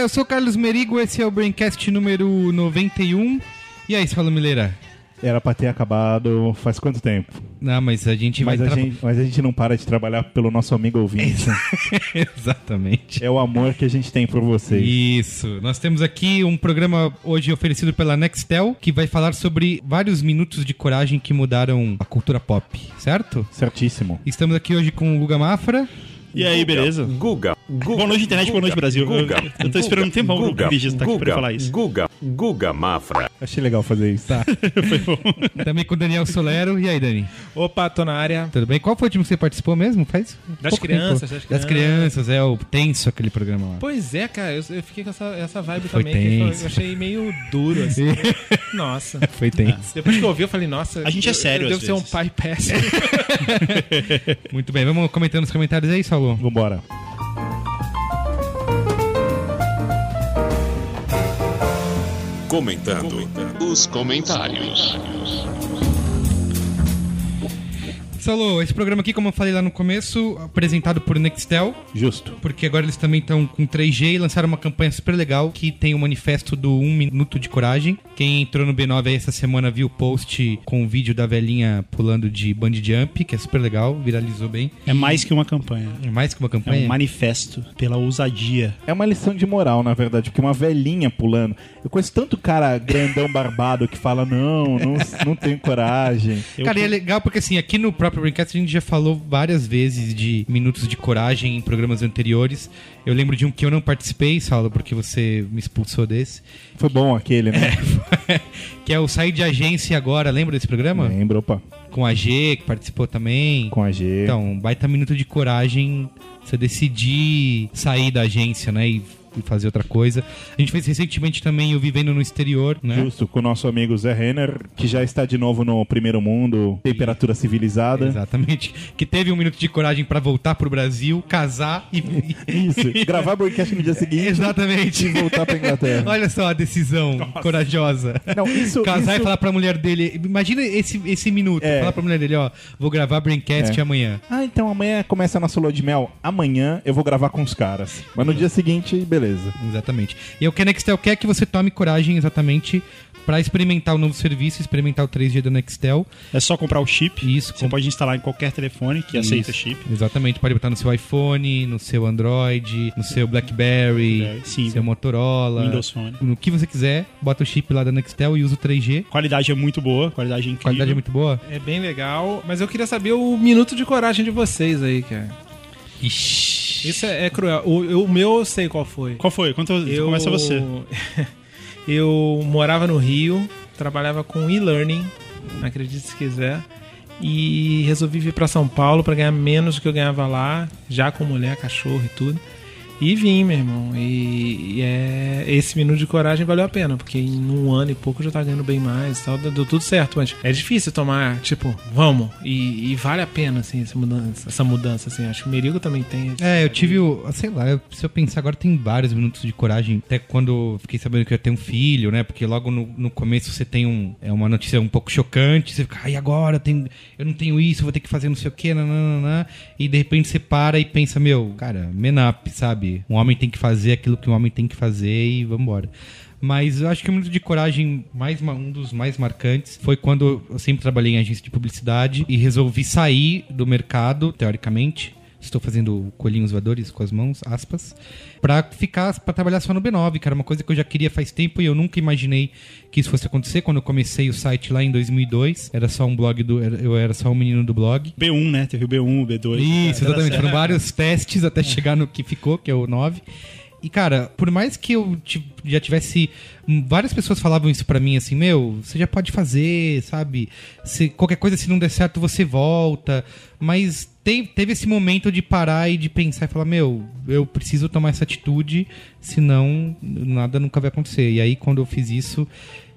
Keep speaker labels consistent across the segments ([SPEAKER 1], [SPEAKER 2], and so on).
[SPEAKER 1] eu sou o Carlos Merigo, esse é o Braincast número 91. E aí, Salo Mileira?
[SPEAKER 2] Era pra ter acabado faz quanto tempo?
[SPEAKER 1] Ah, mas a gente
[SPEAKER 2] Mas
[SPEAKER 1] vai...
[SPEAKER 2] a,
[SPEAKER 1] traba-
[SPEAKER 2] gente, mas a gente não para de trabalhar pelo nosso amigo ouvinte.
[SPEAKER 1] Exatamente.
[SPEAKER 2] é o amor que a gente tem por vocês.
[SPEAKER 1] Isso. Nós temos aqui um programa hoje oferecido pela Nextel, que vai falar sobre vários minutos de coragem que mudaram a cultura pop, certo?
[SPEAKER 2] Certíssimo.
[SPEAKER 1] Estamos aqui hoje com o Guga Mafra.
[SPEAKER 3] E aí, beleza?
[SPEAKER 4] Guga. Guga.
[SPEAKER 3] Boa noite, internet, boa noite, Brasil. Eu-
[SPEAKER 4] Guga.
[SPEAKER 3] eu tô esperando um tempão pro
[SPEAKER 4] Guga.
[SPEAKER 3] Vigis tá aqui pra
[SPEAKER 4] Guga.
[SPEAKER 3] falar isso.
[SPEAKER 4] Guga. Guga Mafra.
[SPEAKER 2] Achei legal fazer isso.
[SPEAKER 1] Tá. Também com o Daniel Solero. E aí, Dani?
[SPEAKER 5] Opa, tô na área.
[SPEAKER 1] Tudo bem? Qual foi o último que você participou mesmo? Faz
[SPEAKER 5] Das
[SPEAKER 1] pouco
[SPEAKER 5] crianças,
[SPEAKER 1] tempo.
[SPEAKER 5] das
[SPEAKER 1] Das crianças, é o tenso aquele programa lá.
[SPEAKER 5] Pois é, cara, eu, eu fiquei com essa, essa vibe
[SPEAKER 1] Foi
[SPEAKER 5] também. que
[SPEAKER 1] tenso.
[SPEAKER 5] eu achei meio duro, assim. Nossa.
[SPEAKER 1] Foi tenso.
[SPEAKER 5] Depois que eu ouvi, eu falei, nossa.
[SPEAKER 3] A gente é
[SPEAKER 5] eu-
[SPEAKER 3] sério
[SPEAKER 5] Eu,
[SPEAKER 3] às
[SPEAKER 5] devo ser um
[SPEAKER 3] vezes.
[SPEAKER 5] pai péssimo.
[SPEAKER 1] Muito bem, vamos comentando nos comentários aí, Saulo.
[SPEAKER 2] Vambora.
[SPEAKER 4] Comentando.
[SPEAKER 6] Os comentários.
[SPEAKER 1] Saulo, esse programa aqui, como eu falei lá no começo, apresentado por Nextel,
[SPEAKER 2] Justo.
[SPEAKER 1] porque agora eles também estão com 3G e lançaram uma campanha super legal que tem o manifesto do 1 Minuto de Coragem. Quem entrou no B9 aí essa semana viu o post com o vídeo da velhinha pulando de bungee jump, que é super legal, viralizou bem.
[SPEAKER 3] É mais que uma campanha.
[SPEAKER 1] É mais que uma
[SPEAKER 3] É um
[SPEAKER 1] campanha.
[SPEAKER 3] manifesto pela ousadia.
[SPEAKER 2] É uma lição de moral, na verdade, porque uma velhinha pulando. Eu conheço tanto cara grandão barbado que fala: não, não, não tenho coragem.
[SPEAKER 1] Cara, e é legal porque assim, aqui no próprio Braincast a gente já falou várias vezes de minutos de coragem em programas anteriores. Eu lembro de um que eu não participei, Saulo, porque você me expulsou desse.
[SPEAKER 2] Foi bom aquele,
[SPEAKER 1] É,
[SPEAKER 2] né?
[SPEAKER 1] que é o Sair de Agência Agora, lembra desse programa?
[SPEAKER 2] Lembra? Opa.
[SPEAKER 1] Com a G, que participou também.
[SPEAKER 2] Com a G.
[SPEAKER 1] Então, um baita minuto de coragem você decidir sair da agência, né? E e fazer outra coisa. A gente fez recentemente também o Vivendo no Exterior, né?
[SPEAKER 2] Justo, com o nosso amigo Zé Renner, que já está de novo no primeiro mundo, temperatura civilizada.
[SPEAKER 1] Exatamente. Que teve um minuto de coragem pra voltar pro Brasil, casar e.
[SPEAKER 2] Isso, gravar broadcast no dia seguinte
[SPEAKER 1] Exatamente.
[SPEAKER 2] e voltar pra Inglaterra.
[SPEAKER 1] Olha só a decisão corajosa.
[SPEAKER 2] Não, isso-
[SPEAKER 1] Casar
[SPEAKER 2] isso-
[SPEAKER 1] e falar pra mulher dele. Imagina esse, esse minuto.
[SPEAKER 2] É.
[SPEAKER 1] Falar pra mulher dele, ó, vou gravar Braincast amanhã.
[SPEAKER 2] Ah, então amanhã começa a nossa lua de mel. Amanhã eu vou gravar com os caras. Mas no dia seguinte, beleza.
[SPEAKER 1] Exatamente. E o que a Nextel quer é que você tome coragem exatamente pra experimentar o novo serviço, experimentar o 3G da Nextel.
[SPEAKER 3] É só comprar o chip.
[SPEAKER 1] Isso,
[SPEAKER 3] Você
[SPEAKER 1] com-
[SPEAKER 3] pode instalar em qualquer telefone que aceita chip.
[SPEAKER 1] Exatamente. Pode botar no seu iPhone, no seu Android, no seu BlackBerry,
[SPEAKER 3] É, sim.
[SPEAKER 1] seu Motorola.
[SPEAKER 3] Windows Phone.
[SPEAKER 1] No que você quiser, bota o chip lá da Nextel e usa o 3G.
[SPEAKER 3] Qualidade é muito boa, qualidade é incrível.
[SPEAKER 1] Qualidade é muito boa.
[SPEAKER 5] É bem legal. Mas eu queria saber o minuto de coragem de vocês aí, cara.
[SPEAKER 1] Ixi.
[SPEAKER 5] Isso é, é cruel. O, eu- o meu eu sei qual foi.
[SPEAKER 3] Qual foi? Quanto...
[SPEAKER 5] Eu...
[SPEAKER 3] Começa você.
[SPEAKER 5] eu morava no Rio, trabalhava com e-learning, acredite se quiser. E resolvi vir pra São Paulo pra ganhar menos do que eu ganhava lá, já com mulher, cachorro e tudo. E vim, meu irmão. E, e é, esse minuto de coragem valeu a pena, porque em um ano e pouco eu já tava ganhando bem mais e tal, deu, deu tudo certo. Mas é difícil tomar, tipo, vamos. E, e vale a pena, assim, essa mudança, essa mudança, assim. Acho que o Merigo também tem.
[SPEAKER 1] É, eu tive o. Sei lá, eu- se eu pensar agora, tem vários minutos de coragem. Até quando eu fiquei sabendo que eu ia ter um filho, né? Porque logo no, no começo você tem um, é uma notícia um pouco chocante. Você fica, ai, agora eu, tenho, eu não tenho isso, eu vou ter que fazer não sei o quê, nananana. E de repente você para e pensa, meu, cara, menap, sabe? Um homem tem que fazer aquilo que um homem tem que fazer e vambora. Mas eu acho que o minuto de coragem, mais ma- um dos mais marcantes, foi quando eu sempre trabalhei em agência de publicidade e resolvi sair do mercado, teoricamente. Estou fazendo colinhos voadores com as mãos, aspas, pra ficar, pra trabalhar só no B9, que era uma coisa que eu já queria faz tempo e eu nunca imaginei que isso fosse acontecer. Quando eu comecei o site lá em 2002, era só um blog do, era- eu era só um menino do blog.
[SPEAKER 3] B1, né? Teve o B1, o B2.
[SPEAKER 1] Isso, exatamente. Foram vários testes até chegar no que ficou, que é o 9. E, cara, por mais que eu ti- já tivesse. hum, Várias pessoas falavam isso pra mim, assim, meu, você já pode fazer, sabe? Se, qualquer coisa, se não der certo, você volta. Mas tem- teve esse momento de parar e de pensar e falar, meu, eu preciso tomar essa atitude, senão nada nunca vai acontecer. E aí, quando eu fiz isso,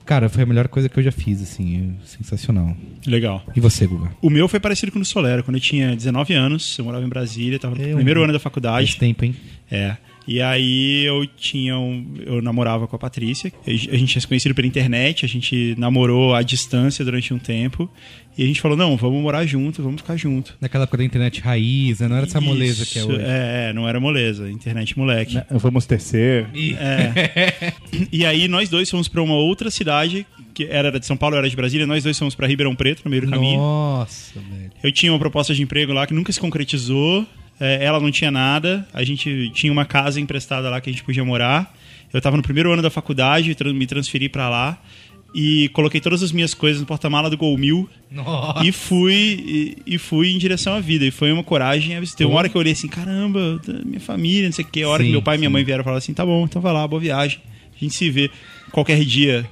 [SPEAKER 1] cara, foi a melhor coisa que eu já fiz, assim, é sensacional.
[SPEAKER 3] Legal.
[SPEAKER 1] E você, Guga?
[SPEAKER 3] O meu foi parecido com o do Solero. Quando eu tinha 19 anos, eu morava em Brasília, tava no
[SPEAKER 1] Eu-
[SPEAKER 3] primeiro ano da faculdade.
[SPEAKER 1] Faz tempo, hein?
[SPEAKER 3] É. E aí eu tinha um, eu namorava com a Patrícia. A gente a gente tinha se conhecido pela internet, a gente namorou à distância durante um tempo. E a gente falou: não, vamos morar junto, vamos ficar junto.
[SPEAKER 1] Naquela época da internet raiz, né? não era essa moleza que é
[SPEAKER 3] Isso,
[SPEAKER 1] hoje.
[SPEAKER 3] É, é, não era moleza, internet moleque.
[SPEAKER 7] Né? Vamos terceiro.
[SPEAKER 3] É, E aí nós dois fomos pra uma outra cidade, que era de São Paulo, eu era de Brasília, nós dois fomos pra Ribeirão Preto, no meio do caminho.
[SPEAKER 1] Nossa, velho.
[SPEAKER 3] Eu tinha uma proposta de emprego lá que nunca se concretizou. é, ela não tinha nada. A gente tinha uma casa emprestada lá que a gente podia morar. Eu tava no primeiro ano da faculdade, tran- me transferi pra lá e coloquei todas as minhas coisas no porta-mala do Golmil
[SPEAKER 1] Nossa.
[SPEAKER 3] e fui e, e fui em direção à vida. E foi uma coragem. absurda. Teve uma hora que eu olhei assim, caramba, tá- minha família, não sei o que. A hora
[SPEAKER 1] Sim,
[SPEAKER 3] que meu pai e minha
[SPEAKER 1] sim.
[SPEAKER 3] mãe vieram falar assim, tá bom, então vai lá, boa viagem. A gente se vê qualquer dia.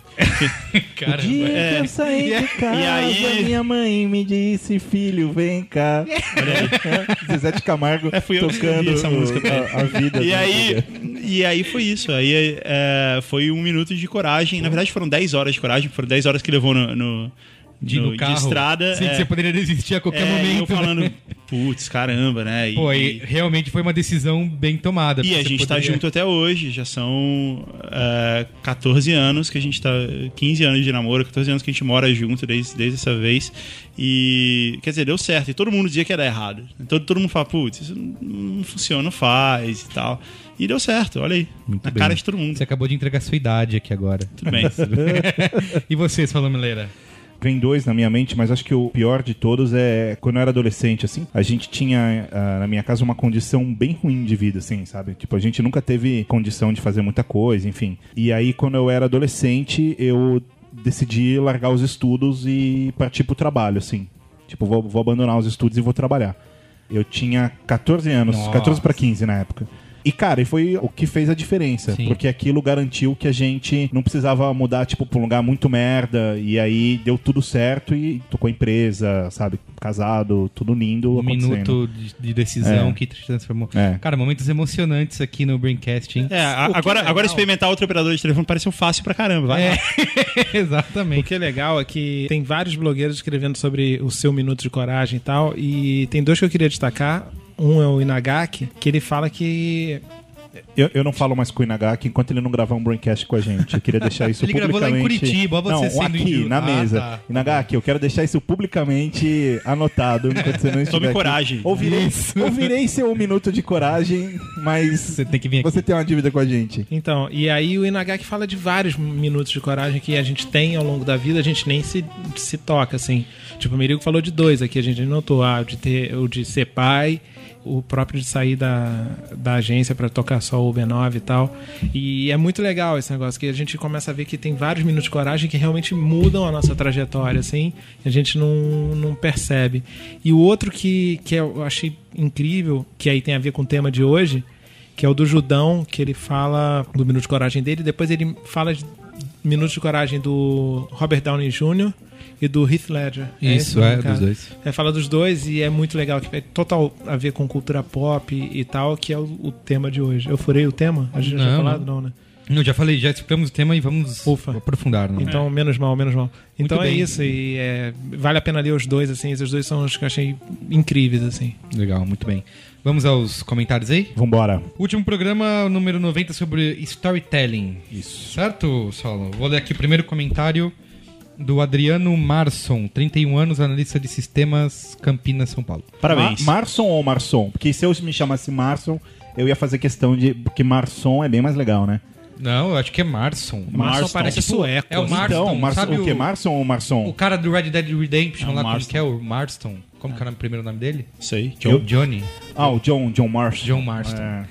[SPEAKER 1] Caramba.
[SPEAKER 3] É.
[SPEAKER 7] eu saí de casa,
[SPEAKER 3] aí-
[SPEAKER 7] minha mãe me disse, filho, vem cá. Zezé de Camargo
[SPEAKER 3] É, fui eu que
[SPEAKER 7] tocando
[SPEAKER 3] escrevi essa
[SPEAKER 7] o-
[SPEAKER 3] música pra ele.
[SPEAKER 7] a, a vida.
[SPEAKER 3] E
[SPEAKER 7] do-
[SPEAKER 3] aí, e aí foi isso. Aí é, foi um minuto de coragem. Na verdade, foram 10 horas de coragem. Foram 10 horas que levou no, no-
[SPEAKER 1] De,
[SPEAKER 3] no-
[SPEAKER 1] no carro.
[SPEAKER 3] estrada.
[SPEAKER 1] Sim,
[SPEAKER 3] é,
[SPEAKER 1] que você poderia desistir a qualquer
[SPEAKER 3] é, e
[SPEAKER 1] momento. né?
[SPEAKER 3] eu falando, putz, caramba, né? E,
[SPEAKER 1] Pô, e
[SPEAKER 3] e,
[SPEAKER 1] realmente foi uma decisão bem tomada.
[SPEAKER 3] e
[SPEAKER 1] porque
[SPEAKER 3] a
[SPEAKER 1] você
[SPEAKER 3] gente tá
[SPEAKER 1] poderia-
[SPEAKER 3] junto até hoje. Já são é, 14 anos que a gente tá. 15 anos de namoro, 14 anos que a gente mora junto desde, desde essa vez. E, quer dizer, deu certo. E todo mundo dizia que era errado. Todo, todo mundo fala, putz, isso não, não funciona, não faz e tal. E deu certo, olha aí.
[SPEAKER 1] Muito
[SPEAKER 3] na
[SPEAKER 1] bem.
[SPEAKER 3] cara de todo mundo.
[SPEAKER 1] Você é acabou de entregar sua idade aqui agora.
[SPEAKER 3] Tudo bem.
[SPEAKER 1] e vocês, falou Mileira?
[SPEAKER 7] Vem dois na minha mente, mas acho que o pior de todos é quando eu era adolescente, assim. A gente tinha ah, na minha casa uma condição bem ruim de vida, assim, sabe? Tipo, a gente nunca teve condição de fazer muita coisa, enfim. E aí, quando eu era adolescente, eu decidi largar os estudos e partir pro trabalho, assim. Tipo, vou, vou abandonar os estudos e vou trabalhar. Eu tinha 14 anos,
[SPEAKER 1] Nossa.
[SPEAKER 7] 14 pra 15 na época. E, cara, e foi o que fez a diferença.
[SPEAKER 1] Sim.
[SPEAKER 7] Porque aquilo garantiu que a gente não precisava mudar, tipo, pra um lugar muito merda. E aí deu tudo certo e tocou a empresa, sabe? Casado, tudo lindo
[SPEAKER 1] Um
[SPEAKER 7] acontecendo.
[SPEAKER 1] minuto de, de decisão
[SPEAKER 7] É.
[SPEAKER 1] que te transformou.
[SPEAKER 7] É.
[SPEAKER 1] Cara, momentos emocionantes aqui no Braincast, hein?
[SPEAKER 3] É, a- agora, agora experimentar outro operador de telefone pareceu fácil pra caramba. Vai
[SPEAKER 1] É.
[SPEAKER 3] lá.
[SPEAKER 5] O
[SPEAKER 1] Exatamente.
[SPEAKER 5] que é legal é que tem vários blogueiros escrevendo sobre o seu minuto de coragem e tal, e tem dois que eu queria destacar. Um é o Inagaki, que ele fala que
[SPEAKER 7] Eu, eu não falo mais com o Inagaki enquanto ele não gravar um broadcast com a gente. Eu queria deixar isso
[SPEAKER 1] Ele gravou
[SPEAKER 7] publicamente.
[SPEAKER 1] lá em Curitiba, ó você
[SPEAKER 7] não,
[SPEAKER 1] sendo
[SPEAKER 7] aqui,
[SPEAKER 1] idiota.
[SPEAKER 7] na mesa.
[SPEAKER 1] Ah, tá.
[SPEAKER 7] Inagaki, eu quero deixar isso publicamente anotado enquanto você não estiver aqui.
[SPEAKER 3] coragem.
[SPEAKER 7] Ouvirei,
[SPEAKER 1] Isso.
[SPEAKER 7] ouvirei seu um minuto de coragem, mas
[SPEAKER 1] Você tem que vir aqui.
[SPEAKER 7] você tem uma dívida com a gente.
[SPEAKER 5] Então, e aí o Inagaki fala de vários minutos de coragem que a gente tem ao longo da vida, a gente nem se, se toca, assim. Tipo, o Merigo falou de dois aqui, a gente notou, ah, o de ter, o de ser pai, o próprio de sair da, da agência pra tocar só o B9 e tal. E é muito legal esse negócio, que a gente começa a ver que tem vários minutos de coragem que realmente mudam a nossa trajetória, assim, e a gente não, não percebe. E o outro que, que eu achei incrível, que aí tem a ver com o tema de hoje, que é o do Judão, que ele fala do minuto de coragem dele, depois ele fala de minuto de coragem do Robert Downey Jr. e do Heath Ledger.
[SPEAKER 1] Isso,
[SPEAKER 5] esse, né,
[SPEAKER 1] é,
[SPEAKER 5] cara?
[SPEAKER 1] dos dois.
[SPEAKER 5] É, fala dos dois e é muito legal, que é total a ver com cultura pop e tal, que é o, o tema de hoje. Eu furei o tema? A gente já
[SPEAKER 1] Não,
[SPEAKER 5] tinha falado? Não, né?
[SPEAKER 1] Não, já falei, já explicamos o tema e vamos
[SPEAKER 5] Ufa.
[SPEAKER 1] aprofundar. né? Não. É.
[SPEAKER 5] Então, menos mal, menos mal. Então é
[SPEAKER 1] bem.
[SPEAKER 5] isso, e é, vale a pena ler os dois, assim, esses dois são os que eu achei incríveis, assim.
[SPEAKER 1] Legal, muito bem. Vamos aos comentários aí?
[SPEAKER 7] Vambora.
[SPEAKER 1] Último programa, o número 90, sobre storytelling. Isso. Certo, Saulo? Vou ler aqui o primeiro comentário do Adriano Marson, 31 anos, analista de sistemas, Campinas, São Paulo.
[SPEAKER 3] Parabéns.
[SPEAKER 7] Ma- Marson ou Marson? Porque se eu me chamasse Marson, eu ia fazer questão de. Porque Marson é bem mais legal, né?
[SPEAKER 1] Não, eu acho que é Marson.
[SPEAKER 5] Marston
[SPEAKER 3] Marston.
[SPEAKER 5] parece sueco.
[SPEAKER 1] É o
[SPEAKER 5] assim.
[SPEAKER 1] Marston,
[SPEAKER 7] então, Marson,
[SPEAKER 1] sabe
[SPEAKER 7] o que?
[SPEAKER 1] o-
[SPEAKER 7] Marson ou
[SPEAKER 1] O
[SPEAKER 7] Marson?
[SPEAKER 1] cara do Red Dead Redemption
[SPEAKER 3] É o
[SPEAKER 1] lá, como
[SPEAKER 3] Marston.
[SPEAKER 1] que é o Marston? Como que é o nome- primeiro nome dele?
[SPEAKER 3] Sei.
[SPEAKER 1] John- Johnny.
[SPEAKER 7] Ah, o John, John Marston.
[SPEAKER 1] John Marston.
[SPEAKER 7] É.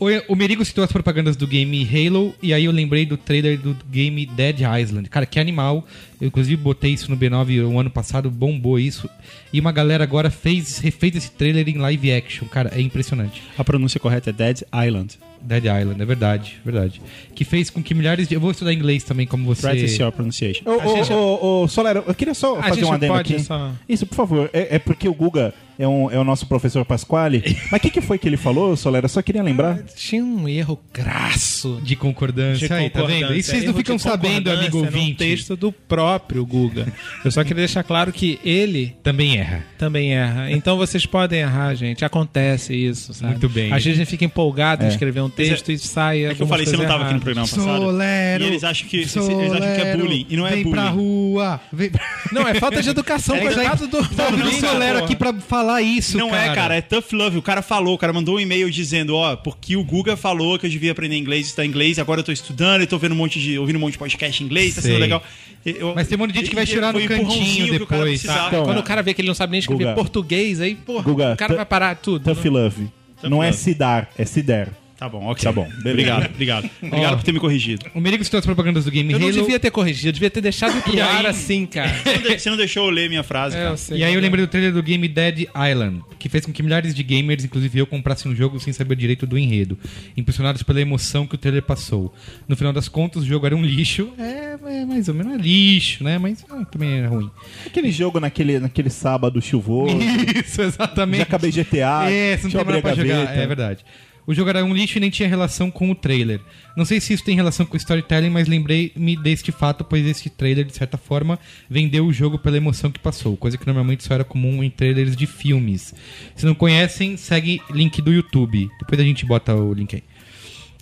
[SPEAKER 1] O, o Merigo citou as propagandas do game Halo e aí eu lembrei do trailer do game Dead Island. Cara, que animal. Eu inclusive botei isso no B9 o ano passado, bombou isso. E uma galera agora fez, refez esse trailer em live action. Cara, é impressionante.
[SPEAKER 3] A pronúncia correta é Dead Island.
[SPEAKER 1] Dead Island, é verdade, verdade. Que fez com que milhares de. Eu vou estudar inglês também, como você.
[SPEAKER 3] Practice your pronunciation.
[SPEAKER 7] Ô, ô, ô, ô, Solero, eu queria só
[SPEAKER 5] A
[SPEAKER 7] fazer
[SPEAKER 5] gente
[SPEAKER 7] um adendo
[SPEAKER 5] pode
[SPEAKER 7] aqui.
[SPEAKER 5] só-
[SPEAKER 7] Isso, por favor. É, é porque o Guga,
[SPEAKER 2] É, um- é o nosso professor Pasquale. Mas o que, que foi que ele falou, Solera? Eu Só queria lembrar.
[SPEAKER 1] Ah,
[SPEAKER 5] Tinha um erro crasso.
[SPEAKER 1] De concordância.
[SPEAKER 5] De
[SPEAKER 1] aí, tá vendo?
[SPEAKER 5] concordância.
[SPEAKER 1] E vocês não
[SPEAKER 5] Erro
[SPEAKER 1] ficam
[SPEAKER 5] de
[SPEAKER 1] sabendo,
[SPEAKER 3] é
[SPEAKER 5] concordância
[SPEAKER 1] amigo
[SPEAKER 3] um
[SPEAKER 5] Num
[SPEAKER 1] ouvinte.
[SPEAKER 5] texto do próprio Guga. Eu só queria deixar claro que ele
[SPEAKER 1] Também erra.
[SPEAKER 5] também erra. Então vocês podem errar, gente. Acontece isso, sabe?
[SPEAKER 1] Muito bem.
[SPEAKER 5] Às vezes a gente fica
[SPEAKER 2] É.
[SPEAKER 5] empolgado em escrever um texto e sai
[SPEAKER 3] É que eu falei, você não tava aqui no programa passado.
[SPEAKER 1] Solero.
[SPEAKER 3] E eles acham que- eles acham que é
[SPEAKER 1] Solero,
[SPEAKER 3] bullying, e não é
[SPEAKER 1] vem
[SPEAKER 3] bullying.
[SPEAKER 1] Pra rua, vem pra
[SPEAKER 5] Não, é falta de educação.
[SPEAKER 1] Mas aí-
[SPEAKER 5] coitado do
[SPEAKER 1] Então, Tá ouvindo o
[SPEAKER 5] Paulinho,
[SPEAKER 1] Solero
[SPEAKER 5] porra.
[SPEAKER 1] aqui pra falar isso,
[SPEAKER 3] Não
[SPEAKER 1] cara.
[SPEAKER 3] é, cara, é tough love. O cara falou, o cara mandou um e-mail dizendo, ó, porque o Guga falou que eu devia aprender inglês, estudar inglês, agora eu tô estudando e tô vendo um monte de, ouvindo um monte de podcast em inglês, tá sendo
[SPEAKER 1] Sei.
[SPEAKER 3] legal. Eu-
[SPEAKER 1] Mas tem um monte de gente que vai
[SPEAKER 3] e-
[SPEAKER 1] chorar no
[SPEAKER 3] foi o empurrãozinho
[SPEAKER 1] cantinho
[SPEAKER 3] que o cara
[SPEAKER 1] depois. tá?
[SPEAKER 3] precisava.
[SPEAKER 2] Então,
[SPEAKER 5] Quando
[SPEAKER 2] é.
[SPEAKER 5] o cara vê que ele não sabe nem escrever
[SPEAKER 2] Guga.
[SPEAKER 5] português, aí, porra,
[SPEAKER 2] Guga, tá-
[SPEAKER 5] o cara
[SPEAKER 2] tu-
[SPEAKER 5] vai parar tudo.
[SPEAKER 2] Tough
[SPEAKER 5] né?
[SPEAKER 2] Love. não é
[SPEAKER 3] Love.
[SPEAKER 2] se dar, é se der.
[SPEAKER 3] Tá bom, ok.
[SPEAKER 2] Tá bom,
[SPEAKER 3] Obrigado, obrigado. Obrigado por ter me corrigido.
[SPEAKER 1] O Merigo citou as propagandas do Game
[SPEAKER 5] Eu não
[SPEAKER 1] Halo.
[SPEAKER 5] devia ter corrigido, eu devia ter deixado
[SPEAKER 1] E aí-
[SPEAKER 5] claro assim, cara.
[SPEAKER 3] Você não de- Você não deixou eu ler minha frase,
[SPEAKER 5] É,
[SPEAKER 3] cara.
[SPEAKER 5] sei.
[SPEAKER 1] E aí É. eu lembrei do trailer do game Dead Island, que fez com que milhares de gamers, inclusive eu, comprassem um jogo sem saber direito do enredo, impulsionados pela emoção que o trailer passou. No final das contas, o jogo era um lixo. É, é mais ou menos é lixo, né? Mas ah, também era ruim.
[SPEAKER 2] Aquele jogo naquele, naquele sábado chuvoso.
[SPEAKER 1] Isso, exatamente.
[SPEAKER 2] já acabei GTA.
[SPEAKER 1] É, você não
[SPEAKER 2] deixa eu abrir
[SPEAKER 1] tem nada
[SPEAKER 2] a
[SPEAKER 1] pra jogar.
[SPEAKER 2] gaveta.
[SPEAKER 1] É verdade. O jogo era um lixo e nem tinha relação com o trailer. Não sei se isso tem relação com o storytelling, mas lembrei-me deste fato, pois este trailer, de certa forma, vendeu o jogo pela emoção que passou, coisa que normalmente só era comum em trailers de filmes. Se não conhecem, segue link do YouTube. Depois a gente bota o link aí.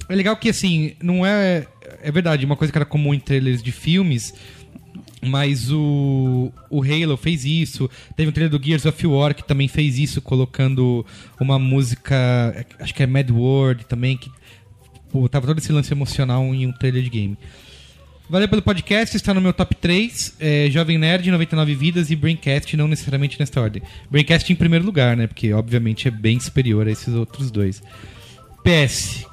[SPEAKER 1] É legal que, assim, não é. É verdade, uma coisa que era comum em trailers de filmes. Mas o, o Halo fez isso. Teve um trailer do Gears of War que também fez isso, colocando uma música. Acho que é Mad World também, que pô, tava todo esse lance emocional em um trailer de game. Valeu pelo podcast, está no meu top 3. É, Jovem Nerd, 99 Vidas e Braincast, não necessariamente nesta ordem. Braincast em primeiro lugar, né? Porque obviamente é bem superior a esses outros dois. PS.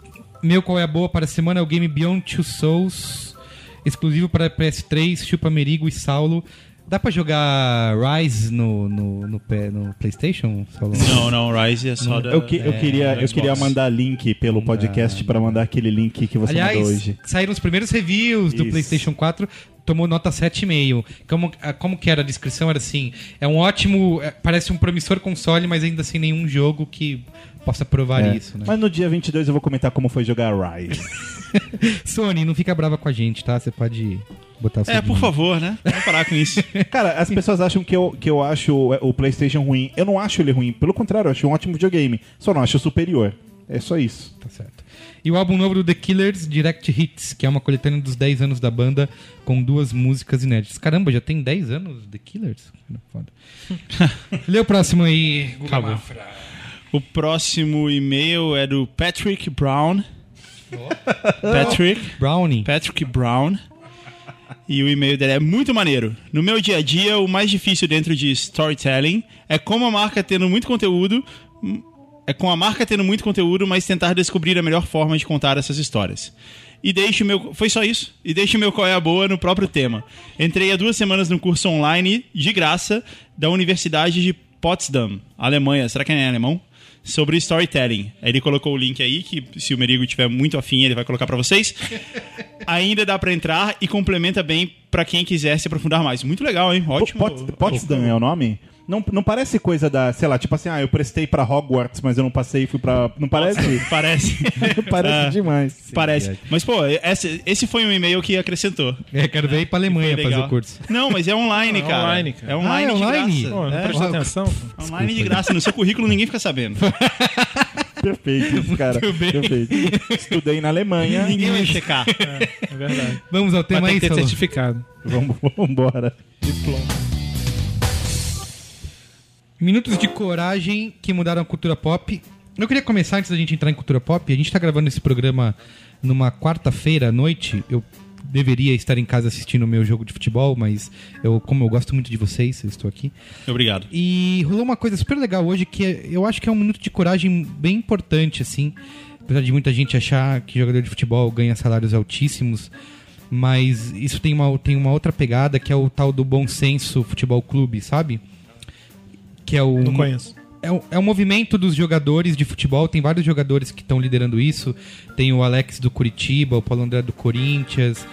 [SPEAKER 1] Meu qual é a boa para a semana é o game Beyond Two Souls, exclusivo para PS3, Chupa Merigo e Saulo. Dá pra jogar Rise no, no, no, P- no PlayStation, Saulo?
[SPEAKER 3] Não, não, Rise é só da...
[SPEAKER 2] Eu, que- eu queria, eu
[SPEAKER 3] Xbox.
[SPEAKER 2] queria mandar link pelo podcast pra mandar aquele link que você mandou
[SPEAKER 1] Aliás,
[SPEAKER 2] hoje.
[SPEAKER 1] saíram os primeiros reviews do
[SPEAKER 2] Isso.
[SPEAKER 1] PlayStation 4, tomou nota 7,5. Como, ah, como que era a descrição? Era assim: é um ótimo, é, parece um promissor console, mas ainda sem nenhum jogo que possa provar
[SPEAKER 2] É.
[SPEAKER 1] isso, né?
[SPEAKER 2] Mas no dia 22 eu vou comentar como foi jogar Rise.
[SPEAKER 1] Sony, não fica brava com a gente, tá? Você pode botar o seu
[SPEAKER 3] É, por
[SPEAKER 1] dinheiro.
[SPEAKER 3] favor, né? Vamos parar com isso.
[SPEAKER 2] Cara, as pessoas acham que eu, que eu acho o o PlayStation ruim. Eu não acho ele ruim. Pelo contrário, eu acho um ótimo videogame. Só não acho superior. É só isso.
[SPEAKER 1] Tá certo. E o álbum novo do The Killers, Direct Hits, que é uma coletânea dos 10 anos da banda, com duas músicas inéditas. Caramba, já tem 10 anos The Killers? Cara, Foda. Lê o próximo aí, Guga
[SPEAKER 3] Acabou.
[SPEAKER 1] Mafra.
[SPEAKER 3] O próximo e-mail é do Patrick Brown. Patrick.
[SPEAKER 1] Brownie.
[SPEAKER 3] Patrick Brown. E o e-mail dele é muito maneiro. No meu dia a dia, o mais difícil dentro de storytelling é como a marca tendo muito conteúdo. É com a marca tendo muito conteúdo, mas tentar descobrir a melhor forma de contar essas histórias. E deixe o meu. Foi só isso. E deixe o meu qual é a boa no próprio tema. Entrei há duas semanas no curso online, de graça, da Universidade de Potsdam, Alemanha. Será que é em alemão? sobre storytelling. Ele colocou o link aí, que se o Merigo tiver muito afim, ele vai colocar pra vocês. Ainda dá pra entrar e complementa bem pra quem quiser se aprofundar mais. Muito legal, hein? Ótimo.
[SPEAKER 2] Pot- Potsdam é o nome? Não, não parece coisa da, sei lá, tipo assim, ah, eu prestei pra Hogwarts, mas eu não passei e fui pra. Não parece?
[SPEAKER 3] Parece.
[SPEAKER 2] parece
[SPEAKER 3] Ah,
[SPEAKER 2] demais.
[SPEAKER 3] Parece. Mas, pô, esse, esse foi um e-mail que acrescentou.
[SPEAKER 1] É, quero ver ir pra
[SPEAKER 3] Foi
[SPEAKER 1] Alemanha
[SPEAKER 3] legal.
[SPEAKER 1] fazer o curso.
[SPEAKER 3] Não, mas é online,
[SPEAKER 5] É
[SPEAKER 3] cara.
[SPEAKER 5] online, cara.
[SPEAKER 3] É online
[SPEAKER 1] Ah, é
[SPEAKER 3] de
[SPEAKER 1] online?
[SPEAKER 3] graça.
[SPEAKER 5] Pô, não
[SPEAKER 3] É.
[SPEAKER 5] presta
[SPEAKER 1] Ó,
[SPEAKER 5] atenção.
[SPEAKER 3] Online de graça. No seu currículo ninguém fica sabendo.
[SPEAKER 2] Perfeito, isso, cara. Perfeito. Estudei na Alemanha.
[SPEAKER 3] Ninguém vai checar.
[SPEAKER 5] É verdade.
[SPEAKER 1] Vamos ao tema então.
[SPEAKER 5] Mas tem
[SPEAKER 1] aí,
[SPEAKER 5] que ter
[SPEAKER 1] Saulo.
[SPEAKER 5] certificado.
[SPEAKER 2] Vamos embora.
[SPEAKER 1] Minutos de coragem que mudaram a cultura pop. Eu queria começar antes da gente entrar em cultura pop. A gente tá gravando esse programa numa quarta-feira à noite. Eu deveria estar em casa assistindo o meu jogo de futebol, mas eu, como eu gosto muito de vocês, eu estou aqui.
[SPEAKER 3] Obrigado.
[SPEAKER 1] E rolou uma coisa super legal hoje que é- eu acho que é um minuto de coragem bem importante, assim. Apesar de muita gente achar que jogador de futebol ganha salários altíssimos, mas isso tem uma, tem uma outra pegada que é o tal do bom senso futebol clube, sabe? Que é o
[SPEAKER 5] Não conheço.
[SPEAKER 1] é, o- é um movimento dos jogadores de futebol. Tem vários jogadores que estão liderando isso. Tem o Alex do Curitiba, o Paulo André do Corinthians,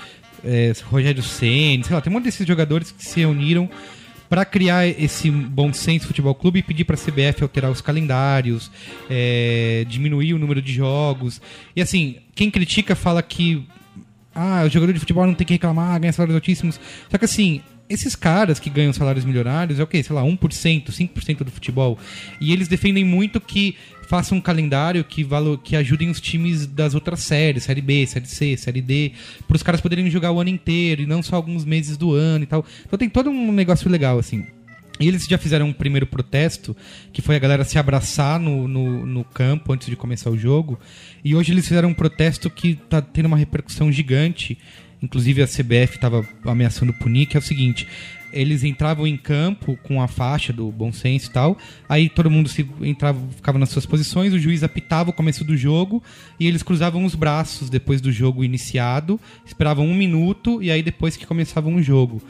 [SPEAKER 1] é, Rogério Ceni, sei lá, tem um monte desses jogadores que se reuniram pra Pra criar esse bom senso futebol clube, pedir pra CBF alterar os calendários, é, diminuir o número de jogos. E assim, quem critica fala que ah, o jogador de futebol não tem que reclamar, ganha salários altíssimos. Só que assim, esses caras que ganham salários milionários é o quê? Sei lá, 1%, 5% do futebol. E eles defendem muito que façam um calendário que, valo, que ajudem os times das outras séries, Série B, Série C, Série D, para os caras poderem jogar o ano inteiro e não só alguns meses do ano e tal. Então tem todo um negócio legal, assim. E eles já fizeram um primeiro protesto, que foi a galera se abraçar no, no, no campo antes de começar o jogo. E hoje eles fizeram um protesto que tá tendo uma repercussão gigante. Inclusive a CBF estava ameaçando punir, que é o seguinte. Eles entravam em campo com a faixa do bom senso e tal. Aí todo mundo se entrava, ficava nas suas posições, o juiz apitava o começo do jogo e eles cruzavam os braços depois do jogo iniciado, esperavam um minuto e aí depois que começavam o jogo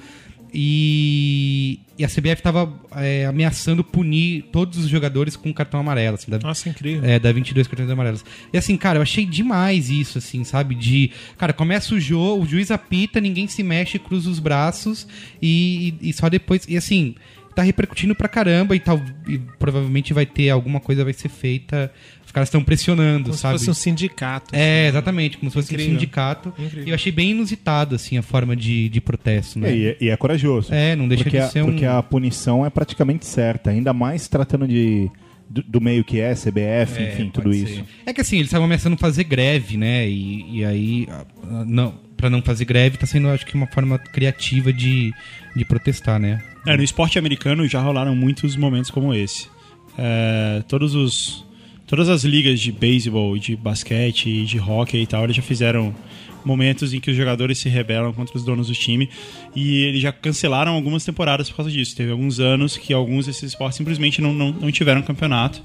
[SPEAKER 1] e, e a CBF tava é, ameaçando punir todos os jogadores com cartão amarelo, assim, da,
[SPEAKER 5] Nossa, incrível.
[SPEAKER 1] é, da 22 cartões amarelos. E assim, cara, eu achei demais isso, assim, sabe? De, cara, começa o jogo, o juiz apita, ninguém se mexe, cruza os braços e, e- e só depois. E assim, tá repercutindo pra caramba e tal. E provavelmente vai ter alguma coisa vai ser feita. Os caras estão pressionando,
[SPEAKER 5] Como
[SPEAKER 1] sabe?
[SPEAKER 5] se fosse um sindicato.
[SPEAKER 1] É, exatamente, como se fosse um
[SPEAKER 5] Incrível.
[SPEAKER 1] sindicato.
[SPEAKER 5] Incrível.
[SPEAKER 1] E eu achei bem inusitado, assim, a forma de, de protesto, né?
[SPEAKER 2] É, e, é, e é corajoso.
[SPEAKER 1] É, não deixa
[SPEAKER 2] porque
[SPEAKER 1] de
[SPEAKER 2] a,
[SPEAKER 1] ser um-
[SPEAKER 2] Porque a punição é praticamente certa, ainda mais tratando de, do, do meio que é, CBF, enfim, tudo
[SPEAKER 1] Pode
[SPEAKER 2] isso.
[SPEAKER 1] ser. É que assim, eles estavam ameaçando fazer greve, né? E, e aí, ah, ah, não, pra não fazer greve, tá sendo, acho que, uma forma criativa de, de protestar, né?
[SPEAKER 3] É, no esporte americano já rolaram muitos momentos como esse. É, todos os, todas as ligas de beisebol, de basquete, de hockey e tal, eles já fizeram momentos em que os jogadores se rebelam contra os donos do time e eles já cancelaram algumas temporadas por causa disso. Teve alguns anos que alguns desses esportes simplesmente não, não, não tiveram campeonato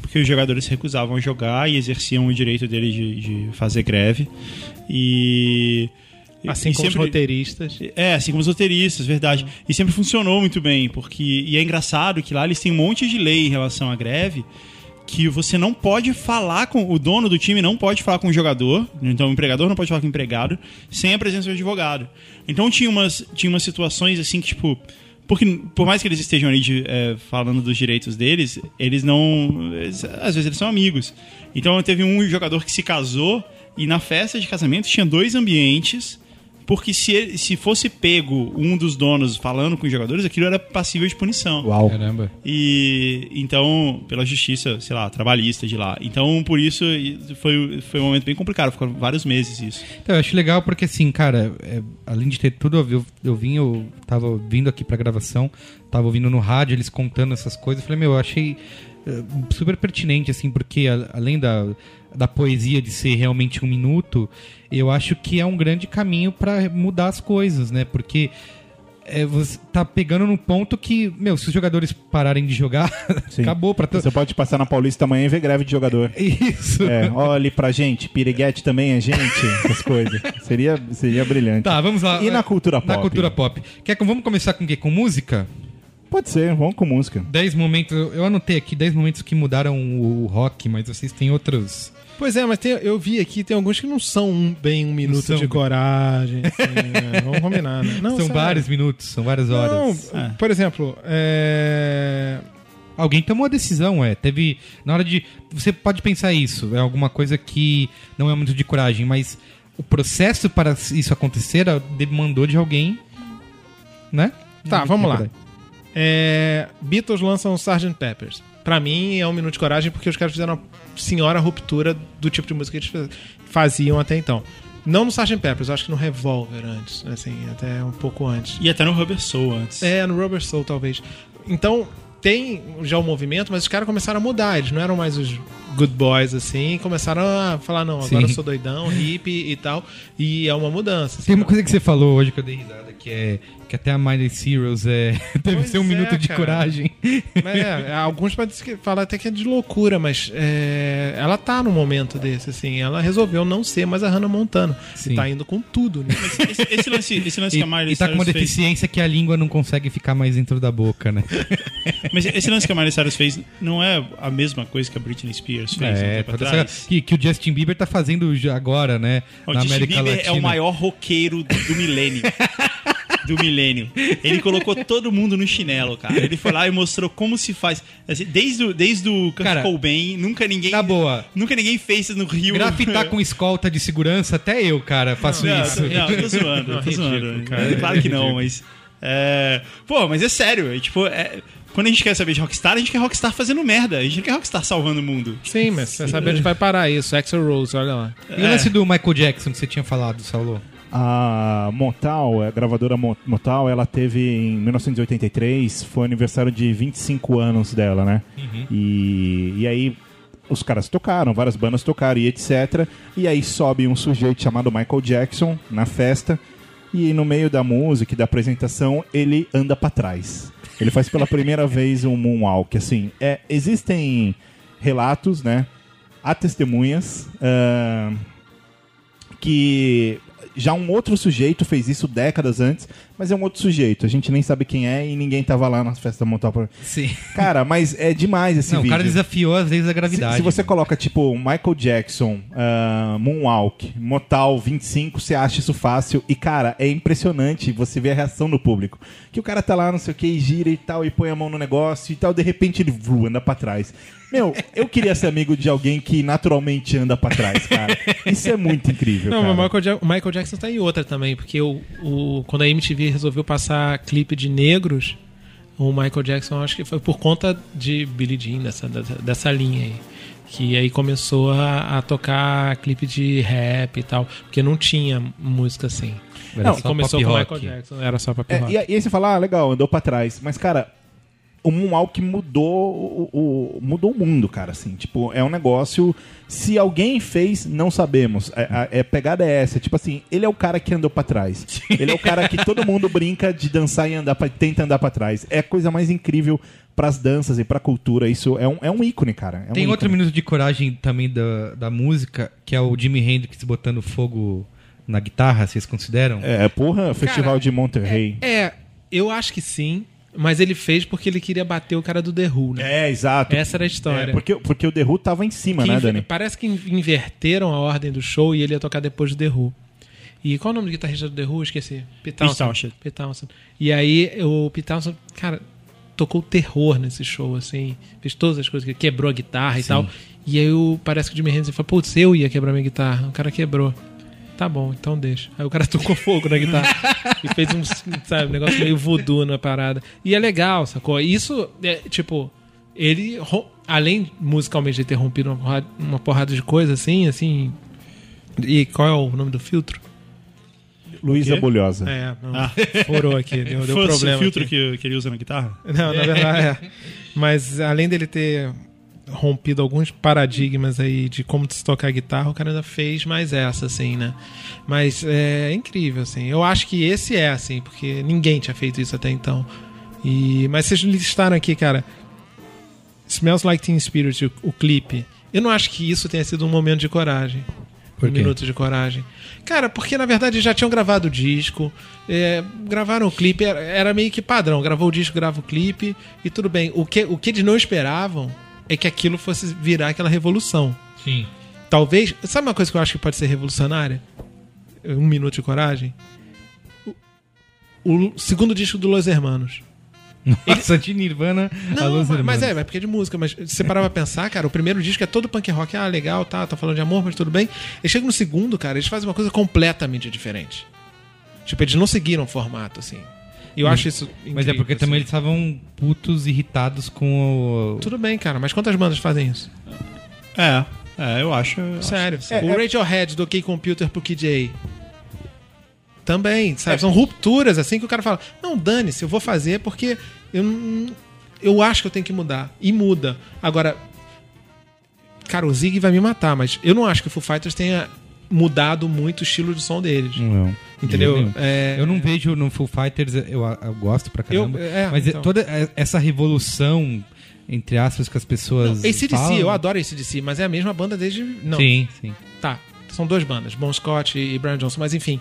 [SPEAKER 3] porque os jogadores se recusavam a jogar e exerciam o direito deles de, de fazer greve. E...
[SPEAKER 5] Assim
[SPEAKER 3] e
[SPEAKER 5] como os
[SPEAKER 3] sempre-
[SPEAKER 5] roteiristas.
[SPEAKER 3] é, assim como os roteiristas, verdade. E sempre funcionou muito bem, porque. E é engraçado que lá eles têm um monte de lei em relação à greve que você não pode falar com. O dono do time não pode falar com o jogador, então o empregador não pode falar com o empregado, sem a presença do advogado. Então tinha umas, tinha umas situações assim que, tipo. Porque, por mais que eles estejam ali de, é, falando dos direitos deles, eles não. eles- às vezes eles são amigos. Então teve um jogador que se casou e na festa de casamento tinha dois ambientes porque se, ele- se fosse pego um dos donos falando com os jogadores, aquilo era passível de punição.
[SPEAKER 2] Uau.
[SPEAKER 1] Caramba.
[SPEAKER 3] E então, pela justiça, sei lá, trabalhista de lá. Então, por isso, foi, foi um momento bem complicado. Ficaram vários meses isso.
[SPEAKER 1] Então, eu acho legal porque, assim, cara, é, além de ter tudo, a ver, eu, eu vim, eu tava vindo aqui pra gravação, tava ouvindo no rádio eles contando essas coisas. Eu falei, meu, eu achei eh, super pertinente, assim, porque a- além da, da poesia de ser realmente um minuto, eu acho que é um grande caminho pra mudar as coisas, né? Porque. É, você tá pegando num ponto que, meu, se os jogadores pararem de jogar,
[SPEAKER 2] Sim.
[SPEAKER 1] acabou pra todo.
[SPEAKER 2] Você pode passar na Paulista amanhã e ver greve de jogador.
[SPEAKER 1] Isso.
[SPEAKER 2] É, olhe pra gente, piriguete também é gente, essas coisas. Seria, seria brilhante.
[SPEAKER 1] Tá, vamos lá.
[SPEAKER 2] E na cultura
[SPEAKER 1] Na
[SPEAKER 2] pop?
[SPEAKER 1] cultura pop. Quer, que- vamos começar com o quê? Com música?
[SPEAKER 2] Pode ser, vamos com música.
[SPEAKER 1] 10 momentos. Eu anotei aqui 10 momentos que mudaram o, o rock, mas vocês têm outros.
[SPEAKER 5] Pois é, mas tem- eu vi aqui, tem alguns que não são um- bem um minuto
[SPEAKER 1] são.
[SPEAKER 5] de coragem. assim, né? Vamos combinar, né? Não,
[SPEAKER 1] são
[SPEAKER 5] sério.
[SPEAKER 1] vários minutos, são várias horas.
[SPEAKER 5] Não, por exemplo, é...
[SPEAKER 1] Alguém tomou a decisão, é. Teve. Na hora de. Você pode pensar isso, é alguma coisa que não é muito de coragem, mas o processo para isso acontecer a- demandou de alguém. Né?
[SPEAKER 5] Tá,
[SPEAKER 1] Não,
[SPEAKER 5] vamos
[SPEAKER 1] de
[SPEAKER 5] lá.
[SPEAKER 1] coragem.
[SPEAKER 5] É, Beatles lançam Sgt. Peppers. Pra mim é um minuto de coragem porque os caras fizeram uma senhora ruptura do tipo de música que eles faziam até então. Não no Sgt. Peppers, eu acho que no Revolver antes, assim, até um pouco antes.
[SPEAKER 3] E até no Rubber Soul antes.
[SPEAKER 5] É, no Rubber Soul, talvez. Então, tem já o movimento, mas os caras começaram a mudar. Eles não eram mais os good boys, assim. Começaram a falar, não, agora
[SPEAKER 1] Sim.
[SPEAKER 5] eu sou doidão, hippie e tal. E é uma
[SPEAKER 1] Tem
[SPEAKER 5] mudança. assim.
[SPEAKER 1] uma coisa que você falou hoje que eu dei risada, que é que até a Miley Cyrus é, teve
[SPEAKER 5] Pois
[SPEAKER 1] seu um
[SPEAKER 5] é,
[SPEAKER 1] minuto de
[SPEAKER 5] cara.
[SPEAKER 1] coragem.
[SPEAKER 5] Mas, é, alguns podem dizer que- falar até que é de loucura, mas é, ela tá num momento desse, assim. Ela resolveu não ser mais a Hannah Montana.
[SPEAKER 1] Sim.
[SPEAKER 5] E tá indo com tudo, né?
[SPEAKER 3] Esse, esse lance, esse lance
[SPEAKER 1] E,
[SPEAKER 3] que a Miley
[SPEAKER 1] e tá com uma
[SPEAKER 3] Cyrus fez.
[SPEAKER 1] deficiência que a língua não consegue ficar mais dentro da boca, né?
[SPEAKER 3] Mas esse lance que a Miley Cyrus fez não é a mesma coisa que a Britney Spears fez um
[SPEAKER 1] É,
[SPEAKER 3] tempo
[SPEAKER 1] toda
[SPEAKER 3] atrás.
[SPEAKER 1] essa- que, que o Justin Bieber tá fazendo já agora, né?
[SPEAKER 3] O
[SPEAKER 1] na
[SPEAKER 3] Justin
[SPEAKER 1] América
[SPEAKER 3] Bieber
[SPEAKER 1] Latina.
[SPEAKER 3] é o maior roqueiro do milênio. do milênio. Ele colocou todo mundo no chinelo, cara. Ele foi lá e mostrou como se faz. Assim, desde, o- desde o Kurt
[SPEAKER 1] Cara,
[SPEAKER 3] Cobain, nunca ninguém.
[SPEAKER 1] na boa.
[SPEAKER 3] Nunca ninguém fez isso no Rio.
[SPEAKER 1] Grafitar com escolta de segurança, até eu, cara, faço
[SPEAKER 3] Não,
[SPEAKER 1] isso.
[SPEAKER 3] Não, tô zoando, tô zoando. Claro que não, mas. é, Pô, mas é sério. é tipo, é, quando a gente quer saber de Rockstar, a gente quer Rockstar fazendo merda. A gente não quer Rockstar salvando o mundo.
[SPEAKER 5] Sim, mas você sabe onde vai parar isso. Axel Rose, olha lá.
[SPEAKER 1] E o
[SPEAKER 3] é.
[SPEAKER 1] lance do Michael Jackson que você tinha falado, Saulo?
[SPEAKER 7] A Motal, a gravadora Mo- Motal, ela teve em 1983, foi aniversário de 25 anos dela, né? E, e aí os caras tocaram, várias bandas tocaram e etc. E aí sobe um sujeito chamado Michael Jackson na festa e no meio da música e da apresentação ele anda pra trás. Ele faz pela primeira vez um moonwalk, assim. É, existem relatos, né? Há testemunhas. ahn, que já um outro sujeito fez isso décadas antes, mas é um outro sujeito. A gente nem sabe quem é e ninguém tava lá na festa montar. pra-
[SPEAKER 1] Sim.
[SPEAKER 7] Cara, mas é demais esse
[SPEAKER 1] não, o
[SPEAKER 7] vídeo.
[SPEAKER 1] cara né? desafiou as leis da
[SPEAKER 7] se,
[SPEAKER 1] gravidade.
[SPEAKER 7] se você coloca, tipo, Michael Jackson, ah, Moonwalk, Motal 25, você acha isso fácil. E, cara, é impressionante você ver a reação do público. Que o cara tá lá, não sei o que, e gira e tal, e põe a mão no negócio e tal, de repente ele vru, anda pra trás. Meu, eu queria ser amigo de alguém que naturalmente anda pra trás, cara. Isso é muito incrível.
[SPEAKER 5] Não,
[SPEAKER 7] cara.
[SPEAKER 5] mas o Michael, Ja- o Michael Jackson tá em outra também, porque o, o- quando a MTV resolveu passar clipe de negros, o Michael Jackson acho que foi por conta de Billie Jean, dessa, dessa, dessa linha aí. Que aí começou a, a tocar clipe de rap e tal, porque não tinha música assim.
[SPEAKER 1] Era
[SPEAKER 5] E
[SPEAKER 1] só
[SPEAKER 5] começou
[SPEAKER 1] pop
[SPEAKER 5] com o
[SPEAKER 1] rock.
[SPEAKER 5] Michael Jackson, era só pop
[SPEAKER 7] É,
[SPEAKER 5] rock.
[SPEAKER 7] e, aí- e aí você fala, ah, legal, andou pra trás. Mas, cara, o Moonwalk mudou o, o- mudou o mundo, cara, assim. Tipo, é um negócio... Se alguém fez, não sabemos. A, a- a pegada é essa. Tipo assim, ele é o cara que andou pra trás. Ele é o cara que todo mundo brinca de dançar e andar pra, tenta andar pra trás. É a coisa mais incrível pras danças e pra cultura. Isso é um, é um ícone, cara. É um
[SPEAKER 1] Tem
[SPEAKER 7] ícone.
[SPEAKER 1] outro minuto de coragem também da, da música, que é o Jimi Hendrix botando fogo na guitarra, vocês consideram?
[SPEAKER 7] É, porra, Festival de Monterrey.
[SPEAKER 5] É, eu acho que sim, mas ele fez porque ele queria bater o cara do The Who, né?
[SPEAKER 7] É, exato.
[SPEAKER 5] Essa era a história.
[SPEAKER 7] É, porque, porque o The Who tava em cima,
[SPEAKER 5] Que
[SPEAKER 7] né,
[SPEAKER 5] inve-
[SPEAKER 7] Dani?
[SPEAKER 5] Parece que in- inverteram a ordem do show e ele ia tocar depois do The Who. E qual é o nome do guitarrista do The Who? Esqueci. Pete Townsend.
[SPEAKER 3] Townsend.
[SPEAKER 5] Pete Townsend. E aí o Pete Townsend, cara, tocou terror nesse show, assim. Fez todas as coisas, que quebrou a guitarra e tal. E aí o, parece que o Jimmy Hendrix falou, putz, eu ia quebrar minha guitarra. O cara quebrou. Tá bom, então deixa. Aí o cara tocou fogo na guitarra e fez um, sabe, um negócio meio voodoo na parada. E é legal, sacou? Isso, é, tipo, ele, ro- além musicalmente de ter rompido uma porrada, uma porrada de coisa, assim, assim. E qual é o nome do filtro?
[SPEAKER 7] Luísa Bolhosa.
[SPEAKER 5] É, não,
[SPEAKER 3] Ah.
[SPEAKER 5] furou aqui, deu, deu
[SPEAKER 3] Foda-se
[SPEAKER 5] problema.
[SPEAKER 3] o filtro
[SPEAKER 5] aqui.
[SPEAKER 3] que, que ele usa na guitarra?
[SPEAKER 5] Não, na verdade é. Mas além dele ter rompido alguns paradigmas aí de como se tocar guitarra, o cara ainda fez mais essa, assim, né? Mas é incrível, assim. Eu acho que esse é, assim, porque ninguém tinha feito isso até então. E, mas vocês listaram aqui, cara, Smells Like Teen Spirit, o, o clipe. Eu não acho que isso tenha sido um momento de coragem.
[SPEAKER 1] Por
[SPEAKER 5] um
[SPEAKER 1] quê?
[SPEAKER 5] minuto de coragem. Cara, porque na verdade já tinham gravado o disco, é, gravaram o clipe, era, era meio que padrão. Gravou o disco, grava o clipe e tudo bem. O que, o que eles não esperavam é que aquilo fosse virar aquela revolução.
[SPEAKER 1] Sim.
[SPEAKER 5] Talvez. Sabe uma coisa que eu acho que pode ser revolucionária? Um minuto de coragem? O, o segundo disco do Los Hermanos.
[SPEAKER 1] Nossa, de Nirvana a
[SPEAKER 5] Não,
[SPEAKER 1] Los
[SPEAKER 5] mas, mas é,
[SPEAKER 1] Hermanos.
[SPEAKER 5] mas porque é de música. Mas se você parar pra pensar, cara, o primeiro disco é todo punk rock. Ah, legal, tá, tá falando de amor, mas tudo bem. Eles chegam no segundo, cara, eles fazem uma coisa completamente diferente. Tipo, eles não seguiram o formato, assim. E eu acho isso incrível,
[SPEAKER 1] Mas é porque
[SPEAKER 5] assim.
[SPEAKER 1] também eles estavam putos, irritados com o...
[SPEAKER 5] Tudo bem, cara, mas quantas bandas fazem isso?
[SPEAKER 3] É, é, eu acho.
[SPEAKER 5] Sério. o Radiohead do OK Computer pro KJ. Também, sabe? São rupturas, assim, que o cara fala, não, dane-se, eu vou fazer porque eu, não- eu acho que eu tenho que mudar. E muda. Agora, cara, o Zig vai me matar, mas eu não acho que o Foo Fighters tenha mudado muito o estilo de som deles.
[SPEAKER 1] Não.
[SPEAKER 5] Entendeu? É,
[SPEAKER 1] Eu não vejo no Full Fighters, eu, eu gosto pra caramba.
[SPEAKER 5] Eu- é,
[SPEAKER 1] mas é
[SPEAKER 5] então.
[SPEAKER 1] toda essa revolução, entre aspas, que as pessoas. falam-
[SPEAKER 5] ACDC, eu adoro ACDC, mas é a mesma banda desde... Não,
[SPEAKER 1] Sim, sim.
[SPEAKER 5] Tá, são duas bandas, Bon Scott e Brian Johnson, mas enfim.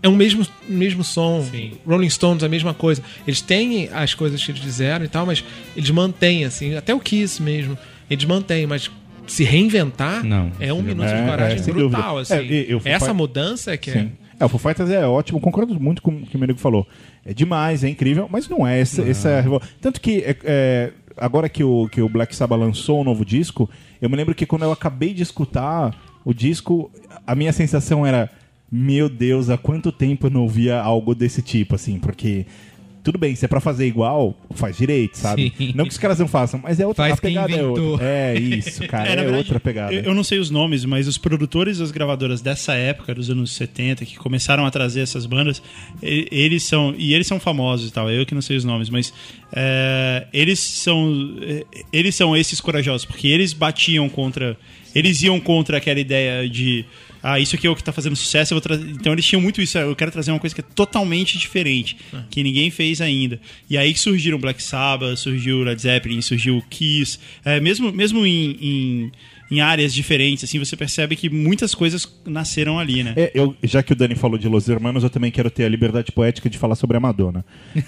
[SPEAKER 5] É o mesmo, mesmo som, Rolling Stones, a mesma coisa. Eles têm as coisas que eles fizeram e tal, mas eles mantêm, assim, até o Kiss mesmo, eles mantêm, mas se reinventar
[SPEAKER 1] Não.
[SPEAKER 5] é um minuto
[SPEAKER 7] É,
[SPEAKER 5] de coragem
[SPEAKER 7] é, sem
[SPEAKER 5] brutal,
[SPEAKER 7] dúvida.
[SPEAKER 5] assim.
[SPEAKER 7] É, e eu fui
[SPEAKER 5] Essa
[SPEAKER 7] pa-
[SPEAKER 5] mudança é que é.
[SPEAKER 7] Sim. É, É, o Foo Fighters é ótimo, concordo muito com o que o meu amigo falou. É demais, é incrível, mas não é essa, essa revol- Tanto que é, é, agora que o, que o Black Sabbath lançou o novo disco, eu me lembro que quando eu acabei de escutar o disco, a minha sensação era: meu Deus, há quanto tempo eu não ouvia algo desse tipo, assim, porque. Tudo bem, se é pra fazer igual, faz direito, sabe?
[SPEAKER 1] Sim.
[SPEAKER 7] Não que os caras não façam, mas é outra
[SPEAKER 1] Faz
[SPEAKER 7] a pegada.
[SPEAKER 1] quem
[SPEAKER 7] é, outra.
[SPEAKER 1] inventou.
[SPEAKER 7] é isso, cara, é,
[SPEAKER 3] na verdade,
[SPEAKER 7] outra pegada.
[SPEAKER 3] Eu, eu não sei os nomes, mas os produtores das gravadoras dessa época, dos anos 70, que começaram a trazer essas bandas, e- eles são. E eles são famosos e tal, eu que não sei os nomes, mas. é, eles são. é, Eles são esses corajosos, porque eles batiam contra. Eles iam contra aquela ideia de. Ah, isso aqui é o que tá fazendo sucesso. eu vou tra-" Então eles tinham muito isso. "Ah, Eu quero trazer uma coisa que é totalmente diferente, que ninguém fez ainda. E aí que surgiram Black Sabbath, surgiu Led Zeppelin, surgiu Kiss. É, mesmo mesmo em, em, em áreas diferentes, assim, você percebe que muitas coisas nasceram ali, né?
[SPEAKER 7] É, eu, já que o Dani falou de Los Hermanos, eu também quero ter a liberdade poética de falar sobre a Madonna.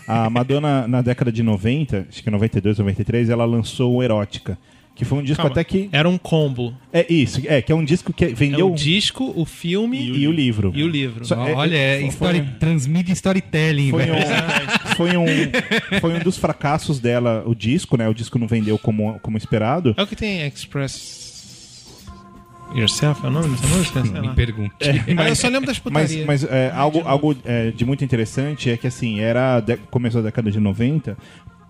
[SPEAKER 7] A Madonna, na década de 90, acho que 92, 93, ela lançou o Erótica, que foi um disco
[SPEAKER 5] Calma.
[SPEAKER 7] até que...
[SPEAKER 5] Era um combo.
[SPEAKER 7] É isso, é, que é um disco que
[SPEAKER 5] É
[SPEAKER 7] vendeu...
[SPEAKER 5] o disco, o filme
[SPEAKER 7] e, o livro.
[SPEAKER 5] e o livro.
[SPEAKER 7] Só- é-
[SPEAKER 1] Olha, é
[SPEAKER 7] foi-
[SPEAKER 1] história, transmite storytelling,
[SPEAKER 7] Foi
[SPEAKER 1] velho.
[SPEAKER 7] um, foi, um, foi um dos fracassos dela, o disco, né? O disco não vendeu como, como esperado.
[SPEAKER 5] É o que tem Express Yourself, é o nome dessa música? Sei
[SPEAKER 1] Me
[SPEAKER 7] né?
[SPEAKER 5] lá.
[SPEAKER 1] pergunte.
[SPEAKER 7] É.
[SPEAKER 5] Ah, eu só lembro das
[SPEAKER 7] Mas,
[SPEAKER 5] putarias.
[SPEAKER 7] mas é, algo, algo é, de muito interessante é que, assim, era de, começou a década de 90,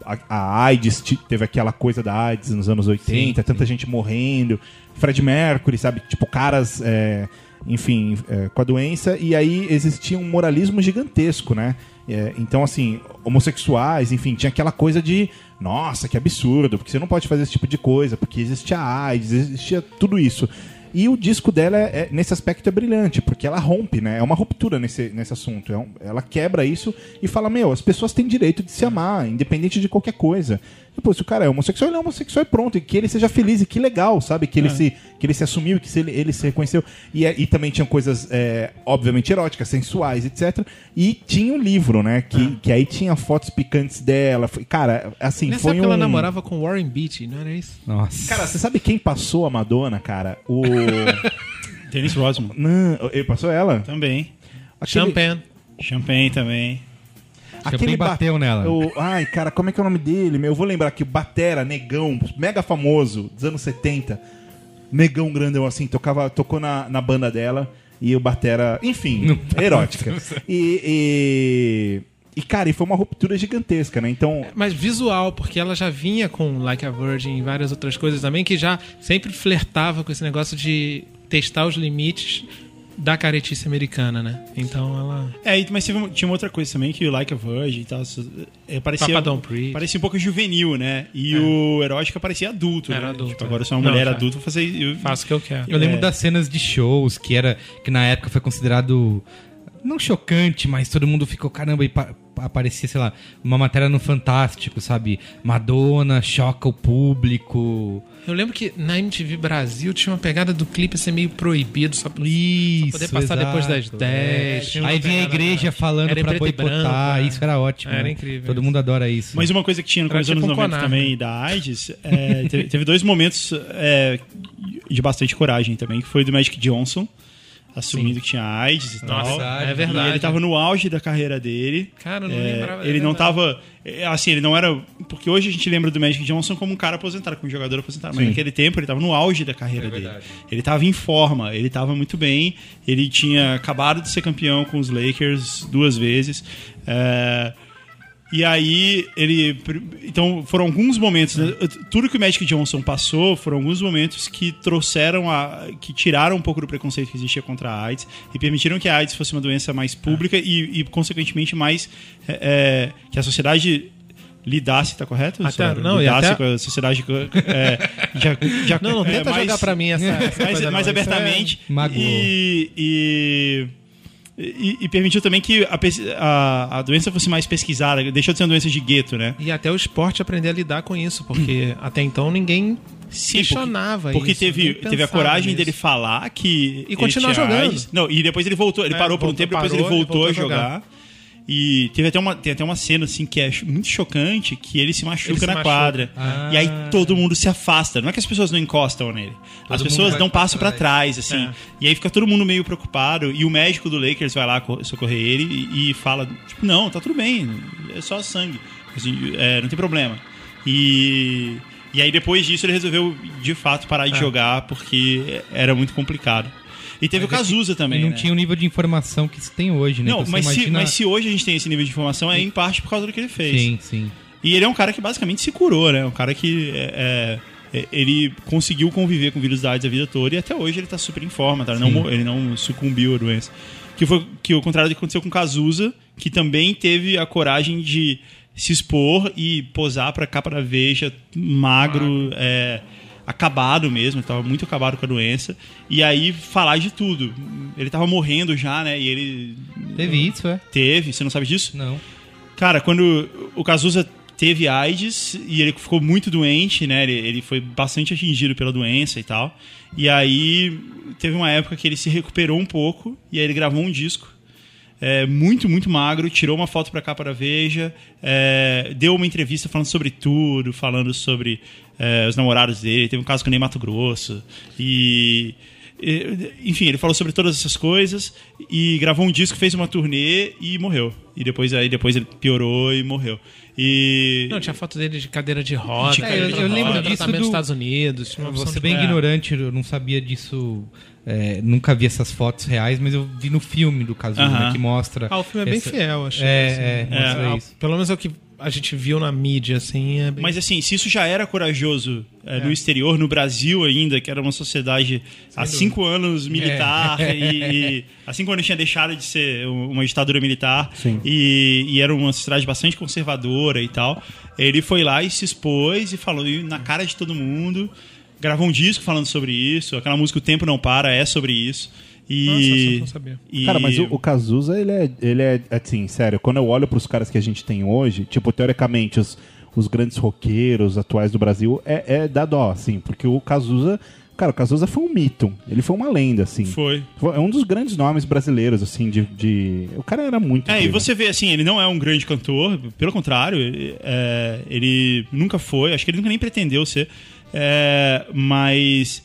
[SPEAKER 7] a, a AIDS ti- teve aquela coisa da AIDS nos anos 80, tanta gente morrendo, Fred Mercury, sabe? Tipo, caras, é, enfim, é, com a doença, e aí existia um moralismo gigantesco, né? É, então, assim, homossexuais, enfim, tinha aquela coisa de nossa, que absurdo, porque você não pode fazer esse tipo de coisa, porque existia AIDS, existia tudo isso. E o disco dela, é- é- nesse aspecto, é brilhante, porque ela rompe, né? É uma ruptura nesse, nesse assunto. É um- ela quebra isso e fala: Meu, as pessoas têm direito de se amar, independente de qualquer coisa. E, pô, se o cara é homossexual, ele é homossexual e pronto. E que ele seja feliz e que legal, sabe?
[SPEAKER 5] É.
[SPEAKER 7] Que ele, se, que ele se assumiu, que se ele, ele se reconheceu. E, é- e também tinham coisas, é, obviamente, eróticas, sensuais, etc. E tinha um livro, né? Que,
[SPEAKER 5] É.
[SPEAKER 7] que aí tinha fotos picantes dela. Foi- Cara, assim,
[SPEAKER 5] Nessa
[SPEAKER 7] foi
[SPEAKER 5] época
[SPEAKER 7] um.
[SPEAKER 5] ela namorava com Warren Beatty, não era isso?
[SPEAKER 1] Nossa.
[SPEAKER 7] Cara, você sabe quem passou a Madonna, cara? O.
[SPEAKER 3] Dennis Rodman
[SPEAKER 7] Não, ele passou ela?
[SPEAKER 3] também.
[SPEAKER 7] Aquele-
[SPEAKER 5] Champagne.
[SPEAKER 3] Champagne também.
[SPEAKER 1] Champagne
[SPEAKER 7] ba-
[SPEAKER 1] bateu nela.
[SPEAKER 7] o- ai, cara, como é que é o nome dele? meu? Eu vou lembrar que o Batera, negão, mega famoso, dos anos 70. Negão grandão assim, tocava, tocou na, na banda dela e o Batera, enfim,
[SPEAKER 1] tá
[SPEAKER 7] erótica. E, e, e, cara, e foi uma ruptura gigantesca, né? Então,
[SPEAKER 5] Mas visual, porque ela já vinha com Like a Virgin e várias outras coisas também, que já sempre flertava com esse negócio de testar os limites da caretice americana, né? Então ela.
[SPEAKER 3] É, e- mas teve um- tinha uma outra coisa também, que o Like a Virgin e tal. isso- é, parecia,
[SPEAKER 5] Papa Don't Preach. É.
[SPEAKER 3] parecia um pouco juvenil, né? E o Erótica parecia adulto.
[SPEAKER 5] Era
[SPEAKER 3] né?
[SPEAKER 5] adulto,
[SPEAKER 3] Tipo,
[SPEAKER 5] é.
[SPEAKER 3] agora eu sou uma
[SPEAKER 5] Não,
[SPEAKER 3] mulher
[SPEAKER 5] já.
[SPEAKER 3] adulta, vou fazer. Eu,
[SPEAKER 5] Faço o que eu quero.
[SPEAKER 1] Eu lembro
[SPEAKER 3] É.
[SPEAKER 1] das cenas de shows que era que na época foi considerado não chocante, mas todo mundo ficou caramba e pa- aparecia, sei lá, uma matéria no Fantástico, sabe? Madonna choca o público.
[SPEAKER 5] Eu lembro que na MTV Brasil tinha uma pegada do clipe ser meio proibido, só pra
[SPEAKER 1] Isso,
[SPEAKER 5] poder passar depois das 10.
[SPEAKER 1] É.
[SPEAKER 5] Tinha uma
[SPEAKER 1] Aí vinha a
[SPEAKER 5] pegada-
[SPEAKER 1] igreja falando
[SPEAKER 5] Era em
[SPEAKER 1] pra
[SPEAKER 5] preto e branco,
[SPEAKER 1] boicotar,
[SPEAKER 5] né?
[SPEAKER 1] isso era ótimo.
[SPEAKER 5] Era
[SPEAKER 1] né?
[SPEAKER 5] incrível
[SPEAKER 1] Todo
[SPEAKER 5] isso.
[SPEAKER 1] mundo adora isso.
[SPEAKER 3] Mas uma coisa que tinha no
[SPEAKER 5] Era
[SPEAKER 3] começo dos anos
[SPEAKER 5] tipo um
[SPEAKER 3] 90
[SPEAKER 5] Conar,
[SPEAKER 3] também da AIDS, é, te- teve, dois momentos é, de bastante coragem também, que foi do Magic Johnson, assumindo que tinha AIDS e
[SPEAKER 5] Nossa,
[SPEAKER 3] tal.
[SPEAKER 5] é
[SPEAKER 3] E
[SPEAKER 5] verdade.
[SPEAKER 3] ele tava no auge da carreira dele.
[SPEAKER 5] Cara, eu não
[SPEAKER 3] É,
[SPEAKER 5] lembrava. é
[SPEAKER 3] Ele não
[SPEAKER 5] verdade.
[SPEAKER 3] tava. é, Assim, ele não era. Porque hoje a gente lembra do Magic Johnson como um cara aposentado, como um jogador aposentado. Mas naquele tempo ele tava no auge da
[SPEAKER 5] É
[SPEAKER 3] carreira dele. Ele tava em forma, ele tava muito bem. Ele tinha acabado de ser campeão com os Lakers duas vezes. É, e aí ele. Então foram alguns momentos. né? Tudo que o Magic Johnson passou foram alguns momentos que trouxeram a. que tiraram um pouco do preconceito que existia contra a AIDS e permitiram que a AIDS fosse uma doença mais pública e, e, consequentemente, mais. é, é, que a sociedade lidasse, tá correto?
[SPEAKER 5] Até-
[SPEAKER 3] Soraya?
[SPEAKER 5] não, e
[SPEAKER 3] lidasse
[SPEAKER 5] até-
[SPEAKER 3] com a sociedade. é, já, já,
[SPEAKER 5] Não, não
[SPEAKER 3] é,
[SPEAKER 5] tenta
[SPEAKER 3] mais-
[SPEAKER 5] jogar pra mim essa. essa
[SPEAKER 3] mais,
[SPEAKER 5] coisa,
[SPEAKER 3] mais
[SPEAKER 5] não. Isso é-
[SPEAKER 3] abertamente.
[SPEAKER 1] magoou.
[SPEAKER 3] E, e, e- e permitiu também que a, pes- a, a doença fosse mais pesquisada, deixou de ser uma doença de gueto, né?
[SPEAKER 5] E até o esporte aprender a lidar com isso, porque até então ninguém
[SPEAKER 3] Sim,
[SPEAKER 5] questionava
[SPEAKER 3] porque, porque
[SPEAKER 5] isso.
[SPEAKER 3] teve,
[SPEAKER 5] ninguém
[SPEAKER 3] teve a
[SPEAKER 5] pensava
[SPEAKER 3] coragem
[SPEAKER 5] nisso.
[SPEAKER 3] dele falar que. ele
[SPEAKER 5] continuar
[SPEAKER 3] tinha
[SPEAKER 5] jogando.
[SPEAKER 3] AIDS. Não, e depois ele voltou, ele
[SPEAKER 5] É,
[SPEAKER 3] parou por um
[SPEAKER 5] voltou-
[SPEAKER 3] tempo, depois
[SPEAKER 5] parou,
[SPEAKER 3] ele voltou,
[SPEAKER 5] ele
[SPEAKER 3] a
[SPEAKER 5] voltou a
[SPEAKER 3] jogar. E teve até uma, tem até uma cena assim que é ch- muito chocante, que ele se machuca
[SPEAKER 5] Ele se
[SPEAKER 3] na
[SPEAKER 5] machuca.
[SPEAKER 3] quadra.
[SPEAKER 1] Ah.
[SPEAKER 3] E aí todo mundo se afasta. Não é que as pessoas não encostam nele. as
[SPEAKER 1] mundo
[SPEAKER 3] pessoas
[SPEAKER 1] vai
[SPEAKER 3] dão
[SPEAKER 1] pra
[SPEAKER 3] passo pra trás,
[SPEAKER 1] trás.
[SPEAKER 3] assim.
[SPEAKER 5] É.
[SPEAKER 3] E aí fica todo mundo meio preocupado. E o médico do Lakers vai lá co- socorrer ele e, e fala: tipo, não, tá tudo bem, é só sangue. Assim, é, não tem problema. E. E aí depois disso ele resolveu de fato parar
[SPEAKER 1] É.
[SPEAKER 3] de jogar porque era muito complicado. E teve o Cazuza também.
[SPEAKER 1] E é não
[SPEAKER 3] né?
[SPEAKER 1] tinha o nível de informação que se tem hoje, né?
[SPEAKER 3] Não,
[SPEAKER 1] Então, você
[SPEAKER 3] mas, se,
[SPEAKER 1] imagina-
[SPEAKER 3] mas se hoje a gente tem esse nível de informação, é em parte por causa do que ele fez.
[SPEAKER 1] Sim, sim.
[SPEAKER 3] E ele é um cara que basicamente se curou, né? Um cara que é, é, é, ele conseguiu conviver com o vírus da AIDS a vida toda e até hoje ele tá super em forma, tá? Ele, não,
[SPEAKER 1] Sim.
[SPEAKER 3] mo- ele não sucumbiu à doença. Que foi que o contrário do que aconteceu com Cazuza, que também teve a coragem de se expor e posar pra capa da veja, magro, é, acabado mesmo, ele tava muito acabado com a doença. E aí falar de tudo. Ele tava morrendo já, né? E ele
[SPEAKER 1] Teve isso, é?
[SPEAKER 3] teve, você não sabe disso?
[SPEAKER 1] Não.
[SPEAKER 3] Cara, quando o Cazuza teve AIDS e ele ficou muito doente, né? Ele, ele foi bastante atingido pela doença e tal. E aí teve uma época que ele se recuperou um pouco e aí ele gravou um disco. é, muito, muito magro, tirou uma foto pra capa da Veja, é, deu uma entrevista falando sobre tudo, falando sobre é, os namorados dele, teve um caso com o Ney Mato Grosso, e e, enfim, ele falou sobre todas essas coisas e gravou um disco, fez uma turnê e morreu. E depois aí depois ele piorou e morreu. E
[SPEAKER 5] Não, tinha foto dele de cadeira de roda.
[SPEAKER 3] De
[SPEAKER 5] cadeira
[SPEAKER 3] cadeira
[SPEAKER 5] de
[SPEAKER 3] de
[SPEAKER 5] roda,
[SPEAKER 3] roda,
[SPEAKER 1] disso
[SPEAKER 5] tratamento
[SPEAKER 1] do-
[SPEAKER 5] nos Estados Unidos. Tinha uma
[SPEAKER 1] Eu
[SPEAKER 5] opção
[SPEAKER 1] vou ser
[SPEAKER 5] de-
[SPEAKER 1] bem
[SPEAKER 5] É.
[SPEAKER 1] ignorante, eu não sabia disso. é, nunca vi essas fotos reais, mas eu vi no filme do Cazuza,
[SPEAKER 3] Aham.
[SPEAKER 1] né, que mostra.
[SPEAKER 5] Ah, o filme é bem
[SPEAKER 1] essa-
[SPEAKER 5] fiel, achei.
[SPEAKER 1] É,
[SPEAKER 5] assim.
[SPEAKER 1] é, mostra
[SPEAKER 5] Ah,
[SPEAKER 1] isso.
[SPEAKER 5] Pelo menos é o que a gente viu na mídia, assim. É bem... É.
[SPEAKER 3] Mas assim, se isso já era corajoso eh, no exterior, no Brasil ainda, que era uma sociedade há cinco
[SPEAKER 5] É.
[SPEAKER 3] anos militar e, e há cinco anos tinha deixado de ser um- uma ditadura militar e, e era uma sociedade bastante conservadora e tal, ele foi lá e se expôs e falou e na cara de todo mundo, gravou um disco falando sobre isso, aquela música O Tempo Não Para é sobre isso.
[SPEAKER 5] Nossa, essa
[SPEAKER 3] E,
[SPEAKER 5] eu não sabia.
[SPEAKER 3] e-
[SPEAKER 2] Cara, mas o, o Cazuza, ele é, ele é, assim, sério, quando eu olho pros caras que a gente tem hoje, tipo, teoricamente, os, os grandes roqueiros atuais do Brasil, é, é da dó, assim, porque o Cazuza, cara, o Cazuza foi um mito, ele foi uma lenda, assim.
[SPEAKER 3] foi.
[SPEAKER 2] É um dos grandes nomes brasileiros, assim, de... de- O cara era muito...
[SPEAKER 3] É, e
[SPEAKER 2] incrível.
[SPEAKER 3] você vê assim, ele não é um grande cantor, pelo contrário, ele, é, ele nunca foi, acho que ele nunca nem pretendeu ser, é, mas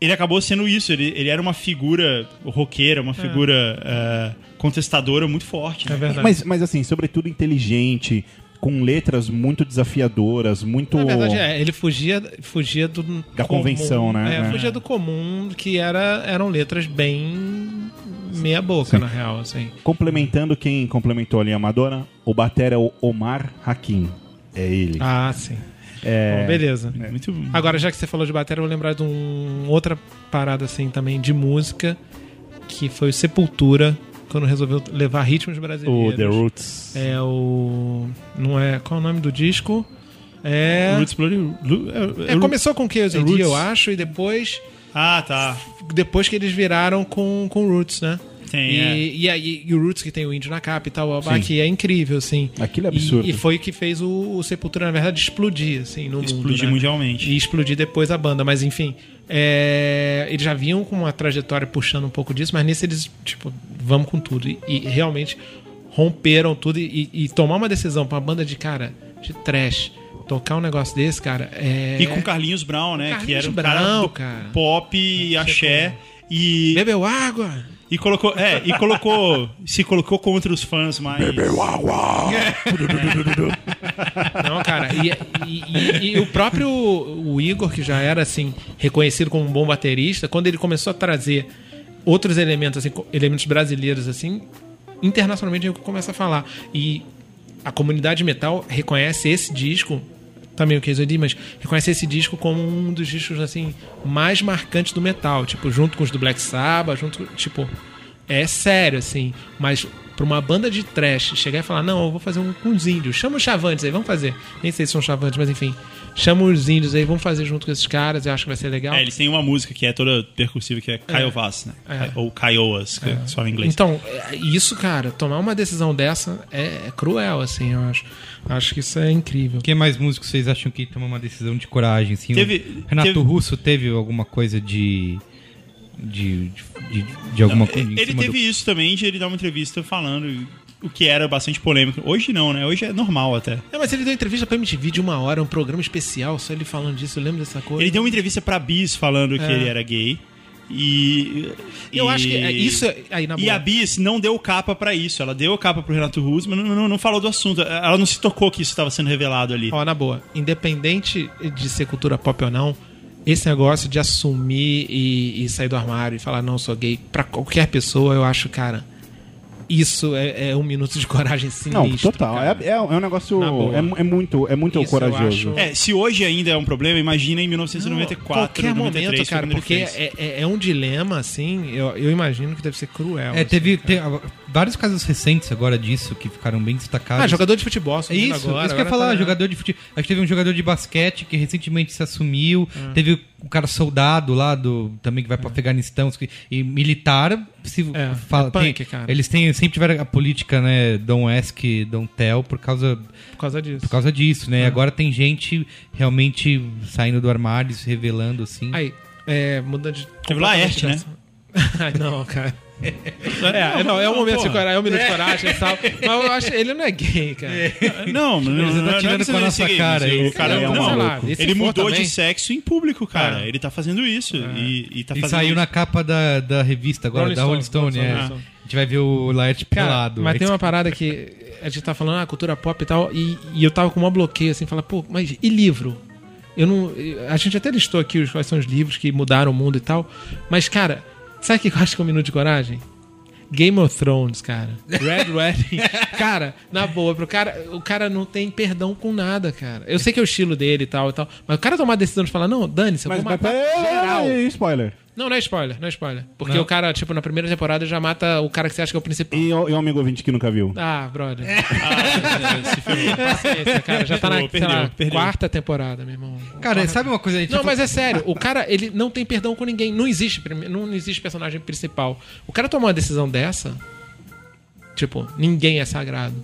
[SPEAKER 3] ele acabou sendo isso, ele, ele era uma figura roqueira, uma figura é, contestadora muito forte.
[SPEAKER 5] É
[SPEAKER 3] né?
[SPEAKER 5] verdade.
[SPEAKER 2] Mas, mas assim, sobretudo inteligente, com letras muito desafiadoras, muito...
[SPEAKER 5] Na verdade, é, ele fugia, fugia do. Da
[SPEAKER 2] convenção, né?
[SPEAKER 5] É,
[SPEAKER 2] É.
[SPEAKER 5] fugia do comum, que era, eram letras bem meia-boca, na real, assim.
[SPEAKER 2] Complementando quem complementou ali a Madonna, o batera é o Omar Hakim. É ele.
[SPEAKER 5] Ah, sim.
[SPEAKER 2] É,
[SPEAKER 5] Bom, beleza.
[SPEAKER 3] É Muito
[SPEAKER 5] Agora, já que você falou de bateria, eu vou lembrar de um, outra parada, assim, também de música, que foi o Sepultura, quando resolveu levar ritmos brasileiros.
[SPEAKER 2] o The Roots.
[SPEAKER 5] É o. Não é. Qual é o nome do disco? É.
[SPEAKER 3] Roots Bloody Ru- é- é
[SPEAKER 5] É,
[SPEAKER 3] Ru-
[SPEAKER 5] começou com o Chaos AD,
[SPEAKER 3] Roots.
[SPEAKER 5] eu acho, e depois.
[SPEAKER 3] Ah, tá.
[SPEAKER 5] Depois que eles viraram com, com Roots, né?
[SPEAKER 3] Tem,
[SPEAKER 5] e,
[SPEAKER 3] é.
[SPEAKER 5] e aí e o Roots que tem o índio na capa e tal, babá, que é incrível, assim.
[SPEAKER 2] Aquilo é
[SPEAKER 5] E-
[SPEAKER 2] absurdo.
[SPEAKER 5] E, foi o que fez o, o Sepultura, na verdade, explodir, assim, no
[SPEAKER 3] Explodir
[SPEAKER 5] mundo, né?
[SPEAKER 3] mundialmente.
[SPEAKER 5] E explodir depois a banda, mas enfim. é, eles já vinham com uma trajetória puxando um pouco disso, mas nesse eles, tipo, vamos com tudo. E, e realmente romperam tudo e, e- e tomar uma decisão pra uma banda de, cara, de trash, tocar um negócio desse, cara, é.
[SPEAKER 3] E com Carlinhos Brown, né? que
[SPEAKER 5] Carlinhos
[SPEAKER 3] era um
[SPEAKER 5] Brown,
[SPEAKER 3] cara, do
[SPEAKER 5] cara.
[SPEAKER 3] pop e axé. E
[SPEAKER 5] Bebeu água!
[SPEAKER 3] E colocou, é, e colocou, se colocou contra os fãs mais.
[SPEAKER 5] Não, cara, e, e- e- e o próprio o Igor, que já era assim, reconhecido como um bom baterista, quando ele começou a trazer outros elementos, assim, co- elementos brasileiros, assim, internacionalmente ele começa a falar. E a comunidade metal reconhece esse disco, também o que eu mas reconhece esse disco como um dos discos, assim, mais marcantes do metal, tipo, junto com os do Black Sabbath, junto, com- tipo, é sério, assim, mas pra uma banda de trash chegar e falar, não, eu vou fazer um com os índios, chama os chavantes aí, vamos fazer. Nem sei se são chavantes, mas enfim, chama os índios aí, vamos fazer junto com esses caras, eu acho que vai ser legal.
[SPEAKER 3] É, eles têm uma música que é toda percussiva, que é Kaiovas, né?
[SPEAKER 5] É.
[SPEAKER 3] Ou Kaiovas, que se fala em inglês.
[SPEAKER 5] Então, é, isso, cara, tomar uma decisão dessa é é cruel, assim, eu acho. Acho que isso é incrível.
[SPEAKER 1] Quem mais músicos vocês acham que tomou uma decisão de coragem? Assim,
[SPEAKER 3] Teve-
[SPEAKER 1] o Renato
[SPEAKER 3] teve-
[SPEAKER 1] Russo teve alguma coisa de. de. de, de- de alguma coisa. em
[SPEAKER 3] Ele
[SPEAKER 1] cima
[SPEAKER 3] teve
[SPEAKER 1] do-
[SPEAKER 3] isso também de ele dar uma entrevista falando o que era bastante polêmico. Hoje não, né? Hoje é normal até.
[SPEAKER 5] É, mas ele deu entrevista pra MTV de uma hora, um programa especial, só ele falando disso, eu lembro dessa coisa.
[SPEAKER 3] Ele deu uma entrevista pra Bis falando que
[SPEAKER 5] É.
[SPEAKER 3] ele era gay. E.
[SPEAKER 5] Eu
[SPEAKER 3] e-
[SPEAKER 5] acho que é isso é- aí na
[SPEAKER 3] E
[SPEAKER 5] boa.
[SPEAKER 3] a Bis não deu capa pra isso. Ela deu capa pro Renato Russo, mas não, não- não falou do assunto. Ela não se tocou que isso estava sendo revelado ali.
[SPEAKER 5] Ó, na boa, independente de ser cultura pop ou não, esse negócio de assumir e, e sair do armário e falar não, sou gay, pra qualquer pessoa, eu acho, cara, isso é, é um minuto de coragem sinistro.
[SPEAKER 7] Não, total. É,
[SPEAKER 5] cara.
[SPEAKER 7] é- é um negócio.
[SPEAKER 5] Na boa.
[SPEAKER 7] É, mu- é muito, é muito
[SPEAKER 5] Isso eu
[SPEAKER 7] corajoso.
[SPEAKER 5] acho-
[SPEAKER 3] É, se hoje ainda é um problema, imagina em 1994,
[SPEAKER 5] Qualquer
[SPEAKER 3] 93,
[SPEAKER 5] momento, cara,
[SPEAKER 3] quando ele
[SPEAKER 5] porque
[SPEAKER 3] fez.
[SPEAKER 5] é, é- é um dilema, assim, eu, eu imagino que deve ser cruel.
[SPEAKER 1] É,
[SPEAKER 5] assim,
[SPEAKER 1] teve,
[SPEAKER 5] cara.
[SPEAKER 1] te- vários casos recentes agora disso que ficaram bem destacados.
[SPEAKER 5] Ah, jogador de futebol,
[SPEAKER 1] É
[SPEAKER 5] subindo
[SPEAKER 1] isso,
[SPEAKER 5] agora,
[SPEAKER 1] isso que eu
[SPEAKER 5] agora
[SPEAKER 1] ia falar,
[SPEAKER 5] tá-
[SPEAKER 1] jogador de futebol. Acho que teve um jogador de basquete que recentemente se assumiu,
[SPEAKER 5] Ah.
[SPEAKER 1] teve o cara soldado lá do também que vai para Afeganistão os que- e militar, se
[SPEAKER 5] É,
[SPEAKER 1] fala,
[SPEAKER 5] é punk,
[SPEAKER 1] tem-
[SPEAKER 5] cara.
[SPEAKER 1] eles têm sempre tiveram a política, né, don't ask, don't tell por causa
[SPEAKER 5] Por causa disso.
[SPEAKER 1] por causa disso,
[SPEAKER 5] É.
[SPEAKER 1] né? Agora tem gente realmente saindo do armário, se revelando assim.
[SPEAKER 5] Aí, é, mudando de.
[SPEAKER 3] Teve Laerte, né?
[SPEAKER 5] Ai, não, cara. É, não, é um momento de
[SPEAKER 3] porra.
[SPEAKER 5] coragem, é um minuto de coragem e tal. Mas eu acho ele não é gay, cara.
[SPEAKER 3] Não, não, não,
[SPEAKER 1] Eles estão
[SPEAKER 3] não, não é
[SPEAKER 1] tá tirando
[SPEAKER 3] que
[SPEAKER 1] com
[SPEAKER 3] você
[SPEAKER 1] a
[SPEAKER 3] não é
[SPEAKER 1] nossa
[SPEAKER 3] gay,
[SPEAKER 1] cara
[SPEAKER 3] mas
[SPEAKER 1] aí.
[SPEAKER 3] O cara é um
[SPEAKER 7] Sei lá,
[SPEAKER 3] maluco.
[SPEAKER 5] e se
[SPEAKER 3] Ele
[SPEAKER 5] for
[SPEAKER 3] mudou
[SPEAKER 5] também-
[SPEAKER 3] de sexo em público, cara.
[SPEAKER 5] É.
[SPEAKER 3] Ele tá fazendo isso. E, e tá
[SPEAKER 1] É. e
[SPEAKER 3] fazendo
[SPEAKER 1] saiu na capa da, da revista agora,
[SPEAKER 5] Rolling
[SPEAKER 1] da Rolling Stone,
[SPEAKER 5] Stone,
[SPEAKER 1] é.
[SPEAKER 5] Rolling Stone.
[SPEAKER 1] A gente vai ver o Laerte
[SPEAKER 5] Cara,
[SPEAKER 1] pelado.
[SPEAKER 5] Mas
[SPEAKER 1] É
[SPEAKER 5] tem
[SPEAKER 1] isso
[SPEAKER 5] uma parada que a gente tá falando, ah, cultura pop e tal, e, e eu tava com um bloqueio, assim, falar, pô, mas e livro? Eu não. A gente até listou aqui os, quais são os livros que mudaram o mundo e tal, mas, cara, sabe o que eu acho que é um minuto de coragem? Game of Thrones, cara. Red Wedding. cara, na boa, pro cara, o cara não tem perdão com nada, cara. Eu sei que é o estilo dele e tal e tal, mas o cara tomar a decisão de falar, não, dane-se, eu
[SPEAKER 7] Mas,
[SPEAKER 5] vou
[SPEAKER 7] mas
[SPEAKER 5] matar
[SPEAKER 7] é-
[SPEAKER 5] geral.
[SPEAKER 7] é spoiler.
[SPEAKER 5] Não, não é spoiler, não é spoiler. Porque
[SPEAKER 1] Não.
[SPEAKER 5] o cara, tipo, na primeira temporada já mata o cara que você acha que é o principal.
[SPEAKER 7] E o e o amigo ouvinte que nunca viu.
[SPEAKER 5] Ah, brother.
[SPEAKER 3] Ah, se ferrou.
[SPEAKER 5] Paciência, cara. Já tá na
[SPEAKER 3] Perdeu,
[SPEAKER 5] sei lá,
[SPEAKER 3] perdeu, perdeu.
[SPEAKER 5] quarta temporada, meu irmão.
[SPEAKER 1] Cara, sabe uma coisa? A gente
[SPEAKER 5] Não,
[SPEAKER 1] falou-
[SPEAKER 5] mas é sério, o cara, ele não tem perdão com ninguém. Não existe, prime- não existe personagem principal. O cara tomar uma decisão dessa, tipo, ninguém é sagrado.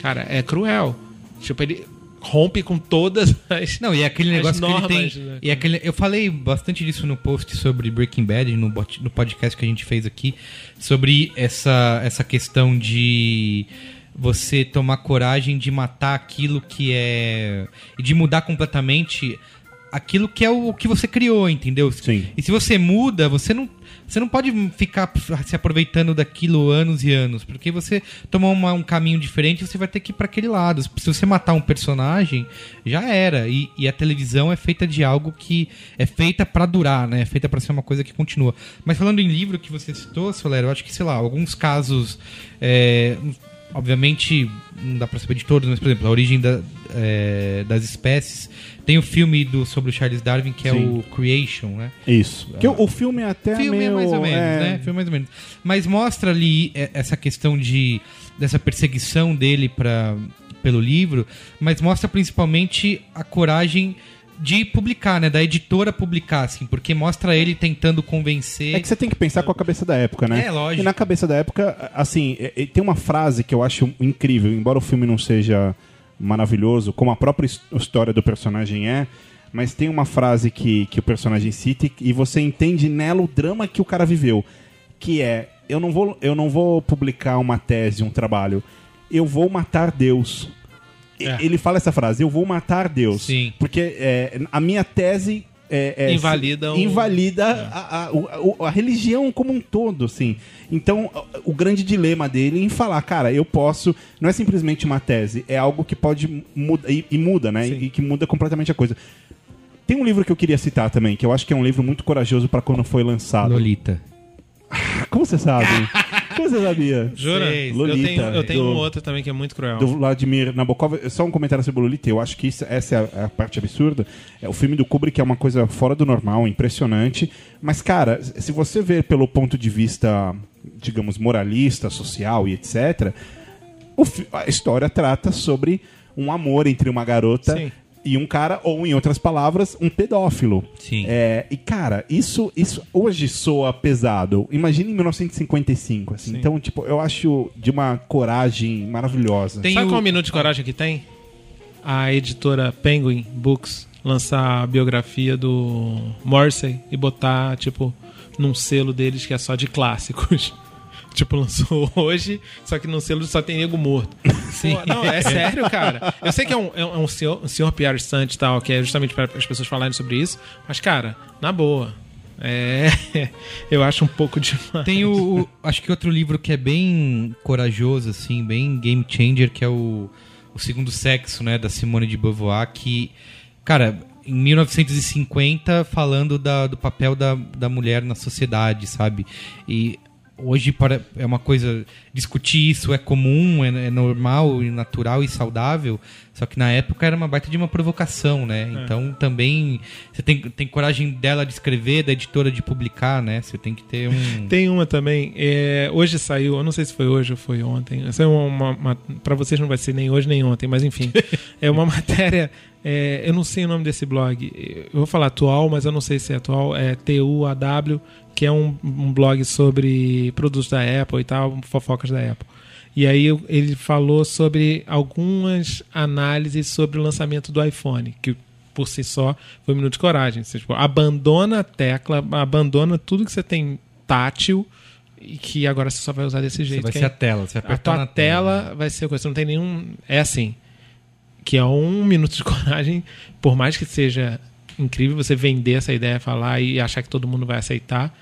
[SPEAKER 5] Cara, é cruel. Tipo, ele rompe com todas as.
[SPEAKER 1] Não, e é aquele
[SPEAKER 5] As
[SPEAKER 1] negócio que ele
[SPEAKER 5] normas,
[SPEAKER 1] tem.
[SPEAKER 5] né,
[SPEAKER 1] e é aquele, eu falei bastante disso no post sobre Breaking Bad, no, bot- no podcast que a gente fez aqui, sobre essa, essa questão de você tomar coragem de matar aquilo que é. e de mudar completamente aquilo que é o que você criou, entendeu?
[SPEAKER 7] Sim.
[SPEAKER 1] E se você muda, você não. Você não pode ficar se aproveitando daquilo anos e anos, porque você tomar uma- um caminho diferente, você vai ter que ir pra aquele lado. Se você matar um personagem, já era. E, e a televisão é feita de algo que é feita pra durar, né? É feita pra ser uma coisa que continua. Mas falando em livro que você citou, Solero, eu acho que, sei lá, alguns casos. é, obviamente, não dá pra saber de todos, mas, por exemplo, a origem da- é, das espécies. Tem o filme do, sobre o Charles Darwin, que é
[SPEAKER 7] Sim.
[SPEAKER 1] o Creation, né?
[SPEAKER 7] Isso. Porque o, o filme é até
[SPEAKER 1] filme
[SPEAKER 7] meio,
[SPEAKER 1] é mais ou menos,
[SPEAKER 7] é,
[SPEAKER 1] né? Filme é mais ou menos. Mas mostra ali é, essa questão de dessa perseguição dele para pelo livro, mas mostra principalmente a coragem de publicar, né, da editora publicar assim, porque mostra ele tentando convencer.
[SPEAKER 7] É que você tem que pensar com a cabeça da época, né?
[SPEAKER 1] É, lógico.
[SPEAKER 7] E na cabeça da época, assim, é- é- tem uma frase que eu acho incrível, embora o filme não seja maravilhoso, como a própria his- história do personagem é, mas tem uma frase que, que o personagem cita e- e você entende nela o drama que o cara viveu, que é, eu não vou, eu não vou publicar uma tese, um trabalho, eu vou matar Deus. E-
[SPEAKER 5] É.
[SPEAKER 7] Ele fala essa frase, eu vou matar Deus.
[SPEAKER 1] Sim.
[SPEAKER 7] Porque é, a minha tese... É, é,
[SPEAKER 5] Invalida o- É.
[SPEAKER 7] invalida valida a, a- o- a- a religião como um todo, assim. Então, o, o grande dilema dele em falar, cara, eu posso. Não é simplesmente uma tese, é algo que pode mudar. E, e muda, né? E, que muda completamente a coisa. Tem um livro que eu queria citar também, que eu acho que é um livro muito corajoso pra quando foi lançado.
[SPEAKER 1] Lolita.
[SPEAKER 7] Como você sabe? como você sabia?
[SPEAKER 5] Jura?
[SPEAKER 1] Sei,
[SPEAKER 7] Lolita,
[SPEAKER 5] eu tenho, eu tenho
[SPEAKER 7] do-
[SPEAKER 5] um outro também que é muito cruel.
[SPEAKER 7] do Vladimir Nabokov. Só um comentário sobre o Lolita. Eu acho que isso- essa é a, a parte absurda. É, o filme do Kubrick é uma coisa fora do normal, impressionante. Mas, cara, se você vê pelo ponto de vista, digamos, moralista, social e etc., o fi- a história trata sobre um amor entre uma garota
[SPEAKER 5] Sim.
[SPEAKER 7] e um cara, ou em outras palavras, um pedófilo.
[SPEAKER 1] Sim.
[SPEAKER 7] É, e cara, isso, isso hoje soa pesado. Imagina em 1955, assim. Então, tipo, eu acho de uma coragem maravilhosa.
[SPEAKER 1] Tem
[SPEAKER 5] Sabe
[SPEAKER 1] o-
[SPEAKER 5] qual minuto de coragem que tem? A editora Penguin Books lançar a biografia do Morrissey e botar, tipo, num selo deles que é só de clássicos. Tipo, lançou hoje, só que no selo só tem nego morto. Sim. não, é sério, cara. Eu sei que é um, é um- é um senhor, um senhor PR stunt e tal, que é justamente para as pessoas falarem sobre isso, mas, cara, na boa. É. Eu acho um pouco demais.
[SPEAKER 1] Tem o, o- Acho que outro livro que é bem corajoso, assim, bem game changer, que é o, o Segundo Sexo, né, da Simone de Beauvoir, que. Cara, em 1950, falando da- do papel da, da mulher na sociedade, sabe? E hoje para, é uma coisa. Discutir isso é comum, é, é normal, e natural e saudável. Só que na época era uma baita de uma provocação, né? Então também. Você tem, tem coragem dela de escrever, da editora de publicar, né? Você tem que ter um.
[SPEAKER 5] Tem uma também. é, hoje saiu, eu não sei se foi hoje ou foi ontem. Saiu uma, uma, para vocês não vai ser nem hoje nem ontem, mas enfim. é uma matéria. é, eu não sei o nome desse blog. Eu vou falar atual, mas eu não sei se é atual. É TUAW, que é um, um blog sobre produtos da Apple e tal, fofocas da Apple. E aí eu- ele falou sobre algumas análises sobre o lançamento do iPhone, que por si só foi um minuto de coragem. Você, tipo, abandona a tecla, abandona tudo que você tem tátil e que agora você só vai usar desse
[SPEAKER 1] Você
[SPEAKER 5] jeito.
[SPEAKER 1] vai
[SPEAKER 5] que
[SPEAKER 1] ser
[SPEAKER 5] é-
[SPEAKER 1] a tela, você vai
[SPEAKER 5] a
[SPEAKER 1] apertar
[SPEAKER 5] tua
[SPEAKER 1] na
[SPEAKER 5] tela vai ser coisa. Você não tem nenhum. É assim. Que é um minuto de coragem, por mais que seja incrível você vender essa ideia, falar e achar que todo mundo vai aceitar.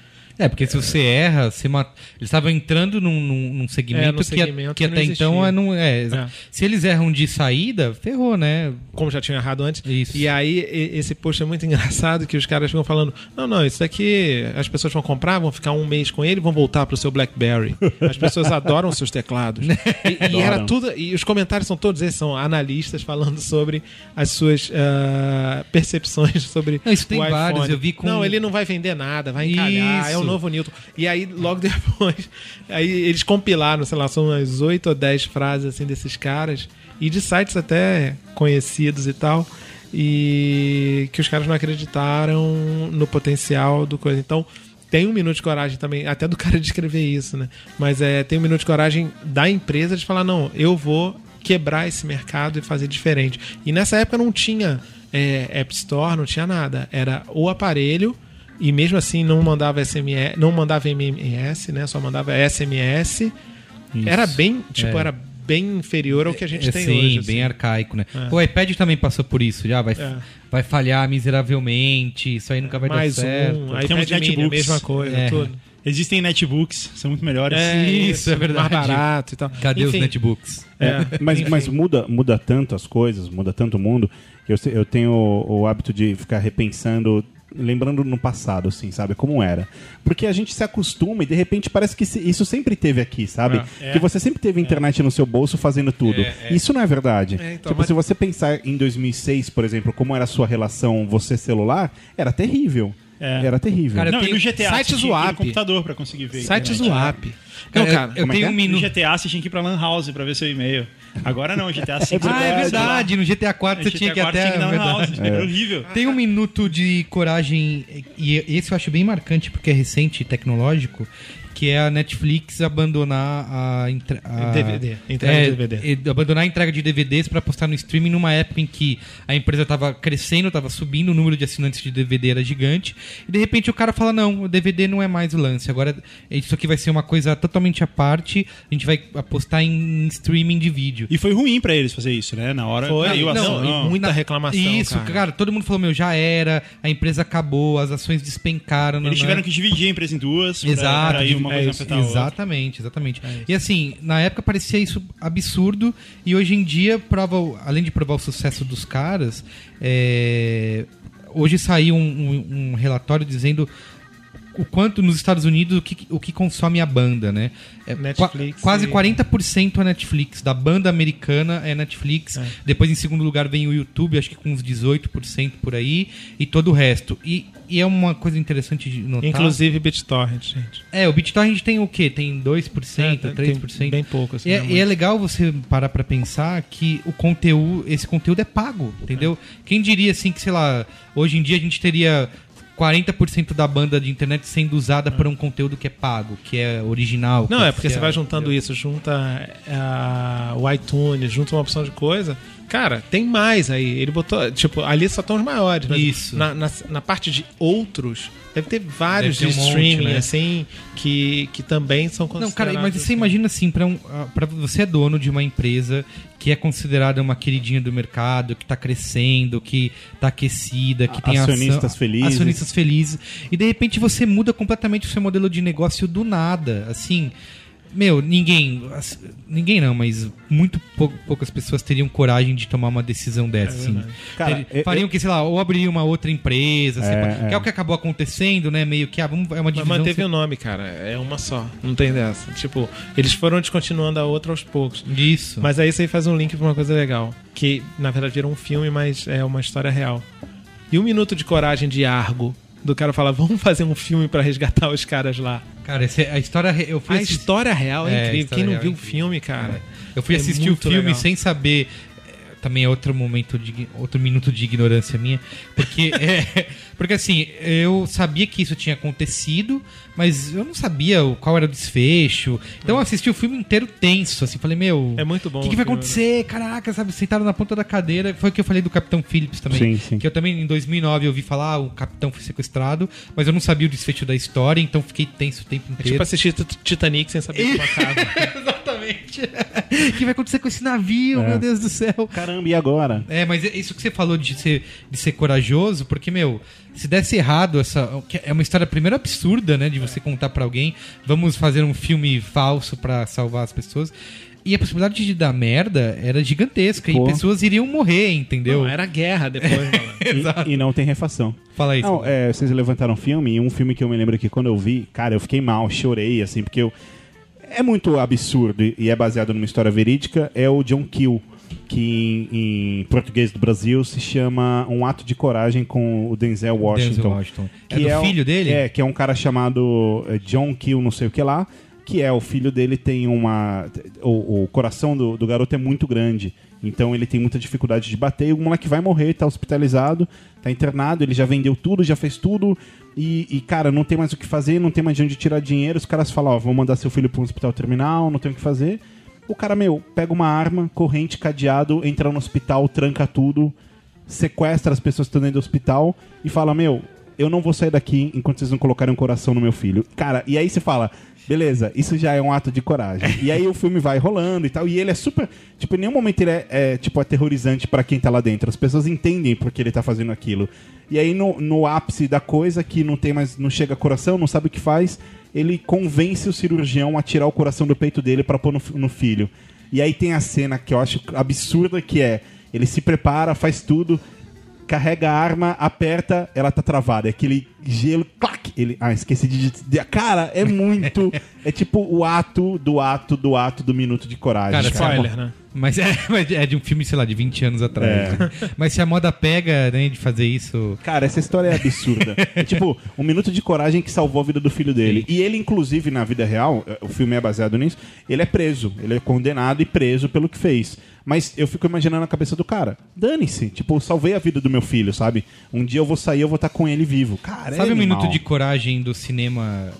[SPEAKER 1] É, porque se você erra, você mata... eles estavam entrando num, num- num segmento,
[SPEAKER 5] É, num
[SPEAKER 1] que-
[SPEAKER 5] segmento
[SPEAKER 1] que,
[SPEAKER 5] que
[SPEAKER 1] até então
[SPEAKER 5] não existia.
[SPEAKER 1] é, não é.
[SPEAKER 5] É.
[SPEAKER 1] Se eles erram de saída, ferrou, né?
[SPEAKER 5] como já tinha errado antes.
[SPEAKER 1] Isso.
[SPEAKER 5] E aí, e- esse post é muito engraçado que os caras ficam falando: não, não, isso daqui as pessoas vão comprar, vão ficar um mês com ele e vão voltar pro seu Blackberry. As pessoas adoram seus teclados. E, e era
[SPEAKER 3] Adoram.
[SPEAKER 5] tudo. E os comentários são todos esses, são analistas falando sobre as suas ah, percepções sobre.
[SPEAKER 1] Não, isso tem
[SPEAKER 5] o iPhone.
[SPEAKER 1] vários, eu vi com-
[SPEAKER 5] Não, ele não vai vender nada, vai encalhar, é o
[SPEAKER 1] Isso.
[SPEAKER 5] novo novo Newton. E aí, logo depois, aí eles compilaram, sei lá, são umas 8 ou 10 frases assim desses caras, e de sites até conhecidos e tal, e que os caras não acreditaram no potencial do coisa. Então. Tem um minuto de coragem também, até do cara de escrever isso, né? Mas é, tem um minuto de coragem da empresa de falar: não, eu vou quebrar esse mercado e fazer diferente. E nessa época não tinha é, App Store, não tinha nada. Era o aparelho, e mesmo assim não mandava SMS, não mandava MMS, né? Só mandava SMS. Era bem, tipo, era bem inferior ao que a gente
[SPEAKER 1] É,
[SPEAKER 5] tem
[SPEAKER 1] sim,
[SPEAKER 5] hoje.
[SPEAKER 1] bem
[SPEAKER 5] assim.
[SPEAKER 1] arcaico, né? O iPad também passou por isso, já vai,
[SPEAKER 5] É.
[SPEAKER 1] vai falhar miseravelmente, isso aí nunca vai
[SPEAKER 5] Mais
[SPEAKER 1] dar certo.
[SPEAKER 5] um,
[SPEAKER 3] Temos
[SPEAKER 5] iPad Mini, a
[SPEAKER 3] netbooks.
[SPEAKER 5] mesma coisa,
[SPEAKER 1] É.
[SPEAKER 5] tudo.
[SPEAKER 3] Existem netbooks, são muito melhores.
[SPEAKER 1] isso, é verdade.
[SPEAKER 5] Mais barato e tal.
[SPEAKER 1] Cadê os
[SPEAKER 5] um. Enfim,
[SPEAKER 1] netbooks?
[SPEAKER 5] é.
[SPEAKER 2] Mas, mas muda, muda tanto as coisas, muda tanto o mundo. Eu, se- eu tenho o, o hábito de ficar repensando, lembrando no passado, assim, sabe? Como era. Porque a gente se acostuma e de repente parece que se- isso sempre teve aqui, sabe? Que você sempre teve internet no seu bolso fazendo tudo. Isso não é verdade.
[SPEAKER 5] É, então,
[SPEAKER 2] tipo,
[SPEAKER 5] mas-
[SPEAKER 2] se você pensar em 2006, por exemplo, como era a sua relação você celular, era terrível.
[SPEAKER 3] É.
[SPEAKER 2] Era terrível.
[SPEAKER 1] Cara,
[SPEAKER 3] Não,
[SPEAKER 1] Eu
[SPEAKER 3] e no
[SPEAKER 1] tenho
[SPEAKER 3] GTA
[SPEAKER 5] sites
[SPEAKER 3] você tinha que ir
[SPEAKER 5] Zoap.
[SPEAKER 3] no computador pra conseguir ver.
[SPEAKER 5] Sites
[SPEAKER 3] internet.
[SPEAKER 5] Zuap. Não,
[SPEAKER 1] Cara, eu-
[SPEAKER 5] cara.
[SPEAKER 1] eu,
[SPEAKER 2] como é que
[SPEAKER 1] tenho
[SPEAKER 2] é?
[SPEAKER 1] um
[SPEAKER 3] No
[SPEAKER 1] minuto.
[SPEAKER 3] GTA você tinha que ir pra Lan House pra ver seu e-mail. Agora não, GTA 5.
[SPEAKER 1] Ah, é verdade, no GTA 4 você tinha que ir até.
[SPEAKER 3] Tinha que ir
[SPEAKER 5] um
[SPEAKER 3] na
[SPEAKER 1] é
[SPEAKER 3] Lan
[SPEAKER 1] verdade.
[SPEAKER 3] House, era horrível.
[SPEAKER 1] Tem um minuto de coragem, e esse eu acho bem marcante porque é recente e tecnológico, que é a Netflix abandonar a. entre- a-
[SPEAKER 5] DVD, entrega de
[SPEAKER 1] é,
[SPEAKER 5] DVD.
[SPEAKER 1] e- Abandonar a entrega de DVDs para postar no streaming numa época em que a empresa estava crescendo, estava subindo, o número de assinantes de DVD era gigante, e de repente o cara fala: não, o DVD não é mais o lance, agora isso aqui vai ser uma coisa totalmente à parte, a gente vai apostar em streaming de vídeo.
[SPEAKER 3] E foi ruim pra eles fazer isso, né? Na hora
[SPEAKER 5] Foi,
[SPEAKER 3] caiu a
[SPEAKER 5] não,
[SPEAKER 3] ação.
[SPEAKER 5] e muita reclamação.
[SPEAKER 1] Tá. Isso, cara. todo mundo falou, meu, já era, a empresa acabou, as ações despencaram.
[SPEAKER 3] Eles
[SPEAKER 1] nanã.
[SPEAKER 3] tiveram que dividir a empresa em duas pra-
[SPEAKER 1] né? Exato,
[SPEAKER 3] pra ir uma
[SPEAKER 1] é
[SPEAKER 3] coisa
[SPEAKER 1] isso,
[SPEAKER 3] afetar a outra. É
[SPEAKER 1] Exatamente, exatamente. e assim, na época parecia isso absurdo, e hoje em dia, prova, o- além de provar o sucesso dos caras, é, hoje saiu um, um- um relatório dizendo o quanto nos Estados Unidos o que, o que consome a banda, né? É,
[SPEAKER 5] Netflix
[SPEAKER 1] qua- quase
[SPEAKER 5] e-
[SPEAKER 1] 40% é Netflix, da banda americana é Netflix. Depois, em segundo lugar, vem o YouTube, acho que com uns 18% por aí, e todo o resto. E, e é uma coisa interessante de notar.
[SPEAKER 5] Inclusive BitTorrent, gente.
[SPEAKER 1] É, o BitTorrent tem o quê? Tem 2%,
[SPEAKER 5] É, tem
[SPEAKER 1] 3%.
[SPEAKER 5] bem pouco, assim,
[SPEAKER 1] E, é-
[SPEAKER 5] não é
[SPEAKER 1] e é legal você parar pra pensar que o conteúdo, esse conteúdo é pago, entendeu? Quem diria assim que, sei lá, hoje em dia a gente teria 40% da banda de internet sendo usada para um conteúdo que é pago, que é original.
[SPEAKER 5] Não,
[SPEAKER 1] que
[SPEAKER 5] é porque você vai juntando
[SPEAKER 1] entendeu?
[SPEAKER 5] isso, junta ah, o iTunes, junta uma opção de coisa. Cara, tem mais aí. Ele botou, tipo, ali só estão os maiores. Mas
[SPEAKER 1] Isso.
[SPEAKER 5] Na, na, na parte de outros, deve ter vários
[SPEAKER 1] Deve ter
[SPEAKER 5] de
[SPEAKER 1] um monte,
[SPEAKER 5] streaming,
[SPEAKER 1] né?
[SPEAKER 5] assim, que, que também são
[SPEAKER 1] Não,
[SPEAKER 5] considerados.
[SPEAKER 1] cara, mas você imagina assim, pra, um, ah, pra você é dono de uma empresa que é considerada uma queridinha do mercado, que tá crescendo, que tá aquecida, que
[SPEAKER 7] A-
[SPEAKER 1] tem ação-
[SPEAKER 7] acionistas felizes.
[SPEAKER 1] Acionistas felizes. E de repente você muda completamente o seu modelo de negócio do nada, assim. Meu, ninguém, as- ninguém não, mas muito pou- poucas pessoas teriam coragem de tomar uma decisão dessa, assim.
[SPEAKER 7] É Cara,
[SPEAKER 1] Teri-
[SPEAKER 7] eu-
[SPEAKER 1] fariam que, sei lá, ou abrir uma outra empresa, sei lá, que é o que acabou acontecendo, né? Meio que ah, vamos- é uma
[SPEAKER 5] Mas
[SPEAKER 1] divisão.
[SPEAKER 5] manteve o nome, cara. É uma só. Não tem dessa. Tipo, eles foram descontinuando a outra aos poucos.
[SPEAKER 1] Isso.
[SPEAKER 5] Mas aí você faz um link pra uma coisa legal. Que, na verdade, virou um filme, mas é uma história real. E um minuto de coragem de Argo. Do cara falar, vamos fazer um filme pra resgatar os caras lá.
[SPEAKER 1] Cara, esse- a história. re- Eu fui
[SPEAKER 5] A
[SPEAKER 1] assistir-
[SPEAKER 5] história real é,
[SPEAKER 1] É, a
[SPEAKER 5] incrível.
[SPEAKER 1] história
[SPEAKER 5] Quem não
[SPEAKER 1] real é
[SPEAKER 5] viu o
[SPEAKER 1] incrível.
[SPEAKER 5] filme, cara.
[SPEAKER 1] Eu fui
[SPEAKER 5] É
[SPEAKER 1] assistir o
[SPEAKER 5] muito
[SPEAKER 1] filme
[SPEAKER 5] legal.
[SPEAKER 1] sem saber. é, Também é outro momento de outro minuto de ignorância minha, porque é, porque assim eu sabia que isso tinha acontecido, mas eu não sabia o- qual era o desfecho. Então eu assisti o filme inteiro tenso, assim, falei meu,
[SPEAKER 5] É muito bom
[SPEAKER 1] O que, que
[SPEAKER 5] o
[SPEAKER 1] vai
[SPEAKER 5] filme, né?"
[SPEAKER 1] acontecer? Caraca, sabe, sentado na ponta da cadeira. Foi o que eu falei do Capitão Phillips também,
[SPEAKER 7] Sim, sim.
[SPEAKER 1] que eu também em 2009 eu ouvi falar "Ah, o Capitão foi sequestrado, mas eu não sabia o desfecho da história, então fiquei tenso o tempo
[SPEAKER 5] É
[SPEAKER 1] inteiro.
[SPEAKER 5] tipo assistir Tit- Titanic sem saber como acaba.
[SPEAKER 1] Exatamente. O que vai acontecer com esse navio, meu Deus do céu?
[SPEAKER 7] Caramba, e agora?
[SPEAKER 1] É, mas é isso que você falou de ser, de ser corajoso, porque, meu, se desse errado, essa que é uma história, primeiro, absurda, né? De você contar pra alguém, vamos fazer um filme falso pra salvar as pessoas. E a possibilidade de dar merda era gigantesca
[SPEAKER 7] Pô. é,
[SPEAKER 1] e pessoas iriam morrer, entendeu?
[SPEAKER 5] Não, era guerra depois, mano.
[SPEAKER 1] Exato.
[SPEAKER 7] E, e não tem refação.
[SPEAKER 1] Fala aí,
[SPEAKER 7] Não,
[SPEAKER 1] Samuel.
[SPEAKER 7] é, vocês levantaram um filme, e um filme que eu me lembro que quando eu vi, cara, eu fiquei mal, chorei, assim, porque eu... é muito absurdo e- e é baseado numa história verídica, é o John Kill, que em, em português do Brasil se chama Um Ato de Coragem com o Denzel Washington.
[SPEAKER 1] Denzel Washington. É do
[SPEAKER 7] o-
[SPEAKER 1] filho dele?
[SPEAKER 7] É, que é um cara chamado eh, John Kill, não sei o que lá, que é o filho dele tem uma... O, o coração do, do garoto é muito grande, então ele tem muita dificuldade de bater, e o moleque vai morrer, tá hospitalizado, tá internado, ele já vendeu tudo, já fez tudo, e, e, cara, não tem mais o que fazer, não tem mais de onde tirar dinheiro, os caras falam, ó, vou mandar seu filho pra um hospital terminal, não tem o que fazer... O cara, meu, pega uma arma, corrente, cadeado, entra no hospital, tranca tudo, sequestra as pessoas que estão dentro do hospital e fala: Meu, eu não vou sair daqui enquanto vocês não colocarem um coração no meu filho. Cara, e aí você fala. Beleza, isso já é um ato de coragem. E aí o filme vai rolando e tal. E ele é super. Tipo, em nenhum momento ele é, é, tipo, aterrorizante pra quem tá lá dentro. As pessoas entendem por que ele tá fazendo aquilo. E aí, no, no ápice da coisa, que não tem mais. não chega coração, não sabe o que faz, ele convence o cirurgião a tirar o coração do peito dele pra pôr no fi- no filho. E aí tem a cena que eu acho absurda, que é ele se prepara, faz tudo, carrega a arma, aperta, ela tá travada. É aquele gelo, clac! Ele, ah, esqueci de, de Cara, é muito. é tipo o ato do ato do ato do minuto de coragem.
[SPEAKER 1] Cara,
[SPEAKER 7] cara.
[SPEAKER 5] Spoiler, né?
[SPEAKER 1] Mas é, mas é de um filme, sei lá, de 20 anos
[SPEAKER 7] É.
[SPEAKER 1] atrás. né? Mas se a moda pega, né, de fazer isso.
[SPEAKER 7] Cara, essa história é absurda. é tipo, um minuto de coragem que salvou a vida do filho dele. E ele, inclusive, na vida real, eh, o filme é baseado nisso, ele é preso. Ele é condenado e preso pelo que fez. Mas eu fico imaginando a cabeça do cara. Dane-se. Tipo, eu salvei a vida do meu filho, sabe? Um dia eu vou sair, eu vou estar com ele vivo. Cara,
[SPEAKER 1] Sabe
[SPEAKER 7] é
[SPEAKER 1] o
[SPEAKER 7] animal.
[SPEAKER 1] minuto de coragem do cinema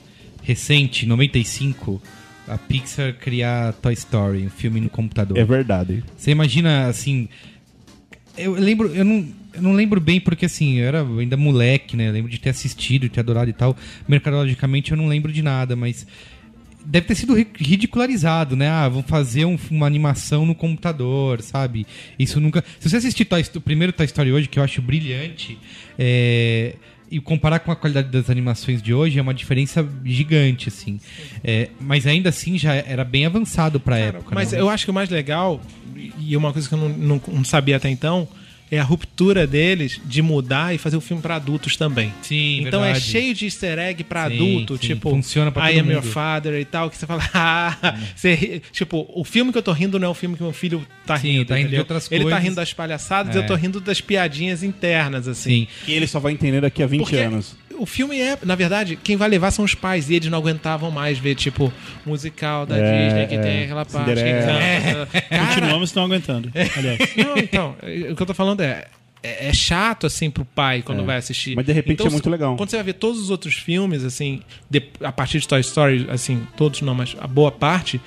[SPEAKER 1] recente, 95? A Pixar criar Toy Story, um filme no computador.
[SPEAKER 7] É verdade.
[SPEAKER 1] Você imagina, assim. Eu lembro, eu não, eu não lembro bem, porque assim, eu era ainda moleque, né? Eu lembro de ter assistido, de ter adorado e tal. Mercadologicamente eu não lembro de nada, mas. Deve ter sido ri- ridicularizado, né? Ah, vão fazer um- uma animação no computador, sabe? Isso nunca. Se você assistir Toy Sto- o primeiro Toy Story hoje, que eu acho brilhante, é, e comparar com a qualidade das animações de hoje, é uma diferença gigante, assim. É, mas ainda assim já era bem avançado pra
[SPEAKER 5] Cara,
[SPEAKER 1] época.
[SPEAKER 5] mas
[SPEAKER 1] né?
[SPEAKER 5] eu acho que o mais legal, e uma coisa que eu não, não- não sabia até então, é a ruptura deles de mudar e fazer o filme pra adultos também.
[SPEAKER 1] Sim,
[SPEAKER 5] então é
[SPEAKER 1] verdade.
[SPEAKER 5] cheio de easter egg pra
[SPEAKER 1] Sim,
[SPEAKER 5] adulto,
[SPEAKER 1] sim.
[SPEAKER 5] tipo
[SPEAKER 1] Funciona pra
[SPEAKER 5] I
[SPEAKER 1] todo
[SPEAKER 5] Am Your
[SPEAKER 1] mundo.
[SPEAKER 5] Father e tal, que você fala, ah, você ri- tipo, o filme que eu tô rindo não é o filme que meu filho tá
[SPEAKER 1] Sim,
[SPEAKER 5] rindo,
[SPEAKER 1] tá rindo de
[SPEAKER 5] entendeu?
[SPEAKER 1] outras
[SPEAKER 5] Ele tá
[SPEAKER 1] coisas.
[SPEAKER 5] rindo das palhaçadas,
[SPEAKER 1] É.
[SPEAKER 5] eu tô rindo das piadinhas internas, assim.
[SPEAKER 1] Sim.
[SPEAKER 7] Que ele só vai entender daqui a 20
[SPEAKER 5] Porque
[SPEAKER 7] anos.
[SPEAKER 5] O filme é, na verdade, quem vai levar são os pais e eles não aguentavam mais ver, tipo, musical da
[SPEAKER 7] É,
[SPEAKER 5] Disney que
[SPEAKER 7] é.
[SPEAKER 5] tem aquela parte. Que
[SPEAKER 7] Cinderela.
[SPEAKER 5] canta. Cara,
[SPEAKER 3] Continuamos não aguentando.
[SPEAKER 1] É.
[SPEAKER 3] Aliás,
[SPEAKER 5] não, então, eh, o que eu tô falando é. É é chato, assim, pro pai quando vai assistir.
[SPEAKER 7] É. Mas, de repente,
[SPEAKER 5] Então,
[SPEAKER 7] é muito legal.
[SPEAKER 5] Quando você vai ver todos os outros filmes, assim, de- a partir de Toy Story, assim, todos não, mas a boa parte,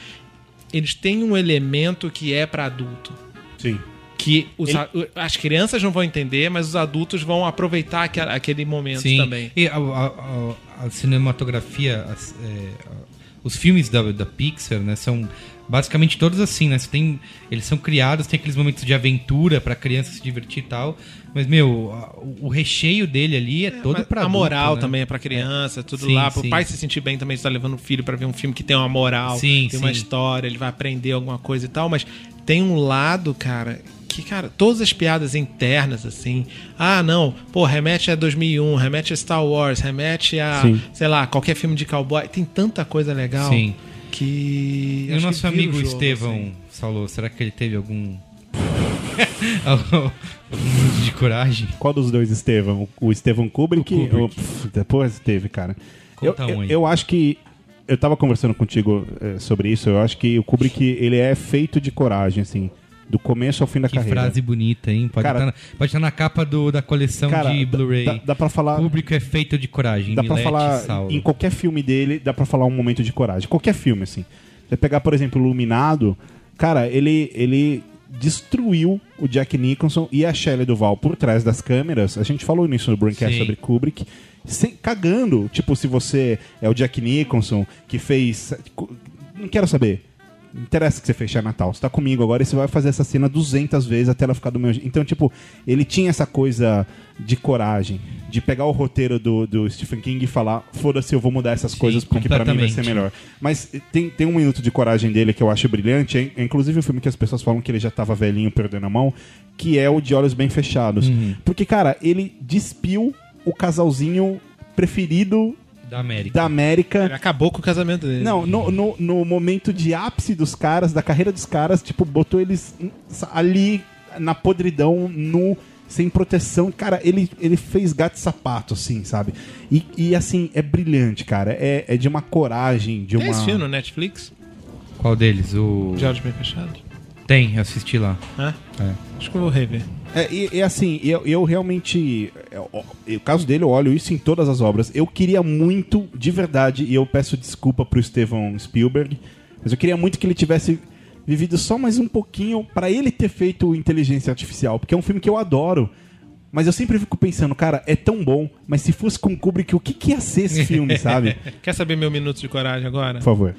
[SPEAKER 5] eles têm um elemento que é pra adulto
[SPEAKER 7] Sim.
[SPEAKER 5] que os a- as crianças não vão entender, mas os adultos vão aproveitar aqua- aquele momento também.
[SPEAKER 1] E a, a- a- a cinematografia, as, é, a- os filmes da, da Pixar, né, são basicamente todos assim, né? Você tem, eles são criados, tem aqueles momentos de aventura pra criança se divertir e tal, mas meu, a- o, o recheio dele ali é, todo
[SPEAKER 5] Mas
[SPEAKER 1] pra
[SPEAKER 5] a
[SPEAKER 1] adulto,
[SPEAKER 5] moral
[SPEAKER 1] né?
[SPEAKER 5] também é pra criança, tudo
[SPEAKER 1] Sim,
[SPEAKER 5] lá. Pro
[SPEAKER 1] sim.
[SPEAKER 5] pai se sentir bem também, você tá levando o filho pra ver um filme que tem uma moral,
[SPEAKER 1] Sim,
[SPEAKER 5] tem uma
[SPEAKER 1] sim.
[SPEAKER 5] história, ele vai aprender alguma coisa e tal, mas tem um lado, cara, que, cara, todas as piadas internas, assim, ah, não, pô, remete a 2001, remete a Star Wars, remete a,
[SPEAKER 7] Sim.
[SPEAKER 5] sei lá, qualquer filme de cowboy, tem tanta coisa legal
[SPEAKER 1] Sim.
[SPEAKER 5] que...
[SPEAKER 1] E o
[SPEAKER 5] acho
[SPEAKER 1] nosso
[SPEAKER 5] que vira
[SPEAKER 1] amigo
[SPEAKER 5] jogo,
[SPEAKER 1] Estevão
[SPEAKER 5] assim.
[SPEAKER 1] Saulo, será que ele teve algum algum minuto de coragem?
[SPEAKER 7] Qual dos dois, Estevão? O o Estevão Kubrick?
[SPEAKER 1] O Kubrick.
[SPEAKER 7] Ou- pff, depois teve, cara. Eu,
[SPEAKER 1] Conta um
[SPEAKER 7] eu,
[SPEAKER 1] aí.
[SPEAKER 7] eu acho que. Eu tava conversando contigo eh, sobre isso. Eu acho que o Kubrick, ele é feito de coragem, assim. Do começo ao fim da
[SPEAKER 1] Que
[SPEAKER 7] carreira.
[SPEAKER 1] frase bonita, hein? Pode,
[SPEAKER 7] Cara-
[SPEAKER 1] estar, na, pode estar na capa do- da coleção
[SPEAKER 7] Cara,
[SPEAKER 1] de
[SPEAKER 7] dá-
[SPEAKER 1] Blu-ray.
[SPEAKER 7] Dá, dá pra falar.
[SPEAKER 1] O público é feito de coragem.
[SPEAKER 7] dá pra
[SPEAKER 1] Milete,
[SPEAKER 7] falar
[SPEAKER 1] Saulo.
[SPEAKER 7] em qualquer filme dele, dá pra falar um momento de coragem. Qualquer filme, assim. Você pegar, por exemplo, Iluminado, cara, ele ele destruiu o Jack Nicholson e a Shelley Duval por trás das câmeras. A gente falou nisso no Braincast
[SPEAKER 1] Sim.
[SPEAKER 7] sobre Kubrick. Sem, cagando, tipo, se você é o Jack Nicholson que fez. Não quero saber. Não interessa que você fechar Natal. Você tá comigo agora e você vai fazer essa cena 200 vezes até ela ficar do meu jeito. Então, tipo, ele tinha essa coisa de coragem, de pegar o roteiro do, do Stephen King e falar: foda-se, eu vou mudar essas
[SPEAKER 1] Sim,
[SPEAKER 7] coisas porque pra mim vai ser
[SPEAKER 1] completamente.
[SPEAKER 7] melhor. Mas tem, tem um minuto de coragem dele que eu acho brilhante. É, é inclusive um filme que as pessoas falam que ele já tava velhinho, perdendo a mão, que é o De Olhos Bem Fechados.
[SPEAKER 5] Uhum.
[SPEAKER 7] Porque, cara, ele despiu o casalzinho preferido
[SPEAKER 1] Da América.
[SPEAKER 7] da América.
[SPEAKER 5] Ele acabou com o casamento dele.
[SPEAKER 7] Não, no, no, no momento de ápice dos caras, da carreira dos caras, tipo, botou eles hum, ali na podridão, nu, sem proteção. Cara, ele, ele fez gato e sapato, assim, sabe? E, e, assim, é brilhante, cara. É, é de uma coragem, de
[SPEAKER 5] Tem
[SPEAKER 7] uma.
[SPEAKER 5] É esse filme no Netflix?
[SPEAKER 1] Qual deles? O.
[SPEAKER 5] De olhos bem fechados?
[SPEAKER 1] Tem, eu assisti lá.
[SPEAKER 5] Hã? Acho que eu vou rever.
[SPEAKER 7] É, e, e, assim, eu, eu realmente. eu- eu- o caso dele, eu olho isso em todas as obras. Eu queria muito, de verdade, e eu peço desculpa pro Steven Spielberg, mas eu queria muito que ele tivesse vivido só mais um pouquinho pra ele ter feito Inteligência Artificial, porque é um filme que eu adoro. Mas eu sempre fico pensando, cara, é tão bom, mas se fosse com Kubrick, o que, que ia ser esse filme, sabe?
[SPEAKER 5] Quer saber meu minuto de coragem agora?
[SPEAKER 7] Por favor.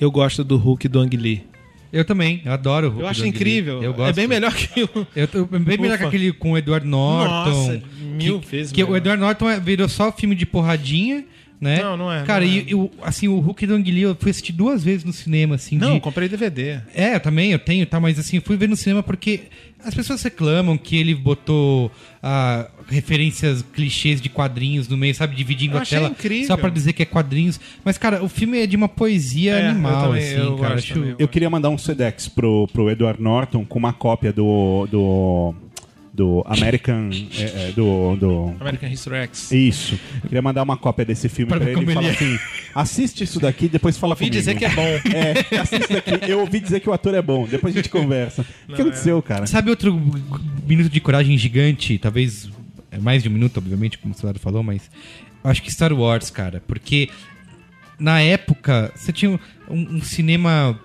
[SPEAKER 5] Eu gosto do Hulk do Ang Lee.
[SPEAKER 1] Eu também, eu adoro o Hulk
[SPEAKER 5] Eu acho
[SPEAKER 1] do Ang Lee.
[SPEAKER 5] incrível.
[SPEAKER 1] Eu gosto.
[SPEAKER 5] É bem melhor que o.
[SPEAKER 1] Eu tô bem melhor que
[SPEAKER 5] Ufa.
[SPEAKER 1] aquele com o Edward Norton.
[SPEAKER 5] Nossa,
[SPEAKER 1] que-
[SPEAKER 5] mil vezes
[SPEAKER 1] Que o
[SPEAKER 5] melhor.
[SPEAKER 1] Edward Norton é- virou só filme de porradinha, né?
[SPEAKER 5] Não, não é,
[SPEAKER 1] Cara,
[SPEAKER 5] não
[SPEAKER 1] e
[SPEAKER 5] é.
[SPEAKER 1] eu- assim, o Hulk do Anguili eu fui assistir duas vezes no cinema, assim.
[SPEAKER 5] Não,
[SPEAKER 1] de-
[SPEAKER 5] comprei DVD.
[SPEAKER 1] É, eu também, eu tenho, tá? Mas assim, eu fui ver no cinema porque as pessoas reclamam que ele botou ah, referências, clichês de quadrinhos no meio, sabe? Dividindo
[SPEAKER 5] Eu
[SPEAKER 1] a
[SPEAKER 5] achei
[SPEAKER 1] tela
[SPEAKER 5] incrível.
[SPEAKER 1] só pra dizer que é quadrinhos. Mas, cara, o filme é de uma poesia
[SPEAKER 5] É, eu
[SPEAKER 1] animal,
[SPEAKER 5] também,
[SPEAKER 1] assim,
[SPEAKER 5] eu
[SPEAKER 1] cara.
[SPEAKER 5] gosto
[SPEAKER 1] Acho-
[SPEAKER 5] também.
[SPEAKER 7] Eu queria mandar um Sedex pro, pro Edward Norton com uma cópia do. do. do American. é, é, do- do
[SPEAKER 5] American History X.
[SPEAKER 7] Isso. Eu queria mandar uma cópia desse filme
[SPEAKER 1] Pra
[SPEAKER 7] pra,
[SPEAKER 1] ver
[SPEAKER 7] ele
[SPEAKER 1] como
[SPEAKER 7] e falar
[SPEAKER 1] ele
[SPEAKER 7] assim: assiste isso daqui, depois fala
[SPEAKER 5] é. Ouvi
[SPEAKER 7] comigo.
[SPEAKER 5] dizer que é bom.
[SPEAKER 7] É, assiste isso daqui. Eu ouvi dizer que o ator é bom, depois a gente conversa. o que aconteceu, cara?
[SPEAKER 1] Sabe outro minuto de coragem gigante? Talvez é mais de um minuto, obviamente, como o Celado falou, mas eu acho que Star Wars, cara, porque na época você tinha um, um cinema.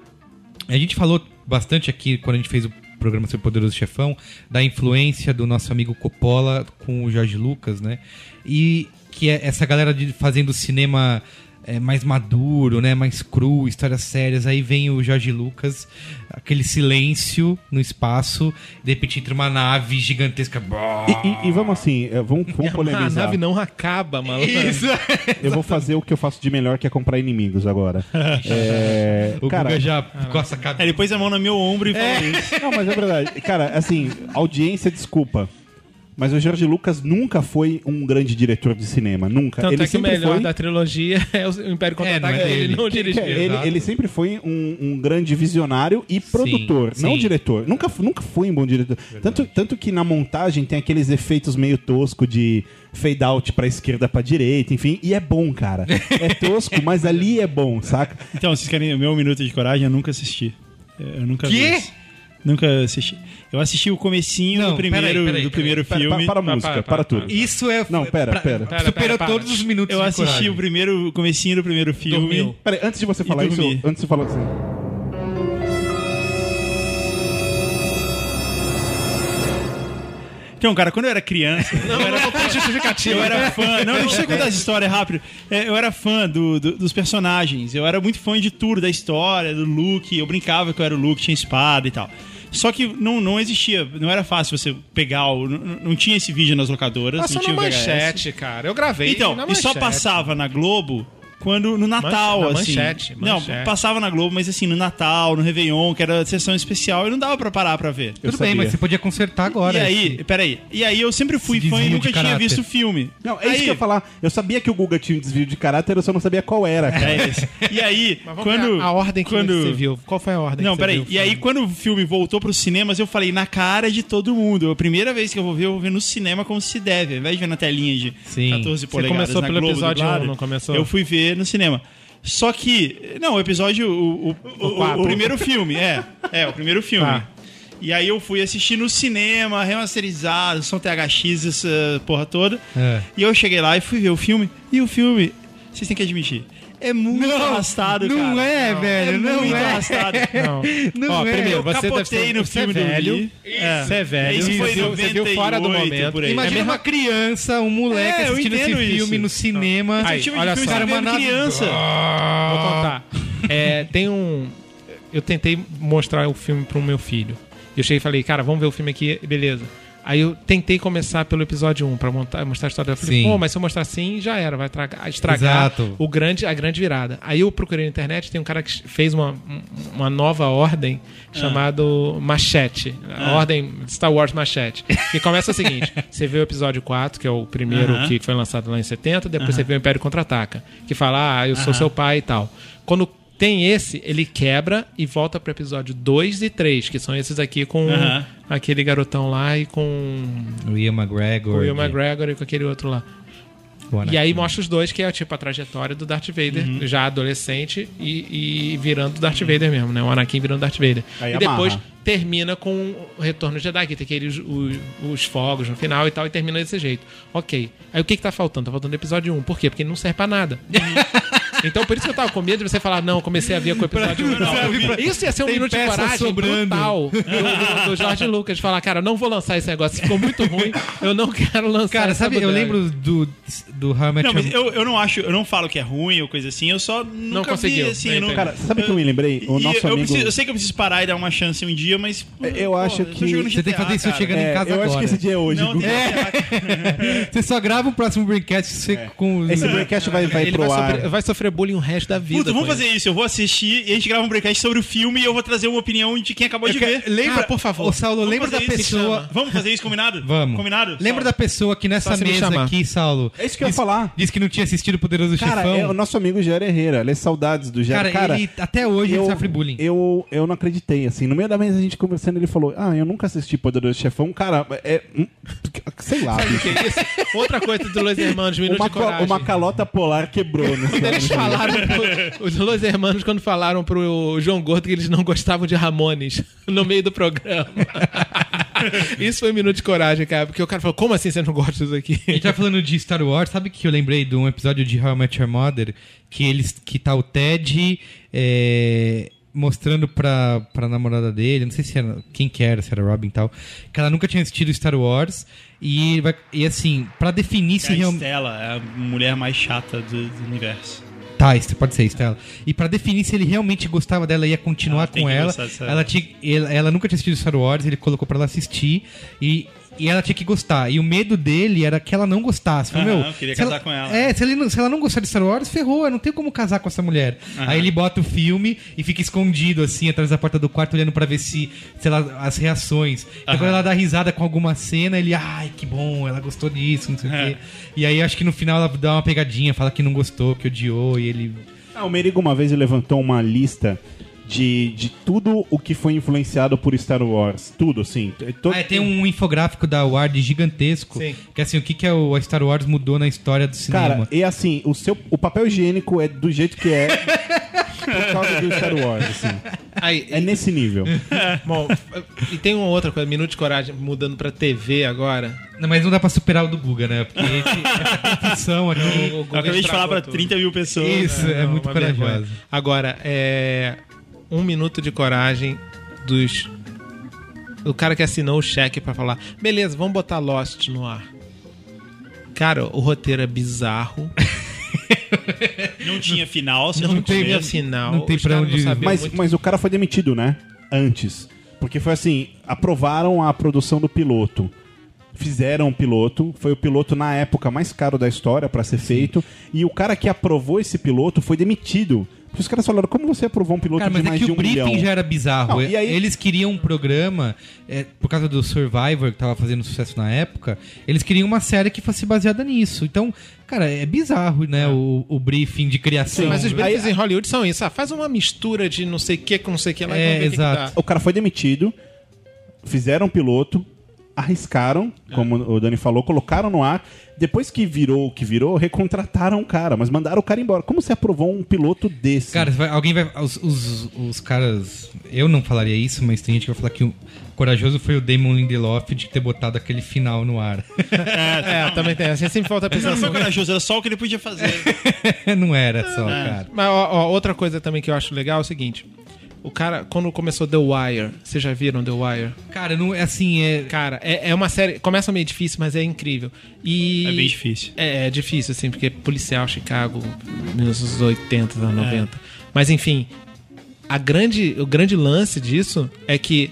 [SPEAKER 1] A gente falou bastante aqui quando a gente fez o programa sobre o Poderoso Chefão da influência do nosso amigo Coppola com o Jorge Lucas, né? E que é essa galera de fazendo cinema é, mais maduro, né? Mais cru, histórias sérias. Aí vem o Jorge Lucas, aquele silêncio no espaço, de repente entra uma nave gigantesca.
[SPEAKER 7] E, e- e vamos assim, é, vamos, vamos
[SPEAKER 5] Ah, a
[SPEAKER 7] polemizar.
[SPEAKER 5] nave não acaba, maluco.
[SPEAKER 1] Isso!
[SPEAKER 7] Eu vou fazer o que eu faço de melhor, que é comprar inimigos agora. É,
[SPEAKER 1] O
[SPEAKER 7] cara,
[SPEAKER 1] Guga já coça a cabeça.
[SPEAKER 3] Aí depois a mão no meu ombro e fala isso.
[SPEAKER 7] Não, mas é verdade. Cara, assim, audiência, desculpa. Mas o Jorge Lucas nunca foi um grande diretor de cinema. Nunca.
[SPEAKER 5] Tanto
[SPEAKER 7] ele
[SPEAKER 5] é que o
[SPEAKER 7] sempre
[SPEAKER 5] melhor
[SPEAKER 7] foi...
[SPEAKER 5] da trilogia é o Império Contra-Ataca.
[SPEAKER 1] não é
[SPEAKER 5] ele,
[SPEAKER 1] dele.
[SPEAKER 5] não
[SPEAKER 1] Que-
[SPEAKER 5] dirigiu.
[SPEAKER 7] É, ele,
[SPEAKER 1] Exato.
[SPEAKER 7] ele sempre foi um, um grande visionário e produtor, não
[SPEAKER 1] sim.
[SPEAKER 7] diretor. Nunca, f- nunca foi um bom diretor. Tanto, tanto que na montagem tem aqueles efeitos meio tosco de fade out pra esquerda, pra direita, enfim. E é bom, cara. É tosco, mas ali é bom, saca?
[SPEAKER 3] Então, vocês querem o meu minuto de coragem? Eu nunca assisti. Eu nunca vi.
[SPEAKER 1] Quê?
[SPEAKER 3] esse. Nunca assisti. Eu assisti o comecinho
[SPEAKER 1] Não,
[SPEAKER 3] do primeiro,
[SPEAKER 1] peraí, peraí,
[SPEAKER 3] do primeiro
[SPEAKER 7] Pera-
[SPEAKER 3] filme.
[SPEAKER 7] para, para a
[SPEAKER 5] Para,
[SPEAKER 7] música, para,
[SPEAKER 5] para,
[SPEAKER 7] tudo.
[SPEAKER 5] para.
[SPEAKER 1] Isso é.
[SPEAKER 7] Não, pera,
[SPEAKER 1] pra-
[SPEAKER 7] pera.
[SPEAKER 5] Pera,
[SPEAKER 1] Superou
[SPEAKER 5] pera,
[SPEAKER 1] todos
[SPEAKER 5] para.
[SPEAKER 1] os minutos
[SPEAKER 3] Eu
[SPEAKER 1] de
[SPEAKER 3] assisti
[SPEAKER 1] coragem.
[SPEAKER 3] o primeiro, o comecinho do primeiro filme.
[SPEAKER 5] Dormiu.
[SPEAKER 7] Peraí, antes de você falar isso,
[SPEAKER 3] dormir.
[SPEAKER 7] antes de falar assim.
[SPEAKER 3] Então, cara, quando eu era criança,
[SPEAKER 5] Não, não, não tem justificativa.
[SPEAKER 3] eu era fã. Não, deixa eu contar essa história rápido. É, eu era fã do- do- dos personagens. Eu era muito fã de tudo, da história, do Luke. Eu brincava que eu era o Luke, tinha espada e tal. Só que não, não existia, não era fácil você pegar o. Não, não tinha esse vídeo nas locadoras,
[SPEAKER 5] Passou
[SPEAKER 3] não tinha
[SPEAKER 5] na
[SPEAKER 3] o VHS.
[SPEAKER 5] manchete, cara. Eu gravei.
[SPEAKER 3] Então,
[SPEAKER 5] na
[SPEAKER 3] e só
[SPEAKER 5] manchete.
[SPEAKER 3] passava na Globo quando no Natal,
[SPEAKER 5] Manche- na
[SPEAKER 3] assim.
[SPEAKER 5] manchete,
[SPEAKER 3] Não,
[SPEAKER 5] manchete.
[SPEAKER 3] passava na Globo, mas assim, no Natal, no Réveillon, que era sessão especial, e não dava pra parar pra ver.
[SPEAKER 1] Tudo bem, mas você podia consertar agora.
[SPEAKER 3] e
[SPEAKER 5] é
[SPEAKER 3] aí,
[SPEAKER 5] assim.
[SPEAKER 3] peraí. E aí eu sempre fui
[SPEAKER 1] Esse
[SPEAKER 3] fã e
[SPEAKER 1] desvio
[SPEAKER 3] nunca
[SPEAKER 1] de
[SPEAKER 3] tinha
[SPEAKER 1] caráter.
[SPEAKER 3] visto o filme.
[SPEAKER 7] Não, é
[SPEAKER 3] aí,
[SPEAKER 7] isso que eu ia falar. Eu sabia que o Guga tinha um desvio de caráter, eu só não sabia qual era, cara.
[SPEAKER 3] É isso. E aí,
[SPEAKER 5] Mas vamos
[SPEAKER 3] quando.
[SPEAKER 5] ver a, a ordem que
[SPEAKER 3] quando,
[SPEAKER 5] você viu. Qual foi a ordem
[SPEAKER 3] Não,
[SPEAKER 5] que você
[SPEAKER 3] peraí.
[SPEAKER 5] viu?
[SPEAKER 3] E aí, quando o filme voltou pros cinemas, eu falei, na cara de todo mundo. A primeira vez que eu vou ver, eu vou ver no cinema como se deve. Ao invés de ver na telinha de
[SPEAKER 1] Sim.
[SPEAKER 3] 14
[SPEAKER 1] Você
[SPEAKER 3] polegadas
[SPEAKER 5] começou
[SPEAKER 3] na
[SPEAKER 5] pelo
[SPEAKER 3] Globo,
[SPEAKER 5] episódio
[SPEAKER 3] dublado,
[SPEAKER 5] um, não começou?
[SPEAKER 3] Eu fui ver no cinema. Só que... Não, o episódio... O, o- o-
[SPEAKER 5] quatro.
[SPEAKER 3] o primeiro filme, é. É, o primeiro filme.
[SPEAKER 5] Tá.
[SPEAKER 3] E aí eu fui assistir no cinema, remasterizado, som THX, essa porra toda.
[SPEAKER 1] É.
[SPEAKER 3] E eu cheguei lá e fui ver o filme. E o filme, vocês têm que admitir, é muito arrastado, cara.
[SPEAKER 1] Não é, velho, não
[SPEAKER 3] muito
[SPEAKER 1] é.
[SPEAKER 3] arrastado.
[SPEAKER 5] Não.
[SPEAKER 1] Não
[SPEAKER 5] Ó,
[SPEAKER 1] é.
[SPEAKER 5] primeiro,
[SPEAKER 1] Eu
[SPEAKER 5] você deve
[SPEAKER 3] capotei
[SPEAKER 5] ser,
[SPEAKER 3] no
[SPEAKER 5] você é
[SPEAKER 3] filme do
[SPEAKER 5] velho.
[SPEAKER 3] Lee. É.
[SPEAKER 5] Você é velho.
[SPEAKER 3] Isso foi em
[SPEAKER 5] você, viu- você viu fora do
[SPEAKER 3] 98
[SPEAKER 5] momento.
[SPEAKER 3] por aí.
[SPEAKER 5] É
[SPEAKER 1] Imagina
[SPEAKER 5] mesmo-
[SPEAKER 1] uma criança, um moleque
[SPEAKER 3] É, eu
[SPEAKER 1] assistindo esse
[SPEAKER 3] entendo isso.
[SPEAKER 1] filme no cinema.
[SPEAKER 5] Aí,
[SPEAKER 3] Esse tipo
[SPEAKER 5] olha
[SPEAKER 3] de filme
[SPEAKER 5] só.
[SPEAKER 3] você vê
[SPEAKER 1] Cara,
[SPEAKER 3] vendo
[SPEAKER 1] uma
[SPEAKER 3] criança.
[SPEAKER 5] Vou
[SPEAKER 1] Ah.
[SPEAKER 5] contar. É, tem um. Eu tentei mostrar o filme pro meu filho. Eu cheguei e falei, cara, vamos ver o filme aqui, beleza. Aí eu tentei começar pelo episódio 1 pra montar, mostrar a história da
[SPEAKER 1] Sim.
[SPEAKER 5] falei, Pô, mas se eu mostrar assim, já era, vai tragar- estragar
[SPEAKER 1] Exato.
[SPEAKER 5] o grande, a grande virada. Aí eu procurei na internet, tem um cara que fez uma, um- uma nova ordem
[SPEAKER 3] Ah.
[SPEAKER 5] chamado Machete. A ordem Star Wars Machete. Que começa o seguinte: você vê o episódio 4, que é o primeiro
[SPEAKER 3] Aham.
[SPEAKER 5] que que foi lançado lá em 70, depois você vê o Império Contra-Ataca, que fala, ah, eu sou seu pai e tal. Quando tem esse, ele quebra e volta pro episódio 2 e 3, que são esses aqui com
[SPEAKER 3] Aham.
[SPEAKER 5] aquele garotão lá e com
[SPEAKER 1] O Ian
[SPEAKER 5] o
[SPEAKER 1] McGregor.
[SPEAKER 5] Will McGregor e com aquele outro lá.
[SPEAKER 1] né?
[SPEAKER 5] E aí mostra os dois, que é tipo a trajetória do Darth Vader,
[SPEAKER 1] Uhum.
[SPEAKER 5] já adolescente e, e virando Darth Vader mesmo, né? O Anakin virando Darth Vader.
[SPEAKER 7] Aí
[SPEAKER 5] e depois
[SPEAKER 7] amarra.
[SPEAKER 5] termina com o Retorno de Jedi, que tem aqueles os, os fogos no final e tal, e termina desse jeito. Ok. Aí o que que tá faltando? Tá faltando o episódio 1. Por quê? Porque ele não serve pra nada. Então, por isso que eu tava com medo de você falar, não, eu comecei a ver com o episódio 1. Não, isso ia ser um
[SPEAKER 1] Tem
[SPEAKER 5] minuto de
[SPEAKER 1] peça
[SPEAKER 5] coragem
[SPEAKER 1] sobrando.
[SPEAKER 5] brutal do, do, do Jorge Lucas. Falar, cara, eu não vou lançar esse negócio, ficou muito ruim, eu não quero lançar
[SPEAKER 1] Cara,
[SPEAKER 5] essa
[SPEAKER 1] sabe, eu
[SPEAKER 5] bodega."
[SPEAKER 1] lembro do, do How I Met Your-
[SPEAKER 3] Não, mas eu, eu não acho, eu não falo que é ruim ou coisa assim, eu só nunca vi
[SPEAKER 5] conseguiu.
[SPEAKER 3] assim.
[SPEAKER 5] Não
[SPEAKER 3] eu não-
[SPEAKER 5] entendi.
[SPEAKER 7] Cara, sabe o que eu me lembrei? O
[SPEAKER 3] E
[SPEAKER 7] nosso
[SPEAKER 3] eu,
[SPEAKER 7] amigo...
[SPEAKER 3] preciso- eu sei que eu preciso parar e dar uma chance um dia, mas.
[SPEAKER 7] Eu
[SPEAKER 3] pô,
[SPEAKER 7] acho
[SPEAKER 3] tô
[SPEAKER 7] que-
[SPEAKER 3] jogando
[SPEAKER 1] Você tem que fazer isso
[SPEAKER 3] GTA, cara.
[SPEAKER 1] chegando em
[SPEAKER 7] É,
[SPEAKER 1] casa
[SPEAKER 7] eu acho
[SPEAKER 1] agora.
[SPEAKER 7] que esse dia é hoje,
[SPEAKER 3] Não,
[SPEAKER 7] Guga.
[SPEAKER 3] tem que
[SPEAKER 1] Você só grava o próximo Braincast você com...
[SPEAKER 7] Esse podcast vai, vai
[SPEAKER 5] Ele
[SPEAKER 7] pro
[SPEAKER 5] vai
[SPEAKER 7] ar.
[SPEAKER 5] sofrer, vai sofrer bullying o resto da vida.
[SPEAKER 3] Puta, vamos
[SPEAKER 5] com
[SPEAKER 3] fazer isso. Eu vou assistir e a gente grava um breakcast sobre o filme e eu vou trazer uma opinião de quem acabou de ver.
[SPEAKER 1] Quero- Lembra,
[SPEAKER 5] Ah, por favor.
[SPEAKER 1] Ô, Saulo,
[SPEAKER 3] Vamos
[SPEAKER 1] lembra da
[SPEAKER 3] fazer isso,
[SPEAKER 1] pessoa...
[SPEAKER 3] chama. Vamos fazer isso, combinado?
[SPEAKER 1] Vamos.
[SPEAKER 3] Combinado?
[SPEAKER 1] Lembra da
[SPEAKER 3] Saulo?
[SPEAKER 1] pessoa que nessa
[SPEAKER 5] Só se me
[SPEAKER 1] mesa
[SPEAKER 5] chamar.
[SPEAKER 1] aqui, Saulo...
[SPEAKER 7] É isso que eu ia
[SPEAKER 1] disse-
[SPEAKER 7] falar.
[SPEAKER 1] Disse que não tinha assistido o Poderoso
[SPEAKER 7] Cara,
[SPEAKER 1] Chefão.
[SPEAKER 7] é o nosso amigo Jair Herrera. Ele é saudades do Jair.
[SPEAKER 1] Cara, ele tá até hoje ele sofre bullying.
[SPEAKER 7] Eu, eu não acreditei, assim. No meio da mesa a gente conversando, ele falou: Ah, eu nunca assisti Poderoso Chefão. Cara, é. hum, Sei lá.
[SPEAKER 5] ele.
[SPEAKER 7] bicho.
[SPEAKER 5] Que isso? Outra coisa do Los Hermanos, Minuto
[SPEAKER 7] Uma,
[SPEAKER 5] de
[SPEAKER 7] co-
[SPEAKER 5] Coragem.
[SPEAKER 7] uma calota polar quebrou no
[SPEAKER 5] Quando eles falaram pro- os Los Hermanos quando falaram pro João Gordo que eles não gostavam de Ramones no meio do programa. Isso foi um minuto de coragem, cara, porque o cara falou: "Como assim você não gosta disso
[SPEAKER 1] A
[SPEAKER 5] aqui?"
[SPEAKER 1] gente tá falando de Star Wars, sabe que eu lembrei de um episódio de How I Met Your Mother que eles que tá o Ted é, mostrando pra, pra namorada dele, não sei se era quem que era, se era Robin e tal, que ela nunca tinha assistido Star Wars e, ele vai- e assim, pra definir se
[SPEAKER 3] É a
[SPEAKER 1] realmente
[SPEAKER 3] Estela, é a mulher mais chata do, do universo.
[SPEAKER 1] Tá, isso pode ser Estela. E pra definir se ele realmente gostava dela e ia continuar
[SPEAKER 3] Ela tem
[SPEAKER 1] com
[SPEAKER 3] que
[SPEAKER 1] ela,
[SPEAKER 3] gostar de Star
[SPEAKER 1] ela,
[SPEAKER 3] Wars.
[SPEAKER 1] tinha, ela, ela nunca tinha assistido Star Wars, ele colocou pra ela assistir e, e ela tinha que gostar. E o medo dele era que ela não gostasse. Falou,
[SPEAKER 3] Aham,
[SPEAKER 1] meu,
[SPEAKER 3] queria
[SPEAKER 1] se
[SPEAKER 3] casar com ela.
[SPEAKER 1] É, se, ele não- se ela não gostar de Star Wars, ferrou, eu não tenho como casar com essa mulher. Aí ele bota o filme e fica escondido assim atrás da porta do quarto olhando pra ver se, se ela, as reações. Então quando ela dá risada com alguma cena, ele, ai, que bom, ela gostou disso, não sei o
[SPEAKER 5] É.
[SPEAKER 1] quê. E aí acho que no final ela dá uma pegadinha, fala que não gostou, que odiou e ele
[SPEAKER 7] Ah, o Merigo uma vez ele levantou uma lista de, de tudo o que foi influenciado por Star Wars. Tudo, assim. É to-
[SPEAKER 1] Ah, é, tem um infográfico da Ward gigantesco.
[SPEAKER 5] Sim.
[SPEAKER 1] Que assim, o que, que a- a Star Wars mudou na história do cinema?
[SPEAKER 7] Cara, e assim, o, seu, o papel higiênico é do jeito que é por causa do Star Wars, assim.
[SPEAKER 5] Aí,
[SPEAKER 7] É nesse nível.
[SPEAKER 5] bom, e tem uma outra coisa, minuto de coragem mudando pra TV agora.
[SPEAKER 1] Não, mas não dá pra superar o do Guga, né? Porque esse- essa competição aqui.
[SPEAKER 3] Eu acabei de falar pra 30 mil pessoas.
[SPEAKER 1] Isso, é
[SPEAKER 5] Não,
[SPEAKER 1] muito
[SPEAKER 5] uma vergonha.
[SPEAKER 1] corajoso.
[SPEAKER 5] Agora, é. Um minuto de coragem dos o cara que assinou o cheque pra falar: beleza, vamos botar Lost no ar. Cara, o roteiro é bizarro.
[SPEAKER 3] Não tinha final, você
[SPEAKER 5] Não,
[SPEAKER 3] não
[SPEAKER 5] teve assim.
[SPEAKER 3] tinha
[SPEAKER 5] a final.
[SPEAKER 1] não tem
[SPEAKER 5] os
[SPEAKER 1] pra
[SPEAKER 5] caras
[SPEAKER 1] onde-
[SPEAKER 5] sabiam
[SPEAKER 7] Mas,
[SPEAKER 5] muito-
[SPEAKER 7] mas o cara foi demitido, né? Antes. Porque foi assim: aprovaram a produção do piloto. Fizeram o piloto, foi o piloto na época mais caro da história pra ser feito. E o cara que aprovou esse piloto foi demitido. Porque os caras falaram: como você aprovou um piloto
[SPEAKER 1] Cara,
[SPEAKER 7] de
[SPEAKER 1] mas é
[SPEAKER 7] mais
[SPEAKER 1] que
[SPEAKER 7] de
[SPEAKER 1] o
[SPEAKER 7] um
[SPEAKER 1] briefing
[SPEAKER 7] milhão?
[SPEAKER 1] já era bizarro. É,
[SPEAKER 7] Não, e aí-
[SPEAKER 1] Eles queriam um programa, é, por causa do Survivor, que tava fazendo sucesso na época, eles queriam uma série que fosse baseada nisso. Então, cara, é bizarro, né, o, o briefing de criação.
[SPEAKER 5] Mas os
[SPEAKER 1] né?
[SPEAKER 5] briefs em Hollywood são isso. Ah, faz uma mistura de não sei o que com não sei o que lá e
[SPEAKER 1] É,
[SPEAKER 5] vamos ver o que que
[SPEAKER 1] exato.
[SPEAKER 5] dá.
[SPEAKER 7] O cara foi demitido, fizeram o piloto, arriscaram,
[SPEAKER 1] É.
[SPEAKER 7] como o Dani falou, colocaram no ar. Depois que virou o que virou, recontrataram o cara, mas mandaram o cara embora. Como você aprovou um piloto desse?
[SPEAKER 1] Cara, vai- alguém vai. Os, os, os caras. Eu não falaria isso, mas tem gente que vai falar que o corajoso foi o Damon Lindelof de ter botado aquele final no ar.
[SPEAKER 5] É, também tem. Assim sempre
[SPEAKER 3] Não,
[SPEAKER 5] falta pensar
[SPEAKER 3] não foi
[SPEAKER 5] assim.
[SPEAKER 3] corajoso, era só o que ele podia fazer.
[SPEAKER 1] não era só,
[SPEAKER 7] É.
[SPEAKER 1] cara.
[SPEAKER 5] Mas ó, ó, outra coisa também que eu acho legal é o seguinte. O cara, quando começou The Wire, vocês já viram The Wire?
[SPEAKER 1] Cara, não, é assim, é.
[SPEAKER 5] Cara, é, é uma série. Começa meio difícil, mas é incrível. E.
[SPEAKER 3] É bem difícil.
[SPEAKER 5] É, é difícil, assim, porque policial Chicago, 1980,
[SPEAKER 3] É.
[SPEAKER 5] 90. Mas enfim, a grande, o grande lance disso é que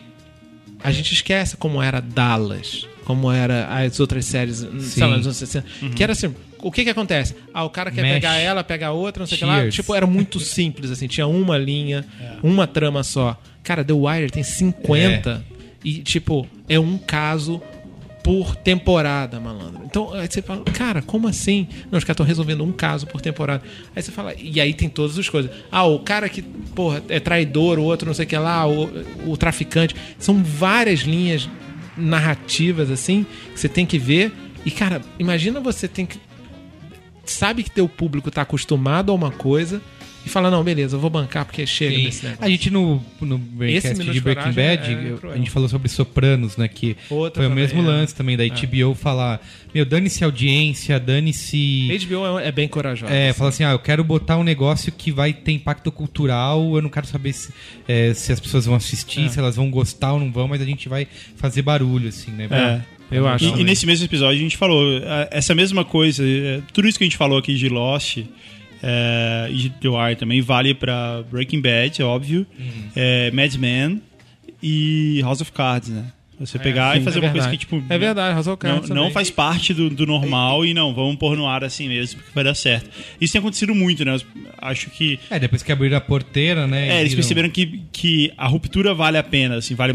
[SPEAKER 5] a gente esquece como era Dallas, como era as outras séries, sei lá, nos anos 60.
[SPEAKER 3] Uhum.
[SPEAKER 5] Que era assim, o que que acontece? Ah, o cara quer
[SPEAKER 1] Mesh.
[SPEAKER 5] pegar ela, pegar outra, não sei o que lá.
[SPEAKER 1] Cheers.
[SPEAKER 5] Tipo, era muito simples, assim, tinha uma linha, uma trama só. Cara, The Wire tem 50 e, tipo, é um caso por temporada, malandro. Então, aí você fala, cara, como assim? Não, os caras estão resolvendo um caso por temporada. Aí você fala, e aí tem todas as coisas. Ah, o cara que, porra, é traidor, o outro não sei o que lá, o, o traficante. São várias linhas narrativas, assim, que você tem que ver. E, cara, imagina você tem que sabe que teu público tá acostumado a uma coisa e fala, não, beleza, eu vou bancar porque chega
[SPEAKER 1] Sim.
[SPEAKER 5] desse negócio.
[SPEAKER 1] A gente no, no Braincast
[SPEAKER 5] Minuto
[SPEAKER 1] de
[SPEAKER 5] de
[SPEAKER 1] Breaking
[SPEAKER 5] Coragem
[SPEAKER 1] Bad,
[SPEAKER 5] é
[SPEAKER 1] eu-
[SPEAKER 5] cruel.
[SPEAKER 1] a gente falou sobre Sopranos, né? Que
[SPEAKER 5] Outra
[SPEAKER 1] foi o
[SPEAKER 5] também,
[SPEAKER 1] mesmo
[SPEAKER 5] é.
[SPEAKER 1] lance também da HBO falar: Meu, dane-se a audiência, dane-se.
[SPEAKER 5] HBO é, é bem corajosa.
[SPEAKER 1] É, fala assim, ah, eu quero botar um negócio que vai ter impacto cultural, eu não quero saber se, é, se as pessoas vão
[SPEAKER 5] É.
[SPEAKER 1] assistir, se elas vão gostar ou não vão, mas a gente vai fazer barulho, assim, né?
[SPEAKER 5] É, eu acho.
[SPEAKER 1] Não,
[SPEAKER 3] E, e
[SPEAKER 1] né?
[SPEAKER 3] nesse mesmo episódio a gente falou eh, essa mesma coisa, eh, tudo isso que a gente falou aqui de Lost eh, e de The Wire também vale pra Breaking Bad, é óbvio,
[SPEAKER 5] Uhum.
[SPEAKER 3] eh, Mad Men e House of Cards, né? Você pegar e fazer uma coisa que tipo
[SPEAKER 5] É verdade, Razor
[SPEAKER 3] não,
[SPEAKER 5] Cards
[SPEAKER 3] não
[SPEAKER 5] também.
[SPEAKER 3] faz parte do, do normal e não, vamos pôr no ar assim mesmo, porque vai dar certo. Isso tem acontecido muito, né? Eu Acho que
[SPEAKER 1] É, depois que abriram a porteira, né?
[SPEAKER 3] é,
[SPEAKER 1] e
[SPEAKER 3] eles
[SPEAKER 1] viram-
[SPEAKER 3] perceberam que, que a ruptura vale a pena, assim, vale.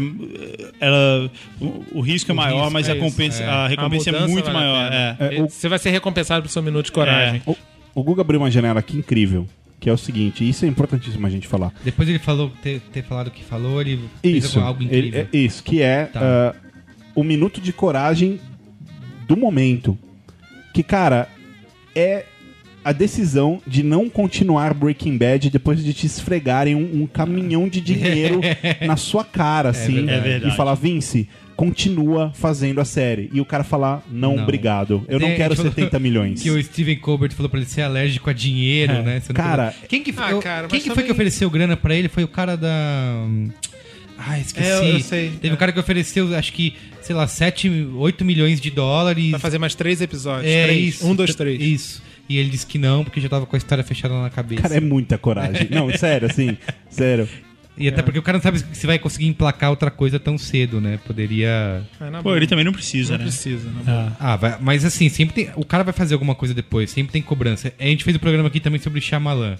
[SPEAKER 3] Ela, o, o risco é
[SPEAKER 1] O
[SPEAKER 3] maior,
[SPEAKER 1] risco,
[SPEAKER 3] mas
[SPEAKER 1] é
[SPEAKER 3] a,
[SPEAKER 1] isso,
[SPEAKER 3] compensa,
[SPEAKER 1] é.
[SPEAKER 3] a recompensa
[SPEAKER 5] A
[SPEAKER 3] é
[SPEAKER 5] mudança
[SPEAKER 3] muito
[SPEAKER 5] vale a
[SPEAKER 3] maior.
[SPEAKER 5] pena.
[SPEAKER 3] É.
[SPEAKER 5] É, Você vai ser recompensado pelo seu minuto de coragem.
[SPEAKER 7] O, o Guga abriu uma janela aqui incrível, que é o seguinte, isso é importantíssimo a gente falar.
[SPEAKER 1] Depois ele falou, ter, ter falado o que falou, ele fez
[SPEAKER 7] Isso,
[SPEAKER 1] algo
[SPEAKER 7] ele-
[SPEAKER 1] incrível.
[SPEAKER 7] é isso que é
[SPEAKER 1] Tá.
[SPEAKER 7] ah, o minuto de coragem do momento. Que, cara, é a decisão de não continuar Breaking Bad depois de te esfregarem um, um caminhão de dinheiro na sua cara, assim.
[SPEAKER 1] verdade.
[SPEAKER 3] É verdade.
[SPEAKER 7] E falar, Vince, continua fazendo a série. E o cara falar, não,
[SPEAKER 1] Não.
[SPEAKER 7] obrigado. Eu não
[SPEAKER 1] Tem-
[SPEAKER 7] quero
[SPEAKER 1] ele falou
[SPEAKER 7] 70 milhões. É.
[SPEAKER 1] Que o Steven Colbert falou pra ele ser alérgico a dinheiro, né? Você não
[SPEAKER 7] Cara,
[SPEAKER 1] pode- quem que, foi,
[SPEAKER 5] Ah,
[SPEAKER 1] eu-
[SPEAKER 5] cara,
[SPEAKER 1] quem
[SPEAKER 5] mas
[SPEAKER 1] que foi
[SPEAKER 5] também-
[SPEAKER 1] que ofereceu grana pra ele? Foi o cara da... Ah, esqueci.
[SPEAKER 5] É, eu- eu sei.
[SPEAKER 1] Teve um cara que ofereceu, acho que, sei lá, 7, 8 milhões de dólares.
[SPEAKER 5] Vai fazer mais três episódios.
[SPEAKER 1] É
[SPEAKER 5] três.
[SPEAKER 1] isso.
[SPEAKER 5] Um, dois, três.
[SPEAKER 1] Isso. E ele disse que não, porque já tava com a história fechada na cabeça.
[SPEAKER 7] Cara, é muita coragem. Não, sério, assim, sério.
[SPEAKER 1] E
[SPEAKER 5] É.
[SPEAKER 1] até porque o cara não sabe se vai conseguir emplacar outra coisa tão cedo, né? Poderia.
[SPEAKER 5] Ah, na
[SPEAKER 3] É. Pô,
[SPEAKER 5] boa.
[SPEAKER 3] ele também não precisa,
[SPEAKER 5] não
[SPEAKER 3] né?
[SPEAKER 5] precisa. na boa.
[SPEAKER 1] Ah, vai- mas assim, sempre tem. O cara vai fazer alguma coisa depois, sempre tem cobrança. A gente fez um programa aqui também sobre Shyamalan.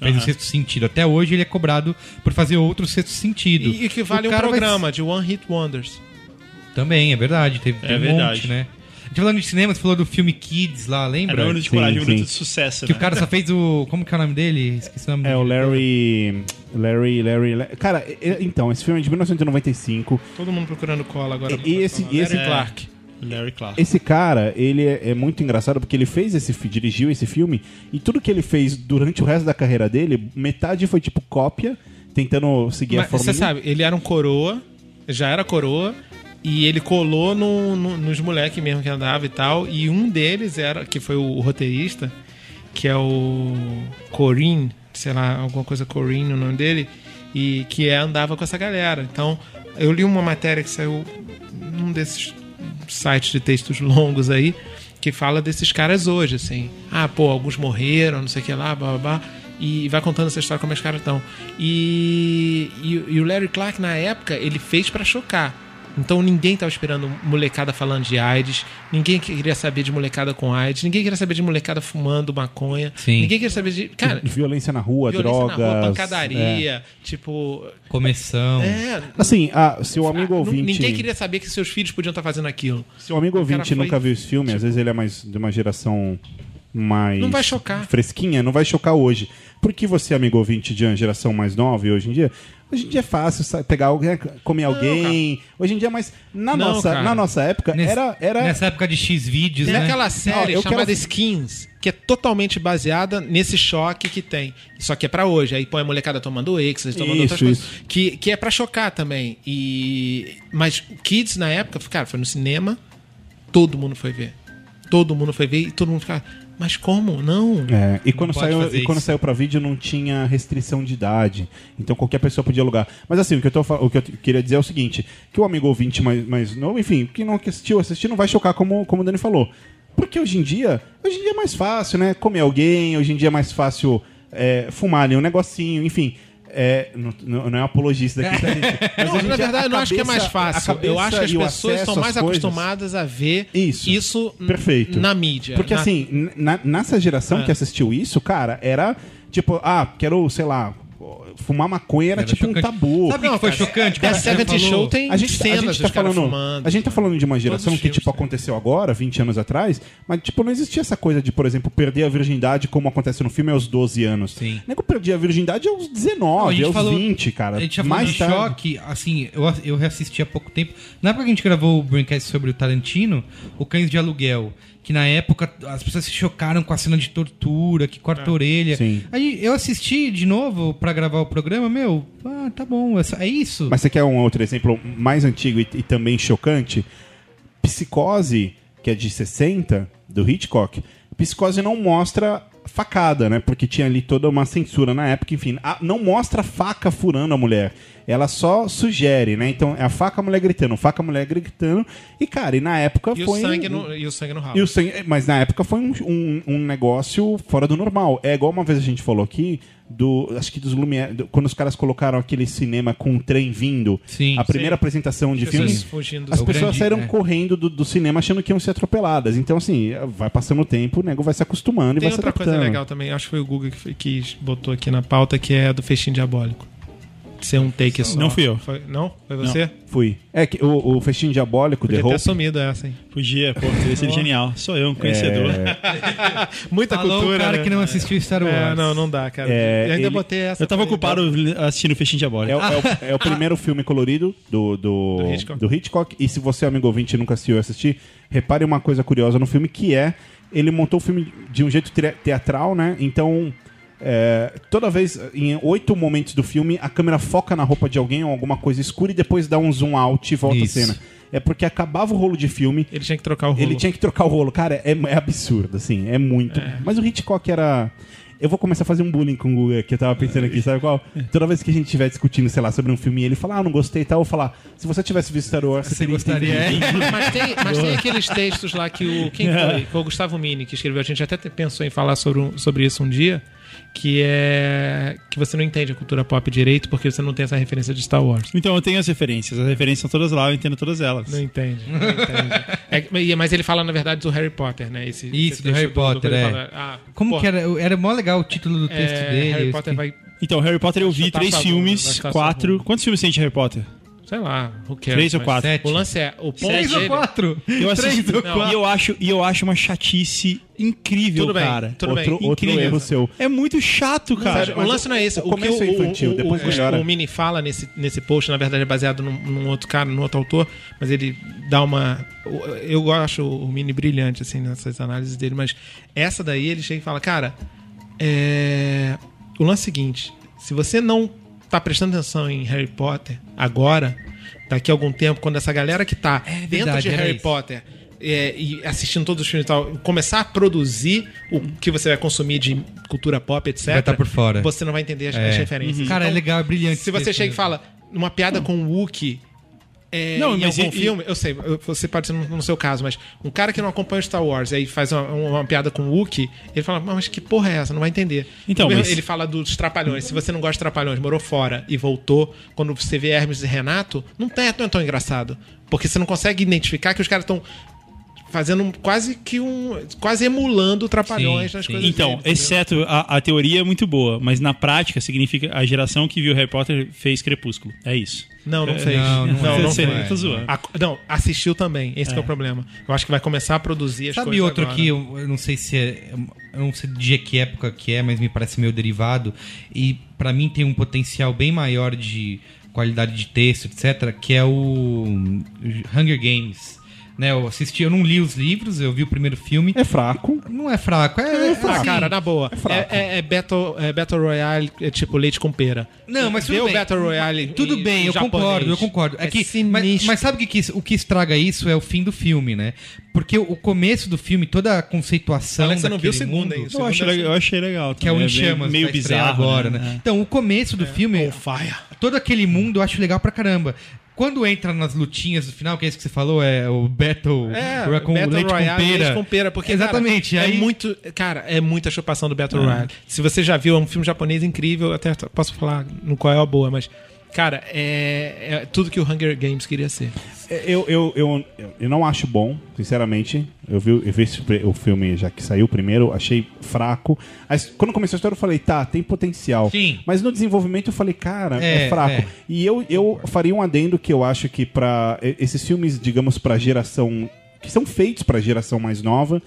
[SPEAKER 1] Fez o sexto sentido. Até hoje ele é cobrado por fazer outro sexto sentido.
[SPEAKER 5] E, e que vale
[SPEAKER 1] O
[SPEAKER 5] um
[SPEAKER 1] cara vai-
[SPEAKER 5] programa de One Hit Wonders.
[SPEAKER 1] Também, é verdade. Teve, teve um
[SPEAKER 3] verdade.
[SPEAKER 1] monte, né? A gente falando de cinema, você falou do filme Kids lá, lembra?
[SPEAKER 3] Era um minuto de
[SPEAKER 7] Sim,
[SPEAKER 3] coragem, um
[SPEAKER 7] sim.
[SPEAKER 3] minuto de sucesso.
[SPEAKER 1] Que o
[SPEAKER 3] né?
[SPEAKER 1] cara só fez o. Como que é o nome dele? Esqueci o nome
[SPEAKER 7] É,
[SPEAKER 1] dele.
[SPEAKER 7] o Larry. Larry, Larry. Larry- Cara, e- e- então, esse filme é de 1995.
[SPEAKER 5] Todo mundo procurando cola agora.
[SPEAKER 7] E- e esse- e esse-
[SPEAKER 5] Larry é Clark.
[SPEAKER 3] É. Larry Clark.
[SPEAKER 7] Esse cara, ele é, é muito engraçado porque ele fez esse fi- dirigiu esse filme e tudo que ele fez durante o resto da carreira dele, metade foi tipo cópia, tentando seguir a
[SPEAKER 5] Mas
[SPEAKER 7] forma.
[SPEAKER 5] você sabe, ele era um coroa, já era coroa, e ele colou no- no- nos moleques mesmo que andava e tal. E um deles era, que foi o roteirista, que é o Corin, sei lá, alguma coisa Corin o nome dele, e que é, andava com essa galera. Então, Eu li uma matéria que saiu num desses sites de textos longos aí, que fala desses caras hoje, assim. Ah, pô, alguns morreram, não sei o que lá, blá blá blá. E vai contando essa história como é os caras estão. E, e, e o Larry Clark, na época, ele fez pra chocar. Então ninguém estava esperando molecada falando de AIDS, ninguém queria saber de molecada com AIDS, ninguém queria saber de molecada fumando maconha,
[SPEAKER 1] Sim.
[SPEAKER 5] ninguém queria saber de. Cara,
[SPEAKER 7] Violência na rua,
[SPEAKER 5] violência
[SPEAKER 7] drogas.
[SPEAKER 5] na rua,
[SPEAKER 7] é.
[SPEAKER 5] pancadaria, tipo.
[SPEAKER 1] Começão.
[SPEAKER 5] É,
[SPEAKER 7] Assim, ah, se o amigo
[SPEAKER 5] ah, nu-
[SPEAKER 7] ouvinte.
[SPEAKER 5] Ninguém queria saber que seus filhos podiam estar fazendo aquilo.
[SPEAKER 7] Se um amigo
[SPEAKER 5] cara
[SPEAKER 7] ouvinte
[SPEAKER 5] foi- tipo-
[SPEAKER 7] nunca viu esse filme, às vezes ele é mais de uma geração mais
[SPEAKER 5] Não vai chocar.
[SPEAKER 7] fresquinha, não vai chocar hoje. Porque você, amigo ouvinte de uma geração mais nova e hoje em dia, hoje em dia é fácil sa- pegar alguém, comer alguém. Hoje em dia, mas na
[SPEAKER 5] Não,
[SPEAKER 7] nossa,
[SPEAKER 5] cara.
[SPEAKER 7] na nossa época
[SPEAKER 1] Nesse-
[SPEAKER 7] era era
[SPEAKER 1] Nessa época de X vídeos,
[SPEAKER 5] Tem
[SPEAKER 1] né?
[SPEAKER 5] aquela
[SPEAKER 7] Ah,
[SPEAKER 5] série
[SPEAKER 7] eu
[SPEAKER 5] chamada
[SPEAKER 7] quero-
[SPEAKER 5] Skins, que é totalmente baseada nesse choque que tem. Só que é pra hoje. Aí põe a molecada tomando êxtase, tomando
[SPEAKER 7] Isso,
[SPEAKER 5] outras coisas. Que, que é pra chocar também. E... Mas Kids, na época, cara, foi no cinema, todo mundo foi ver. Todo mundo foi ver e todo mundo ficava, mas como? Não.
[SPEAKER 7] É, e quando,
[SPEAKER 1] pode
[SPEAKER 7] saiu,
[SPEAKER 1] fazer
[SPEAKER 7] e quando
[SPEAKER 1] isso.
[SPEAKER 7] saiu pra vídeo não tinha restrição de idade. Então qualquer pessoa podia alugar. Mas assim, o que eu, tô, fal- o que eu t- queria dizer é o seguinte: que o amigo ouvinte mais, mais novo, enfim, que não assistiu, assistir não vai chocar como, como o Dani falou. Porque hoje em dia, hoje em dia é mais fácil, né? Comer alguém, hoje em dia é mais fácil é, fumar ali um negocinho, enfim. É, não, não- não é um apologista daqui, tá, gente? Mas
[SPEAKER 5] Não,
[SPEAKER 7] hoje em
[SPEAKER 5] na
[SPEAKER 7] dia,
[SPEAKER 5] verdade,
[SPEAKER 7] a
[SPEAKER 5] eu não acho que é mais
[SPEAKER 7] cabeça- a
[SPEAKER 5] fácil. Eu
[SPEAKER 7] cabeça
[SPEAKER 5] acho que as
[SPEAKER 7] e o
[SPEAKER 5] pessoas estão
[SPEAKER 7] acesso às
[SPEAKER 5] mais
[SPEAKER 7] coisas-
[SPEAKER 5] acostumadas a ver
[SPEAKER 7] Isso.
[SPEAKER 5] isso n-
[SPEAKER 7] Perfeito.
[SPEAKER 5] na
[SPEAKER 1] é
[SPEAKER 5] mídia. né?
[SPEAKER 7] Porque
[SPEAKER 5] na-
[SPEAKER 7] assim, n- na- nessa geração que assistiu isso, cara, era tipo, ah, quero, sei lá, fumar maconha era,
[SPEAKER 1] Era
[SPEAKER 7] tipo um
[SPEAKER 1] chocante.
[SPEAKER 7] tabu.
[SPEAKER 1] Sabe o que foi chocante?
[SPEAKER 5] The
[SPEAKER 1] Cara, você
[SPEAKER 5] 70
[SPEAKER 1] falou-
[SPEAKER 5] é Show tem
[SPEAKER 7] A gente, a
[SPEAKER 5] cenas
[SPEAKER 7] gente tá
[SPEAKER 5] dos caras
[SPEAKER 7] falando,
[SPEAKER 5] fumando.
[SPEAKER 7] a gente
[SPEAKER 1] tipo,
[SPEAKER 7] tá falando de uma geração
[SPEAKER 5] os
[SPEAKER 7] que
[SPEAKER 5] filmes
[SPEAKER 7] tipo
[SPEAKER 1] né?
[SPEAKER 5] têm.
[SPEAKER 7] aconteceu agora, 20 anos atrás, mas tipo não existia essa coisa de, por exemplo, perder a virgindade como acontece no filme aos 12 anos.
[SPEAKER 1] Sim.
[SPEAKER 7] Nem que eu perdi a virgindade aos 19,
[SPEAKER 1] Não, a gente
[SPEAKER 7] aos
[SPEAKER 1] falou-
[SPEAKER 7] 20, cara.
[SPEAKER 1] A gente já falou
[SPEAKER 7] Mais
[SPEAKER 1] de
[SPEAKER 7] tarde.
[SPEAKER 1] choque, assim, eu, eu reassisti há pouco tempo. Na época que a gente gravou o Braincast sobre o Tarantino, o Cães de Aluguel, que na época as pessoas se chocaram com a cena de tortura, que
[SPEAKER 5] É.
[SPEAKER 1] corta a orelha.
[SPEAKER 7] Sim.
[SPEAKER 1] Aí eu assisti de novo pra gravar o programa, meu, ah, tá bom, é, só- é isso.
[SPEAKER 7] Mas você quer um outro exemplo mais antigo e, e também chocante? Psicose, que é de 60, do Hitchcock. Psicose não mostra facada, né? Porque tinha ali toda uma censura na época, enfim. a- não mostra a faca furando a mulher. Ela só sugere, né? Então é a faca, a mulher gritando, faca, a mulher gritando. E, cara, e na época
[SPEAKER 5] E o,
[SPEAKER 7] foi.
[SPEAKER 5] sangue no, e o sangue no rabo.
[SPEAKER 7] E o sangue- mas na época foi um, um- um negócio fora do normal. É igual uma vez a gente falou aqui do. Acho que dos Lumière. do- quando os caras colocaram aquele cinema com um trem vindo.
[SPEAKER 1] Sim,
[SPEAKER 7] a primeira apresentação de
[SPEAKER 5] As pessoas
[SPEAKER 7] filmes.
[SPEAKER 5] assim, fugindo.
[SPEAKER 7] As
[SPEAKER 1] É o
[SPEAKER 7] pessoas
[SPEAKER 1] grande-
[SPEAKER 7] saíram
[SPEAKER 1] é.
[SPEAKER 7] correndo do, do cinema achando que iam ser atropeladas. Então, assim, vai passando o tempo, o nego vai se acostumando e
[SPEAKER 5] Tem
[SPEAKER 7] vai se
[SPEAKER 5] outra coisa
[SPEAKER 7] adaptando.
[SPEAKER 5] legal também, acho que foi o Guga que, foi- que botou aqui na pauta, que é do festim diabólico. Ser um take só.
[SPEAKER 3] Não fui eu.
[SPEAKER 5] Foi- não? Foi você?
[SPEAKER 7] Fui. É que o, o Festim Diabólico,
[SPEAKER 5] Podia
[SPEAKER 7] The
[SPEAKER 5] ter
[SPEAKER 7] Hope,
[SPEAKER 5] assumido essa, hein?
[SPEAKER 3] Podia, pô, teria sido genial. Sou eu, um conhecedor.
[SPEAKER 5] Muita
[SPEAKER 1] Falou
[SPEAKER 5] cultura.
[SPEAKER 1] o cara
[SPEAKER 5] né?
[SPEAKER 1] que não assistiu Star Wars.
[SPEAKER 5] É, não, não dá, cara.
[SPEAKER 7] É,
[SPEAKER 5] eu ainda
[SPEAKER 7] ele-
[SPEAKER 5] botei essa.
[SPEAKER 3] Eu tava
[SPEAKER 5] pra ele.
[SPEAKER 3] ocupado assistindo o Fechim
[SPEAKER 7] É, o-
[SPEAKER 3] Diabólico.
[SPEAKER 7] é o, é o primeiro filme colorido do, do, do,
[SPEAKER 5] Do
[SPEAKER 7] Hitchcock.
[SPEAKER 5] Hitchcock.
[SPEAKER 7] E se você, é amigo ouvinte, e nunca assistiu assistir, repare uma coisa curiosa no filme, que é ele montou o filme de um jeito tre- teatral, né? Então, é, toda vez, em oito momentos do filme, a câmera foca na roupa de alguém ou alguma coisa escura e depois dá um zoom out e volta
[SPEAKER 1] Isso.
[SPEAKER 7] a cena. É porque acabava o rolo de filme,
[SPEAKER 5] Ele tinha que trocar o rolo.
[SPEAKER 7] ele tinha que trocar o rolo. Cara, é, é absurdo, assim, é muito. Mas o Hitchcock era. Eu vou começar a fazer um bullying com o Guga, que eu tava pensando aqui, sabe qual? Toda vez que a gente estiver discutindo, sei lá, sobre um filme e ele falar, ah, não gostei e tal, eu vou falar, se você tivesse visto Star Wars, você,
[SPEAKER 1] Você
[SPEAKER 7] teria
[SPEAKER 1] gostaria,
[SPEAKER 7] entendido."
[SPEAKER 1] é?
[SPEAKER 5] Mas tem, mas tem aqueles textos lá que o. Quem
[SPEAKER 7] É.
[SPEAKER 5] foi? Foi o Gustavo Mini que escreveu. A gente até te- pensou em falar sobre, um- sobre isso um dia. Que é. Que você não entende a cultura pop direito porque você não tem essa referência de Star Wars.
[SPEAKER 3] Então eu tenho as referências. As referências são todas lá, eu entendo todas elas.
[SPEAKER 5] Não entende, não entende. É, e- mas ele fala, na verdade, do Harry Potter, né? Esse,
[SPEAKER 1] Isso,
[SPEAKER 5] esse
[SPEAKER 1] do
[SPEAKER 5] texto
[SPEAKER 1] Harry Potter,
[SPEAKER 5] ele
[SPEAKER 1] é.
[SPEAKER 5] fala, ah,
[SPEAKER 1] Como
[SPEAKER 5] porra,
[SPEAKER 1] que era? Era mó legal o título do
[SPEAKER 5] é,
[SPEAKER 1] texto dele.
[SPEAKER 5] Harry
[SPEAKER 1] eu
[SPEAKER 5] Potter
[SPEAKER 1] esqueci.
[SPEAKER 5] vai,
[SPEAKER 3] Então, Harry Potter eu vi
[SPEAKER 5] chutar
[SPEAKER 3] três
[SPEAKER 5] sua bunda, vai
[SPEAKER 3] filmes,
[SPEAKER 5] chutar sua
[SPEAKER 3] quatro.
[SPEAKER 5] bunda.
[SPEAKER 3] Quantos filmes tem de Harry Potter?
[SPEAKER 5] sei lá, o que
[SPEAKER 3] Três ou quatro?
[SPEAKER 1] Sete.
[SPEAKER 5] O lance é, o ponto
[SPEAKER 1] Três ou
[SPEAKER 5] dele-
[SPEAKER 1] quatro?
[SPEAKER 3] Eu assisti.
[SPEAKER 1] Três ou
[SPEAKER 3] Não,
[SPEAKER 1] quatro?
[SPEAKER 3] E eu acho, e eu acho uma chatice incrível,
[SPEAKER 5] Tudo bem,
[SPEAKER 3] cara.
[SPEAKER 5] tudo bem.
[SPEAKER 7] Outro, outro
[SPEAKER 3] Incrível.
[SPEAKER 7] erro seu.
[SPEAKER 3] É muito chato, cara.
[SPEAKER 5] o lance não é esse.
[SPEAKER 7] o começo é infantil, depois melhora.
[SPEAKER 5] O Mini fala nesse, nesse post, na verdade é baseado num, num outro cara, num outro autor, mas ele dá uma. Eu acho o Mini brilhante, assim, nessas análises dele, mas essa daí ele chega e fala: Cara, é... o lance é o seguinte, se você não tá prestando atenção em Harry Potter agora, daqui a algum tempo, quando essa galera que tá dentro
[SPEAKER 1] É verdade,
[SPEAKER 5] de
[SPEAKER 1] era
[SPEAKER 5] Harry
[SPEAKER 1] isso.
[SPEAKER 5] Potter. é, e assistindo todos os filmes e tal, começar a produzir o que você vai consumir de cultura pop, etc.
[SPEAKER 1] Vai tá por fora.
[SPEAKER 5] Você não vai entender as,
[SPEAKER 1] É.
[SPEAKER 5] as referências. Então,
[SPEAKER 1] Cara, é legal, é brilhante
[SPEAKER 5] Se
[SPEAKER 1] esse
[SPEAKER 5] você
[SPEAKER 1] texto
[SPEAKER 5] chega e
[SPEAKER 1] mesmo.
[SPEAKER 5] fala uma piada com o Wookie é,
[SPEAKER 3] Não,
[SPEAKER 5] em
[SPEAKER 3] mas
[SPEAKER 5] algum
[SPEAKER 3] e- e-
[SPEAKER 5] filme, eu sei, eu- você pode ser no, no seu caso, mas um cara que não acompanha Star Wars e aí faz uma, uma piada com o Wookiee, ele fala, mas que porra é essa? Não vai entender.
[SPEAKER 3] Então,
[SPEAKER 5] Ele-
[SPEAKER 3] mas-
[SPEAKER 5] Ele fala dos trapalhões. Se você não gosta de trapalhões, morou fora e voltou, quando você vê Hermes e Renato, não, tem, não é tão engraçado. Porque você não consegue identificar que os caras estão fazendo um- quase que um. quase emulando trapalhões
[SPEAKER 1] Sim,
[SPEAKER 5] nas
[SPEAKER 1] sim.
[SPEAKER 5] coisas.
[SPEAKER 3] Então,
[SPEAKER 5] deles, entendeu?
[SPEAKER 3] exceto a, a teoria é muito boa, mas na prática significa a geração que viu Harry Potter fez Crepúsculo. É isso.
[SPEAKER 5] Não, não fez.
[SPEAKER 1] não, não
[SPEAKER 5] não,
[SPEAKER 1] é,
[SPEAKER 5] não
[SPEAKER 1] não
[SPEAKER 3] sei,
[SPEAKER 1] é.
[SPEAKER 5] fez.
[SPEAKER 3] tô zoando.
[SPEAKER 5] A- não, assistiu também. Esse que é o problema. Eu acho que vai começar a produzir as
[SPEAKER 1] Sabe
[SPEAKER 5] coisas
[SPEAKER 1] outro
[SPEAKER 5] agora.
[SPEAKER 1] que eu, eu não sei se é, eu não sei de que época que é, mas me parece meio derivado e pra mim tem um potencial bem maior de qualidade de texto, etc, que é o Hunger Games. Né, eu assisti, eu não li os livros, eu vi o primeiro filme.
[SPEAKER 7] É fraco.
[SPEAKER 1] Não é fraco, é, é
[SPEAKER 5] Ah,
[SPEAKER 1] assim.
[SPEAKER 5] cara, na boa. É, é, é Battle, é Battle Royale, é tipo leite com pera.
[SPEAKER 1] Não, mas
[SPEAKER 5] Vê
[SPEAKER 1] tudo
[SPEAKER 5] o
[SPEAKER 1] bem.
[SPEAKER 5] Battle Royale.
[SPEAKER 1] Tudo
[SPEAKER 5] em
[SPEAKER 1] bem, eu
[SPEAKER 5] japonês.
[SPEAKER 1] concordo, eu concordo. É que- mas, mas sabe o que, que isso- o que estraga isso é o fim do filme, né? Porque o começo do filme, toda a conceituação
[SPEAKER 5] Alex, você não viu o
[SPEAKER 1] daquele
[SPEAKER 5] segundo,
[SPEAKER 1] mundo-
[SPEAKER 5] hein? O
[SPEAKER 3] Eu,
[SPEAKER 5] segundo
[SPEAKER 3] acho
[SPEAKER 5] é
[SPEAKER 3] legal- eu achei legal.
[SPEAKER 1] Que é o
[SPEAKER 3] também,
[SPEAKER 1] Em Chamas,
[SPEAKER 3] meio
[SPEAKER 1] vai estrear
[SPEAKER 3] bizarro
[SPEAKER 1] agora, né? Então, o começo
[SPEAKER 5] É.
[SPEAKER 1] do filme,
[SPEAKER 5] on fire.
[SPEAKER 1] todo aquele mundo eu acho legal pra caramba. Quando entra nas lutinhas do final, que é isso que você falou, é o Battle,
[SPEAKER 5] É,
[SPEAKER 1] com
[SPEAKER 5] Battle
[SPEAKER 1] leite
[SPEAKER 5] Royale,
[SPEAKER 1] com pera.
[SPEAKER 5] leite com pera, porque
[SPEAKER 1] Exatamente,
[SPEAKER 5] cara,
[SPEAKER 1] aí-
[SPEAKER 5] é muito, cara, é muita chupação do Battle Royale. Se você já viu, é um filme japonês incrível, até t- posso falar no qual é a boa, mas cara, é, é tudo que o Hunger Games queria ser.
[SPEAKER 7] Eu, eu, eu, eu não acho bom, sinceramente. Eu vi, eu vi esse pri- o filme já que saiu primeiro, achei fraco. Aí, quando começou a história, eu falei, tá, tem potencial.
[SPEAKER 1] Sim.
[SPEAKER 7] Mas no desenvolvimento eu falei, cara, é,
[SPEAKER 1] É,
[SPEAKER 7] fraco.
[SPEAKER 1] é.
[SPEAKER 7] E eu, eu faria um adendo que eu acho que pra. e- esses filmes, digamos, pra geração. que são feitos pra geração mais nova.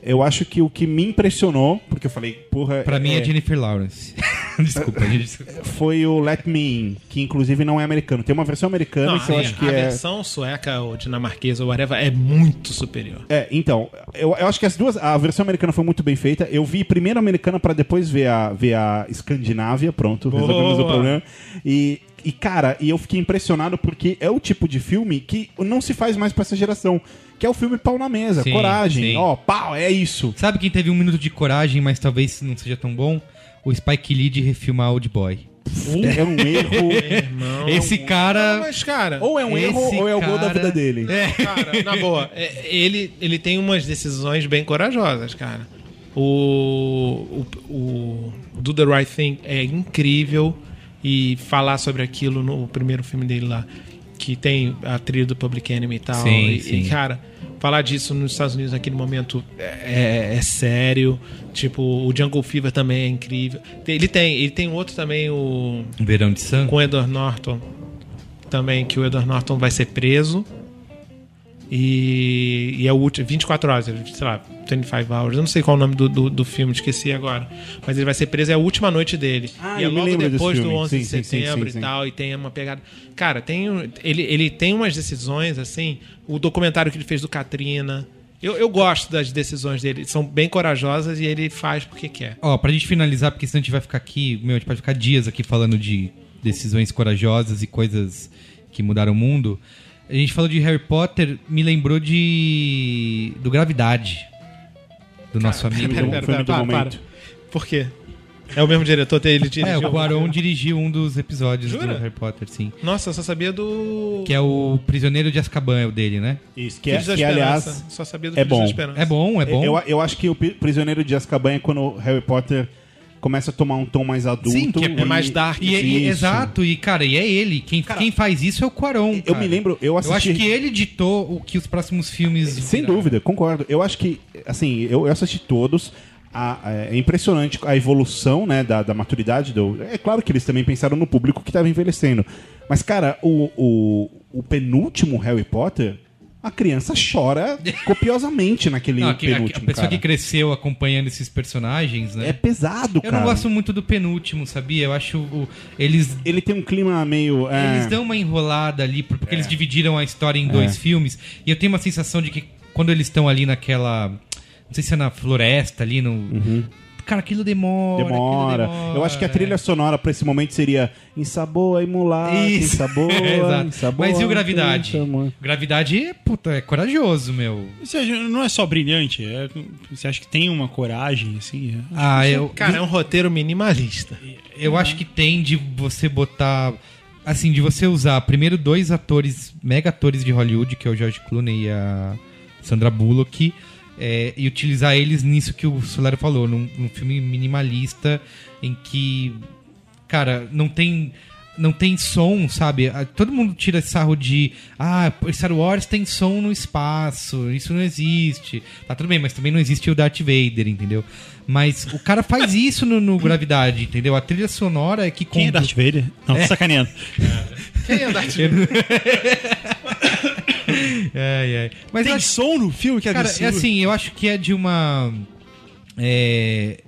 [SPEAKER 7] Eu acho que o que me impressionou, porque eu falei, porra.
[SPEAKER 1] Pra mim é Jennifer Lawrence. Desculpa, gente.
[SPEAKER 7] Foi o Let Me In, que inclusive não é americano. Tem uma versão americana
[SPEAKER 5] Não,
[SPEAKER 7] que eu
[SPEAKER 5] a-
[SPEAKER 7] acho que
[SPEAKER 5] a
[SPEAKER 7] é.
[SPEAKER 5] versão sueca ou dinamarquesa ou whatever é muito superior.
[SPEAKER 7] É, então, eu, eu acho que as duas. A versão americana foi muito bem feita. Eu vi primeiro a americana pra depois ver a, ver a Escandinávia. Pronto, resolvemos o
[SPEAKER 5] Boa.
[SPEAKER 7] problema. E, e, cara, e eu fiquei impressionado porque é o tipo de filme que não se faz mais pra essa geração. Que é o filme pau na mesa,
[SPEAKER 1] Sim,
[SPEAKER 7] coragem.
[SPEAKER 1] sim.
[SPEAKER 7] Ó, pau, é isso.
[SPEAKER 1] Sabe quem teve um minuto de coragem, mas talvez não seja tão bom? O Spike Lee de refilmar Old Boy.
[SPEAKER 7] É um erro.
[SPEAKER 5] Irmão.
[SPEAKER 1] Esse cara.
[SPEAKER 5] mas cara,
[SPEAKER 7] ou é um erro
[SPEAKER 1] É, Esse
[SPEAKER 7] ou é o gol da
[SPEAKER 1] cara-
[SPEAKER 7] vida dele.
[SPEAKER 5] Cara, na boa, é- ele, ele tem umas decisões bem corajosas, cara. O, o, o Do The Right Thing é incrível e falar sobre aquilo no primeiro filme dele lá, que tem a trilha do Public Enemy e tal.
[SPEAKER 1] Sim,
[SPEAKER 5] e,
[SPEAKER 1] sim.
[SPEAKER 5] e, cara, falar disso nos Estados Unidos naquele momento é, é- é sério. Tipo, o Jungle Fever também é incrível. Ele tem, ele tem um outro também, o
[SPEAKER 1] Verão de Sangue.
[SPEAKER 5] com o Edward Norton também, que o Edward Norton vai ser preso. E, e é o último, 24 horas, sei lá, 25 hours, eu não sei qual o nome do, do, do filme, esqueci agora. Mas ele vai ser preso, é a última noite dele.
[SPEAKER 7] Ah,
[SPEAKER 5] e é
[SPEAKER 7] eu me
[SPEAKER 5] logo
[SPEAKER 7] lembro desse
[SPEAKER 5] depois do
[SPEAKER 7] filme.
[SPEAKER 5] 11 de
[SPEAKER 7] Sim, sim, sim,
[SPEAKER 5] setembro
[SPEAKER 7] sim, sim.
[SPEAKER 5] e tal, e tem uma pegada. Cara, tem, um- ele, ele tem umas decisões, assim, o documentário que ele fez do Katrina. Eu, eu gosto das decisões dele, são bem corajosas e ele faz porque quer.
[SPEAKER 1] Ó, pra gente finalizar, porque senão a gente vai ficar aqui, meu, a gente pode ficar dias aqui falando de decisões corajosas e coisas que mudaram o mundo. A gente falou de Harry Potter, me lembrou de. do Gravidade. Do nosso amigo.
[SPEAKER 5] Pera,
[SPEAKER 7] Foi
[SPEAKER 5] pera,
[SPEAKER 7] muito bom
[SPEAKER 5] pera, para,
[SPEAKER 7] momento.
[SPEAKER 5] para. Por quê? É o mesmo diretor, tem ele
[SPEAKER 1] É,
[SPEAKER 5] dirigiu.
[SPEAKER 1] o Cuarón dirigiu um dos episódios
[SPEAKER 5] Jura?
[SPEAKER 1] do Harry Potter, sim.
[SPEAKER 5] Nossa, eu só sabia do.
[SPEAKER 1] Que é o Prisioneiro de Azkaban, é o dele, né?
[SPEAKER 7] Isso, que, é,
[SPEAKER 5] Filhos da
[SPEAKER 7] que
[SPEAKER 5] Esperança.
[SPEAKER 7] aliás.
[SPEAKER 5] só sabia do
[SPEAKER 7] é
[SPEAKER 5] Filhos
[SPEAKER 7] bom.
[SPEAKER 5] da Esperança.
[SPEAKER 1] É bom, é bom.
[SPEAKER 7] Eu, eu acho que o Pri- Prisioneiro de Azkaban é quando o Harry Potter começa a tomar um tom mais adulto.
[SPEAKER 1] Sim, que é-
[SPEAKER 5] é mais dark,
[SPEAKER 1] E é- e-
[SPEAKER 7] Isso.
[SPEAKER 1] exato, e cara, e é ele. Quem, quem faz isso é o Cuarón.
[SPEAKER 7] Eu
[SPEAKER 1] cara.
[SPEAKER 7] me lembro, eu assisti.
[SPEAKER 1] Eu acho que ele ditou o que os próximos filmes.
[SPEAKER 7] Sem
[SPEAKER 1] viraram.
[SPEAKER 7] dúvida, concordo. Eu acho que, assim, eu, eu assisti todos. A- a- é impressionante a evolução, né, da, da maturidade do. É claro que eles também pensaram no público que estava envelhecendo. Mas, cara, o, o, o penúltimo Harry Potter, a criança chora copiosamente naquele
[SPEAKER 1] Não, aqui- aqui- a
[SPEAKER 7] penúltimo.
[SPEAKER 1] pessoa
[SPEAKER 7] cara.
[SPEAKER 1] que cresceu acompanhando esses personagens, né?
[SPEAKER 7] É pesado,
[SPEAKER 1] eu
[SPEAKER 7] cara.
[SPEAKER 1] não gosto muito do penúltimo, sabia? Eu acho o- eles
[SPEAKER 7] Ele tem um clima meio. é,
[SPEAKER 1] eles dão uma enrolada ali por- porque eles dividiram a história em dois
[SPEAKER 7] É.
[SPEAKER 1] filmes e eu tenho uma sensação de que quando eles estão ali naquela não sei se é na floresta ali no cara aquilo demora, aquilo
[SPEAKER 7] Uhum. Demora. Eu acho que a
[SPEAKER 1] demora, é.
[SPEAKER 7] trilha sonora pra esse momento seria Insaboa e Mulata,
[SPEAKER 1] Isso.
[SPEAKER 7] Insaboa,
[SPEAKER 1] É, exato.
[SPEAKER 7] Insaboa.
[SPEAKER 1] Mas e o Gravidade?
[SPEAKER 7] Insaboa.
[SPEAKER 1] Gravidade é, puta, é corajoso, meu.
[SPEAKER 3] Ou seja, não é só brilhante, é- você acha que tem uma coragem, assim? é?
[SPEAKER 1] Ah, eu,
[SPEAKER 5] Cara, é um roteiro minimalista.
[SPEAKER 1] Eu acho que tem de você botar assim, de você usar primeiro dois atores, mega atores de Hollywood, que é o George Clooney e a Sandra Bullock, é, e utilizar eles nisso que o Solário falou, num, num filme minimalista em que, cara, não tem. Não tem som, sabe? Ah, Todo mundo tira sarro de. Ah, Star Wars tem som no espaço, isso não existe. Tá tudo bem, mas também não existe o Darth Vader, entendeu? Mas o cara faz isso no, no Gravidade, entendeu? A trilha sonora é que conta.
[SPEAKER 3] Quem é Darth Vader? Não, tô sacaneando.
[SPEAKER 1] Ai, ai. É, Mas eu
[SPEAKER 3] Tem
[SPEAKER 1] acho,
[SPEAKER 3] som no filme que é
[SPEAKER 1] cara, é
[SPEAKER 3] absurdo.
[SPEAKER 1] assim, eu acho que é de uma. É,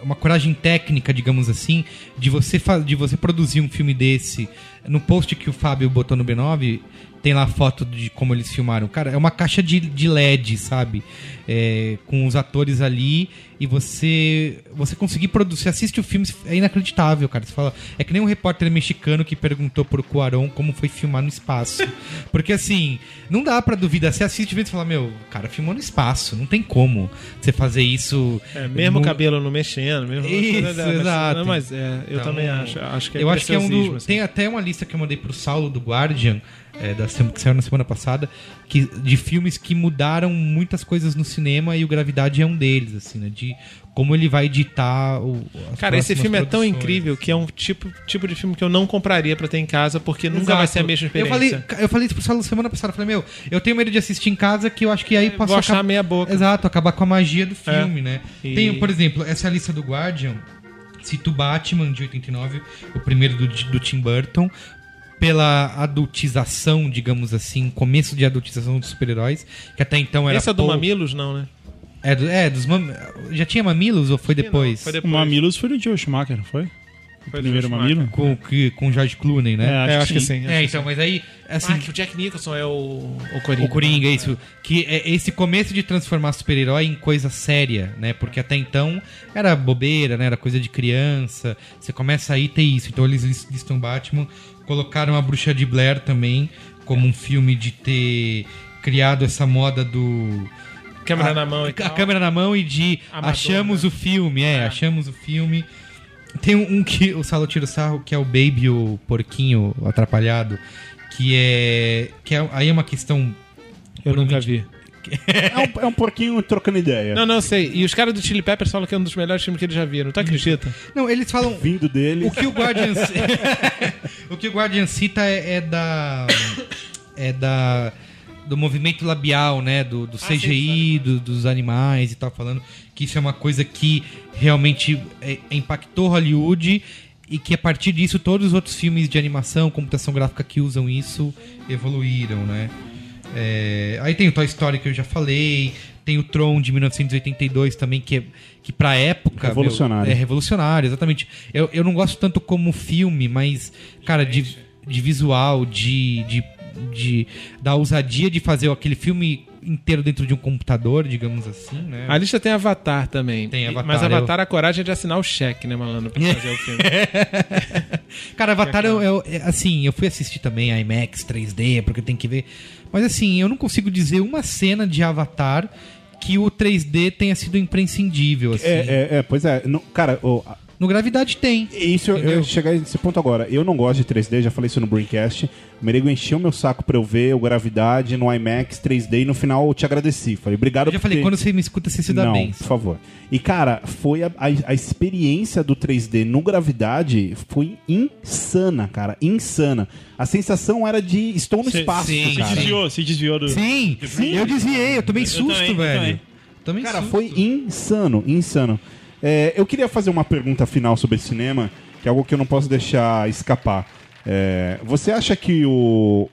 [SPEAKER 1] é uma coragem técnica, digamos assim, de você, fa- de você produzir um filme desse. No post que o Fábio botou no B9, tem lá a foto de como eles filmaram. Cara, é uma caixa de, de LED, sabe? É, com os atores ali e você você conseguir produzir. Você assiste o filme, é inacreditável, cara. Você fala. É que nem um repórter mexicano que perguntou pro Cuarón como foi filmar no espaço. Porque assim, não dá pra duvidar. Você assiste o vídeo e fala, meu, o cara filmou no espaço, não tem como você fazer isso.
[SPEAKER 5] É, mesmo
[SPEAKER 1] Mu-
[SPEAKER 5] o cabelo não mexendo, mesmo.
[SPEAKER 1] Isso,
[SPEAKER 5] mas,
[SPEAKER 1] exato.
[SPEAKER 5] Não, mas é, eu
[SPEAKER 1] Então,
[SPEAKER 5] também acho. Acho que é
[SPEAKER 1] eu acho que é um do,
[SPEAKER 5] preciosismo, assim.
[SPEAKER 1] tem até uma lista que eu mandei pro Saulo do Guardian é, da sema- que saiu na semana passada que de filmes que mudaram muitas coisas no cinema e o Gravidade é um deles assim né de como ele vai editar o as
[SPEAKER 5] Cara, esse
[SPEAKER 1] próximas
[SPEAKER 5] filme é tão
[SPEAKER 1] produções.
[SPEAKER 5] incrível que é um tipo, tipo de filme que eu não compraria pra ter em casa porque nunca
[SPEAKER 1] Exato.
[SPEAKER 5] vai ser a mesma experiência.
[SPEAKER 1] Eu falei, eu falei isso pro Saulo semana passada. Eu falei, meu, eu tenho medo de assistir em casa que eu acho que aí passou
[SPEAKER 5] É, achar meia boca. É.
[SPEAKER 1] Exato, acabar com a magia do filme, né?
[SPEAKER 5] E-
[SPEAKER 1] Tem, por exemplo, essa é lista do Guardian cita o Batman de 89, o primeiro do, do Tim Burton, pela adultização, digamos assim, começo de adultização dos super-heróis, que até então era.
[SPEAKER 5] Esse é do
[SPEAKER 1] pou-
[SPEAKER 5] Mamilos, não, né?
[SPEAKER 1] É, do- é, dos mam... Já tinha Mamilos ou foi depois?
[SPEAKER 5] Foi
[SPEAKER 3] O
[SPEAKER 5] depois.
[SPEAKER 3] Mamilos foi do Joe Schumacher, não foi? O
[SPEAKER 5] Foi do
[SPEAKER 3] primeiro
[SPEAKER 5] Joe
[SPEAKER 3] Mamilo?
[SPEAKER 1] Com, que- com o George Clooney, né?
[SPEAKER 5] É, acho que sim.
[SPEAKER 1] É, então, mas aí, assim,
[SPEAKER 5] Ah, que o Jack Nicholson é o, o Coringa.
[SPEAKER 1] O Coringa, é isso. Que é esse começo de transformar super-herói em coisa séria, né? Porque até então era bobeira, né? Era coisa de criança. Você começa aí a ter isso. Então eles lis- listam Batman. Colocaram a Bruxa de Blair também como um filme de ter criado essa moda do...
[SPEAKER 5] É. Câmera
[SPEAKER 1] a-
[SPEAKER 5] na mão e
[SPEAKER 1] Ah, A
[SPEAKER 5] tal.
[SPEAKER 1] câmera na mão e de
[SPEAKER 5] Então, Amador,
[SPEAKER 1] achamos
[SPEAKER 5] né?
[SPEAKER 1] o filme. É,
[SPEAKER 5] É.
[SPEAKER 1] achamos o filme. Tem um, um que o Salo tira o sarro, que é o Baby, o porquinho atrapalhado. Que é... Que é, aí é uma questão
[SPEAKER 5] Eu nunca vi.
[SPEAKER 7] É um, é um porquinho trocando ideia.
[SPEAKER 5] Não, não, sei. E os caras do Chili Peppers falam que é um dos melhores filmes que eles já viram. Tu acredita?
[SPEAKER 1] Não, eles falam.
[SPEAKER 7] Vindo dele.
[SPEAKER 1] O que o Guardian, o que o Guardian cita é, é da. É da. Do movimento labial, né? Do, do CGI, do- dos animais e tal, falando que isso é uma coisa que realmente é, impactou Hollywood e que a partir disso todos os outros filmes de animação, computação gráfica que usam isso evoluíram, né? É, aí tem o Toy Story que eu já falei, tem o Tron de 1982 também, que, é- que pra época. meu,
[SPEAKER 7] Revolucionário.
[SPEAKER 1] é revolucionário, exatamente. Eu, eu não gosto tanto como filme, mas, cara, de, de visual, de, de, de. da ousadia de fazer aquele filme inteiro dentro de um computador, digamos assim, né?
[SPEAKER 5] A lista tem Avatar também.
[SPEAKER 1] Tem
[SPEAKER 5] E-
[SPEAKER 1] Avatar,
[SPEAKER 5] Mas
[SPEAKER 1] eu-
[SPEAKER 5] Avatar, a coragem é de assinar o cheque, né, malandro? Pra fazer o filme.
[SPEAKER 1] Cara, Avatar, eu, eu- é, assim, eu fui assistir também a IMAX 3D, porque tem que ver. Mas assim, eu não consigo dizer uma cena de Avatar que o 3D tenha sido imprescindível, assim.
[SPEAKER 7] É, é, é, pois é. Não, cara, o-
[SPEAKER 1] No Gravidade tem.
[SPEAKER 7] isso eu, eu
[SPEAKER 1] Entendeu?
[SPEAKER 7] ia chegar nesse ponto agora. Eu não gosto de 3D, já falei isso no Braincast. O Merigo encheu meu saco pra eu ver o Gravidade no IMAX 3D e no final eu te agradeci. Falei, obrigado
[SPEAKER 1] Eu já falei,
[SPEAKER 7] porque-
[SPEAKER 1] quando você me escuta, você se dá
[SPEAKER 7] não,
[SPEAKER 1] bem.
[SPEAKER 7] por favor. E, cara, foi a, a, a experiência do 3D no Gravidade foi insana, cara. Insana. A sensação era de estou no
[SPEAKER 3] Cê-
[SPEAKER 7] espaço,
[SPEAKER 1] sim,
[SPEAKER 3] Se
[SPEAKER 7] cara.
[SPEAKER 3] desviou, se desviou do...
[SPEAKER 1] Sim,
[SPEAKER 3] Sim.
[SPEAKER 1] eu desviei, eu tomei
[SPEAKER 3] Eu
[SPEAKER 1] susto,
[SPEAKER 3] também, eu
[SPEAKER 1] velho.
[SPEAKER 3] também.
[SPEAKER 1] Tomei
[SPEAKER 7] Cara,
[SPEAKER 1] susto.
[SPEAKER 7] foi insano, insano. É, eu queria fazer uma pergunta final sobre cinema, que é algo que eu não posso deixar escapar. É, você acha que o.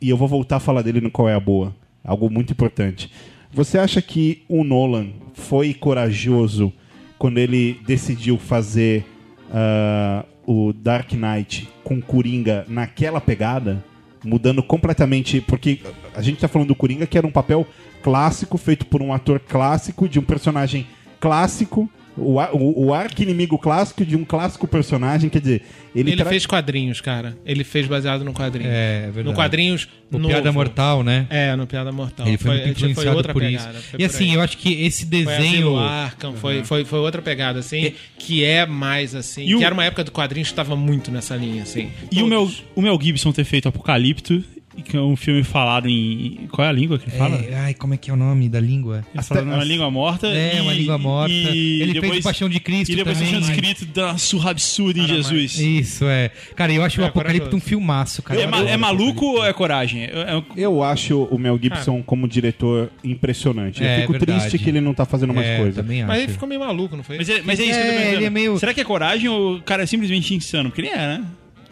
[SPEAKER 7] E eu vou voltar a falar dele no Qual é a Boa. Algo muito importante. Você acha que o Nolan foi corajoso quando ele decidiu fazer ah, o Dark Knight com Coringa naquela pegada? mudando completamente, porque a gente tá falando do Coringa, que era um papel clássico, feito por um ator clássico, de um personagem clássico, O, ar- o, o arqui-inimigo clássico de um clássico personagem, quer dizer, ele,
[SPEAKER 5] Ele,
[SPEAKER 7] traz.
[SPEAKER 5] fez quadrinhos, cara. Ele fez baseado no quadrinho.
[SPEAKER 1] É, é verdade.
[SPEAKER 5] No quadrinhos.
[SPEAKER 1] O
[SPEAKER 5] novo.
[SPEAKER 1] Piada Mortal, né?
[SPEAKER 5] É, no Piada Mortal.
[SPEAKER 1] Ele foi, muito
[SPEAKER 5] já
[SPEAKER 1] influenciado por isso.
[SPEAKER 5] pegada, foi
[SPEAKER 1] e
[SPEAKER 5] por
[SPEAKER 1] assim,
[SPEAKER 5] aí.
[SPEAKER 1] eu acho que esse
[SPEAKER 5] Foi Asilo
[SPEAKER 1] desenho.
[SPEAKER 5] Arkham, foi, foi, foi outra pegada, assim, que é mais assim.
[SPEAKER 3] E
[SPEAKER 5] que
[SPEAKER 3] o-
[SPEAKER 5] era uma época do quadrinho que estava muito nessa linha, assim.
[SPEAKER 3] E o Mel, o Mel Gibson ter feito Apocalipto, que é um filme falado em. Qual é a língua que ele fala?
[SPEAKER 1] É, ai, como é que é o nome da língua?
[SPEAKER 5] tá
[SPEAKER 3] Ele fala numa língua morta.
[SPEAKER 1] É,
[SPEAKER 3] e-
[SPEAKER 1] uma língua morta.
[SPEAKER 3] E
[SPEAKER 1] Ele
[SPEAKER 3] depois,
[SPEAKER 1] fez o Paixão de Cristo
[SPEAKER 3] E depois
[SPEAKER 1] também.
[SPEAKER 3] sendo escrito da surra absurda em Jesus.
[SPEAKER 1] Isso, é. Cara, eu acho o
[SPEAKER 5] É, agora
[SPEAKER 1] Apocalipto
[SPEAKER 5] eu-
[SPEAKER 1] um filmaço, cara.
[SPEAKER 3] É, ma- é maluco ou é coragem? É- é-
[SPEAKER 7] Eu acho o Mel Gibson
[SPEAKER 5] Ah.
[SPEAKER 7] como diretor impressionante.
[SPEAKER 1] É,
[SPEAKER 7] eu fico
[SPEAKER 1] verdade.
[SPEAKER 7] triste que ele não tá fazendo mais
[SPEAKER 1] É,
[SPEAKER 7] coisa.
[SPEAKER 1] também
[SPEAKER 5] Mas
[SPEAKER 1] acho.
[SPEAKER 5] ele ficou meio maluco, não foi?
[SPEAKER 3] mas é, mas é isso que eu tô
[SPEAKER 1] É,
[SPEAKER 3] pensando.
[SPEAKER 1] ele é meio-
[SPEAKER 3] Será que é coragem ou o cara é simplesmente insano? Porque ele é, né?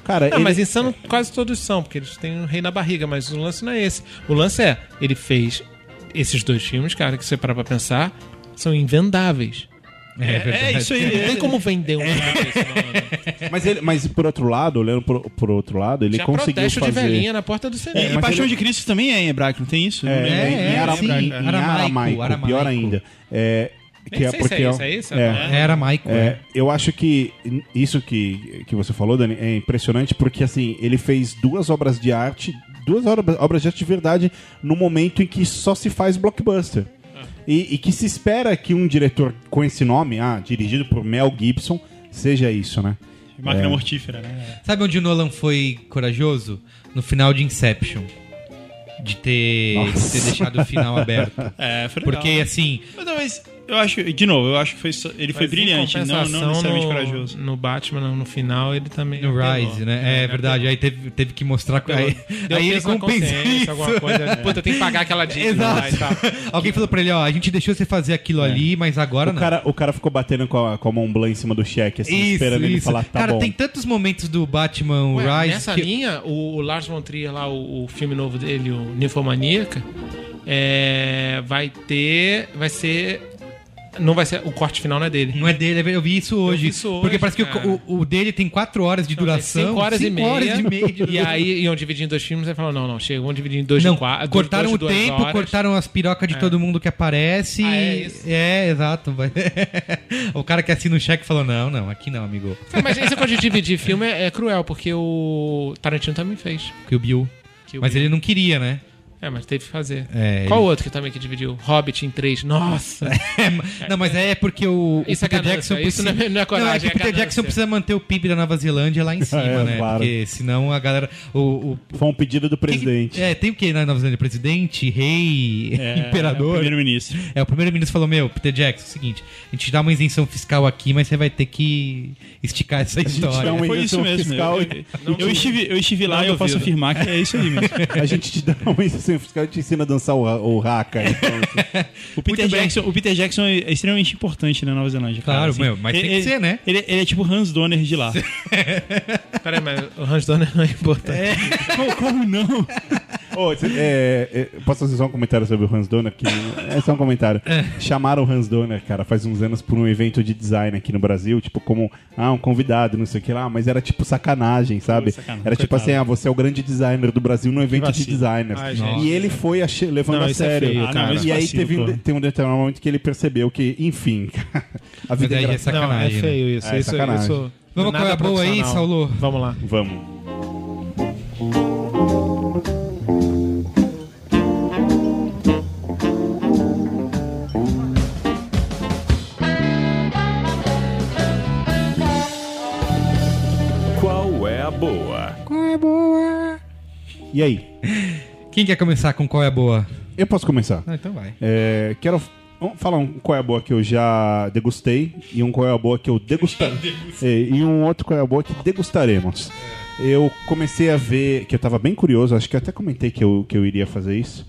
[SPEAKER 7] Cara,
[SPEAKER 5] Não,
[SPEAKER 7] ele-
[SPEAKER 5] mas insano quase todos são, porque eles têm um rei na barriga, mas o lance não é esse. O lance é, ele fez esses dois filmes, cara, que você parar pra pensar, são invendáveis.
[SPEAKER 1] É, verdade.
[SPEAKER 3] É isso aí.
[SPEAKER 5] Não
[SPEAKER 3] é-
[SPEAKER 5] tem como vender um filme desse, mano.
[SPEAKER 7] mas, ele- mas por outro lado, olhando por, por outro lado, ele
[SPEAKER 5] Tinha
[SPEAKER 7] conseguiu
[SPEAKER 5] protesto
[SPEAKER 7] fazer.
[SPEAKER 5] de velhinha na porta do cinema.
[SPEAKER 3] E, e Paixão de Cristo também é em hebraico, não tem isso?
[SPEAKER 7] É,
[SPEAKER 3] Não lembro.
[SPEAKER 7] em-
[SPEAKER 1] é,
[SPEAKER 7] em, ara-
[SPEAKER 1] sim,
[SPEAKER 7] em- em aramaico,
[SPEAKER 1] aramaico,
[SPEAKER 7] pior
[SPEAKER 1] aramaico.
[SPEAKER 7] ainda. É,
[SPEAKER 5] Nem
[SPEAKER 7] que é
[SPEAKER 5] sei se
[SPEAKER 7] porque
[SPEAKER 5] é isso, é isso?
[SPEAKER 1] Era né? Maico.
[SPEAKER 7] É, eu acho que isso que, que você falou, Dani, é impressionante porque assim, ele fez duas obras de arte, duas obras, obras de arte de verdade, no momento em que só se faz blockbuster. E, e que se espera que um diretor com esse nome, ah, dirigido por Mel Gibson, seja isso, né?
[SPEAKER 3] Máquina mortífera, né?
[SPEAKER 1] Sabe onde o Nolan foi corajoso? No final de Inception. De ter, de ter deixado o final aberto.
[SPEAKER 3] É, foi legal.
[SPEAKER 1] Porque, assim,
[SPEAKER 3] Mas talvez. Eu acho, de novo, eu acho que foi só- ele foi
[SPEAKER 5] Mas em
[SPEAKER 3] brilhante, não, não
[SPEAKER 5] compensação,
[SPEAKER 3] necessariamente
[SPEAKER 5] no,
[SPEAKER 3] corajoso.
[SPEAKER 5] No Batman, no- no final, ele também.
[SPEAKER 1] no
[SPEAKER 5] apelou.
[SPEAKER 1] Rise, né? É verdade. Aí teve, teve que mostrar.
[SPEAKER 5] Apelou.
[SPEAKER 1] Aí,
[SPEAKER 5] Deu um
[SPEAKER 1] aí ele
[SPEAKER 5] peso na
[SPEAKER 1] compensa.
[SPEAKER 5] consciência,
[SPEAKER 1] isso.
[SPEAKER 5] alguma coisa. Puta, tem que pagar aquela dívida lá
[SPEAKER 7] tá.
[SPEAKER 5] e tal.
[SPEAKER 1] Exato. Alguém falou pra ele: ó, a gente deixou você fazer aquilo ali, mas agora
[SPEAKER 7] É. O
[SPEAKER 1] não.
[SPEAKER 7] cara, o cara ficou batendo com a, com a Mont Blanc em cima do cheque, assim,
[SPEAKER 1] Isso,
[SPEAKER 7] esperando ele
[SPEAKER 1] isso.
[SPEAKER 7] falar, tá
[SPEAKER 1] cara,
[SPEAKER 7] bom.
[SPEAKER 1] tem tantos momentos do Batman
[SPEAKER 5] Ué,
[SPEAKER 1] Rise.
[SPEAKER 5] nessa
[SPEAKER 1] que-
[SPEAKER 5] linha, o, o Lars von Trier lá, o, o filme novo dele, o Ninfomaníaca, é, vai ter, vai ser, não vai ser, o corte final não é dele.
[SPEAKER 1] Não é dele, é ver- eu vi isso hoje.
[SPEAKER 5] vi isso hoje,
[SPEAKER 1] porque parece que
[SPEAKER 5] cara.
[SPEAKER 1] o, o- o dele tem 4 horas de
[SPEAKER 5] Então, tem
[SPEAKER 1] duração.
[SPEAKER 5] cinco horas e
[SPEAKER 1] cinco
[SPEAKER 5] meia.
[SPEAKER 1] horas e meia de
[SPEAKER 5] E aí iam dividir em dois filmes, aí falaram, não, não, chega, vamos dividir em dois
[SPEAKER 1] Não,
[SPEAKER 5] de quatro.
[SPEAKER 1] cortaram
[SPEAKER 5] dois de
[SPEAKER 1] o
[SPEAKER 5] duas
[SPEAKER 1] tempo,
[SPEAKER 5] horas. É.
[SPEAKER 1] cortaram as pirocas de todo mundo que aparece.
[SPEAKER 5] Ah, é
[SPEAKER 1] e-
[SPEAKER 5] isso?
[SPEAKER 1] é, exato. vai- o cara que assina o cheque falou: não, não, aqui não, amigo.
[SPEAKER 5] É, mas essa coisa de dividir filme é, é cruel, porque o Tarantino também fez.
[SPEAKER 1] Que o Bill.
[SPEAKER 5] Que o
[SPEAKER 1] Mas
[SPEAKER 5] Bill-
[SPEAKER 1] ele não queria, né?
[SPEAKER 5] É, mas teve que fazer.
[SPEAKER 1] É,
[SPEAKER 5] Qual
[SPEAKER 1] ele-
[SPEAKER 5] outro que também que dividiu? Hobbit em três. Nossa!
[SPEAKER 1] É, ma- não, mas é porque o, o
[SPEAKER 5] Isso é
[SPEAKER 1] Peter
[SPEAKER 5] ganância,
[SPEAKER 1] Jackson
[SPEAKER 5] isso não é- não é coragem,
[SPEAKER 1] que o
[SPEAKER 5] é
[SPEAKER 1] Peter
[SPEAKER 5] ganância.
[SPEAKER 1] Jackson precisa manter o PIB da Nova Zelândia lá em cima,
[SPEAKER 7] É,
[SPEAKER 1] né?
[SPEAKER 7] claro.
[SPEAKER 1] Porque senão a galera. O, o-
[SPEAKER 7] Foi um pedido do presidente. É,
[SPEAKER 1] É, tem o que na Nova Zelândia? Presidente, rei, imperador.
[SPEAKER 3] Primeiro-ministro.
[SPEAKER 1] É, o primeiro-ministro falou, meu, Peter Jackson, é o seguinte, a gente dá uma isenção fiscal aqui, mas você vai ter que esticar essa história.
[SPEAKER 7] dá uma-
[SPEAKER 3] Foi isso
[SPEAKER 7] isenção
[SPEAKER 3] mesmo.
[SPEAKER 7] fiscal
[SPEAKER 3] eu, eu- eu estive, eu estive lá
[SPEAKER 5] Não
[SPEAKER 3] e eu posso
[SPEAKER 5] duvido.
[SPEAKER 3] afirmar que é isso aí mesmo.
[SPEAKER 7] A gente te dá uma isenção fiscal e te ensina a dançar o, ra- o raca. Então, assim.
[SPEAKER 3] O Peter,
[SPEAKER 1] Muito bem.
[SPEAKER 3] Jackson, o Peter Jackson é extremamente importante na Nova Zelândia. cara, assim.
[SPEAKER 1] Claro, meu, mas tem que ser, né?
[SPEAKER 3] Ele, ele é tipo Hans Donner de lá.
[SPEAKER 5] Peraí, mas o Hans Donner não é importante.
[SPEAKER 3] como, como não?
[SPEAKER 7] Ô, cê- é, é, posso fazer só um comentário sobre o Hans Donner? Que é só um comentário. Chamaram o Hans Donner, cara, faz uns anos por um evento de design aqui no Brasil, tipo, como ah, um convidado, não sei o que lá, mas era tipo sacanagem, sabe?
[SPEAKER 3] Pô, sacanagem,
[SPEAKER 7] era tipo
[SPEAKER 3] coitado.
[SPEAKER 7] assim, ah, você é o grande designer do Brasil num evento de
[SPEAKER 3] vacilo.
[SPEAKER 7] designers.
[SPEAKER 5] Ai,
[SPEAKER 1] gente.
[SPEAKER 7] e ele foi ache- levando
[SPEAKER 5] Não,
[SPEAKER 7] a
[SPEAKER 5] isso é
[SPEAKER 7] sério.
[SPEAKER 5] feio,
[SPEAKER 3] Ah, não, cara. mas
[SPEAKER 7] e aí
[SPEAKER 3] vacilo,
[SPEAKER 7] teve um,
[SPEAKER 3] pô.
[SPEAKER 7] de- tem um determinado momento que ele percebeu que, enfim, cara, a
[SPEAKER 1] Mas
[SPEAKER 7] vida
[SPEAKER 1] aí
[SPEAKER 7] é
[SPEAKER 1] é
[SPEAKER 7] engraçada.
[SPEAKER 1] sacanagem.
[SPEAKER 5] não, é
[SPEAKER 1] né?
[SPEAKER 5] feio isso.
[SPEAKER 7] É,
[SPEAKER 5] isso,
[SPEAKER 7] sacanagem.
[SPEAKER 5] isso
[SPEAKER 1] Vamos
[SPEAKER 5] nada
[SPEAKER 1] qual é a boa aí,
[SPEAKER 5] profissional.
[SPEAKER 1] Saulo?
[SPEAKER 5] Vamos lá.
[SPEAKER 7] Vamos.
[SPEAKER 4] Qual é a boa?
[SPEAKER 7] E aí?
[SPEAKER 1] Quem quer começar com qual é a boa?
[SPEAKER 7] Eu posso começar?
[SPEAKER 1] Ah, então vai.
[SPEAKER 7] É, quero f- vamos falar um qual é a boa que eu já degustei e um qual é a boa que eu degustarei. e um outro qual é a boa que degustaremos.
[SPEAKER 1] É.
[SPEAKER 7] Eu comecei a ver, que eu tava bem curioso, acho que eu até comentei que eu, que eu iria fazer isso.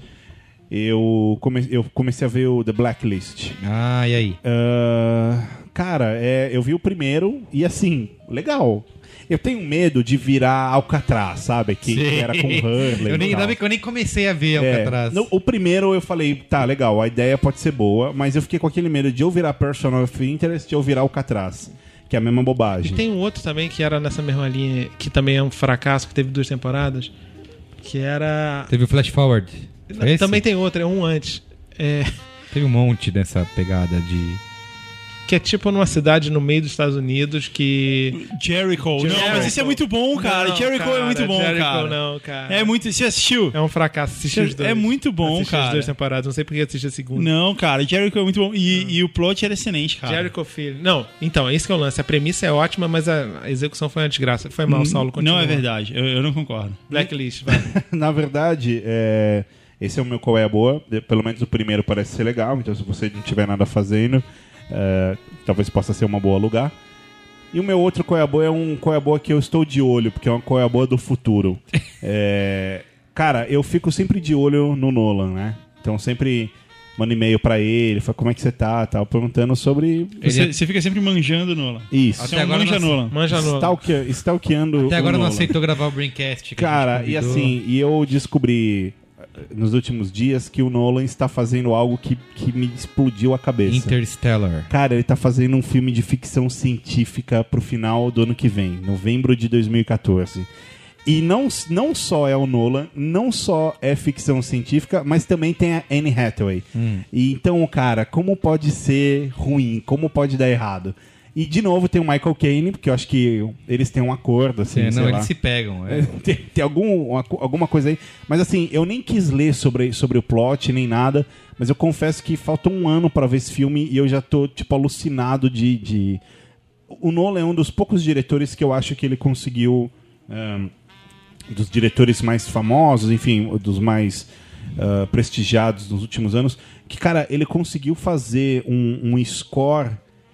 [SPEAKER 7] Eu, come, eu comecei a ver o The Blacklist.
[SPEAKER 1] Ah, e aí?
[SPEAKER 7] Ah, cara, é, eu vi o primeiro e assim, legal. Eu tenho medo de virar Alcatraz, sabe? Que, que era com Hurley.
[SPEAKER 1] Eu nem,
[SPEAKER 7] e tal.
[SPEAKER 1] ainda bem que eu nem comecei a ver
[SPEAKER 7] É,
[SPEAKER 1] Alcatraz.
[SPEAKER 7] no- o primeiro eu falei, tá, legal, a ideia pode ser boa, mas eu fiquei com aquele medo de eu virar Person of Interest ou virar Alcatraz, que é a mesma
[SPEAKER 5] E
[SPEAKER 7] bobagem.
[SPEAKER 5] tem um outro também que era nessa mesma linha, que também é um fracasso, que teve duas temporadas, que era...
[SPEAKER 1] Teve o Flash Forward. Foi esse?
[SPEAKER 5] Também tem outro, é um antes. É,
[SPEAKER 1] Teve um monte dessa pegada de.
[SPEAKER 5] que que é tipo numa cidade no meio dos Estados Unidos que.
[SPEAKER 3] Jericho. Não, mas isso é muito bom, cara.
[SPEAKER 5] Não,
[SPEAKER 3] Jericho é muito bom,
[SPEAKER 5] Jericho
[SPEAKER 3] cara.
[SPEAKER 5] não, cara.
[SPEAKER 3] É muito. Você assistiu?
[SPEAKER 5] É um fracasso assistir os dois.
[SPEAKER 3] É muito bom,
[SPEAKER 5] Assisti
[SPEAKER 3] cara.
[SPEAKER 5] as duas temporadas, não sei por que assisti a segunda.
[SPEAKER 3] Não, cara, Jericho é muito bom. E, e o plot era excelente, cara.
[SPEAKER 5] Jericho Filho. Não, então, é isso que é o lance. A premissa é ótima, mas a a execução foi uma desgraça. Foi mal, Saulo. Continua.
[SPEAKER 3] Não é verdade, eu, eu não concordo.
[SPEAKER 5] Blacklist, vai.
[SPEAKER 7] Na verdade, é, esse é o meu qual é a boa. De- Pelo menos o primeiro parece ser legal, então se você não tiver nada fazendo, é, talvez possa ser uma boa lugar. E o meu outro qual é a boa é um qual é a boa que eu estou de olho, porque é uma qual é a boa do futuro. É, cara, eu fico sempre de olho no Nolan, né? Então sempre mando e-mail pra ele, falo como é que você tá, tal, perguntando sobre
[SPEAKER 3] Você,
[SPEAKER 5] é-
[SPEAKER 3] você fica sempre manjando Nolan.
[SPEAKER 7] isso.
[SPEAKER 1] Até
[SPEAKER 3] Você é um
[SPEAKER 1] agora
[SPEAKER 3] manja
[SPEAKER 1] não-
[SPEAKER 3] Nolan.
[SPEAKER 5] Manja no.
[SPEAKER 7] Stalke- Stalkeando
[SPEAKER 1] Até agora
[SPEAKER 7] o
[SPEAKER 1] não
[SPEAKER 7] Nolan.
[SPEAKER 1] aceitou gravar o Braincast. que a gente
[SPEAKER 7] Cara, e
[SPEAKER 1] convidou.
[SPEAKER 7] assim, e eu descobri eh, nos últimos dias que o Nolan está fazendo algo que, que me explodiu a cabeça.
[SPEAKER 1] Interstellar.
[SPEAKER 7] Cara, ele tá fazendo um filme de ficção científica pro final do ano que vem, novembro de 2014. E não, s- não só é o Nolan, não só é ficção científica, mas também tem a Anne Hathaway.
[SPEAKER 1] Hum.
[SPEAKER 7] E então, cara, como pode ser ruim? Como pode dar errado? E de novo tem o Michael Caine, porque eu acho que eles têm um acordo, assim,
[SPEAKER 1] É,
[SPEAKER 7] sei
[SPEAKER 1] não,
[SPEAKER 7] lá.
[SPEAKER 1] eles se pegam. é.
[SPEAKER 7] É, tem tem algum, uma co- alguma coisa aí. Mas assim, eu nem quis ler sobre, sobre o plot, nem nada. Mas eu confesso que falta um ano pra ver esse filme e eu já tô, tipo, alucinado de. de... O Nolan é um dos poucos diretores que eu acho que ele conseguiu. ahn, dos diretores mais famosos, enfim, dos mais ah, prestigiados nos últimos anos, que, cara, ele conseguiu fazer um, um score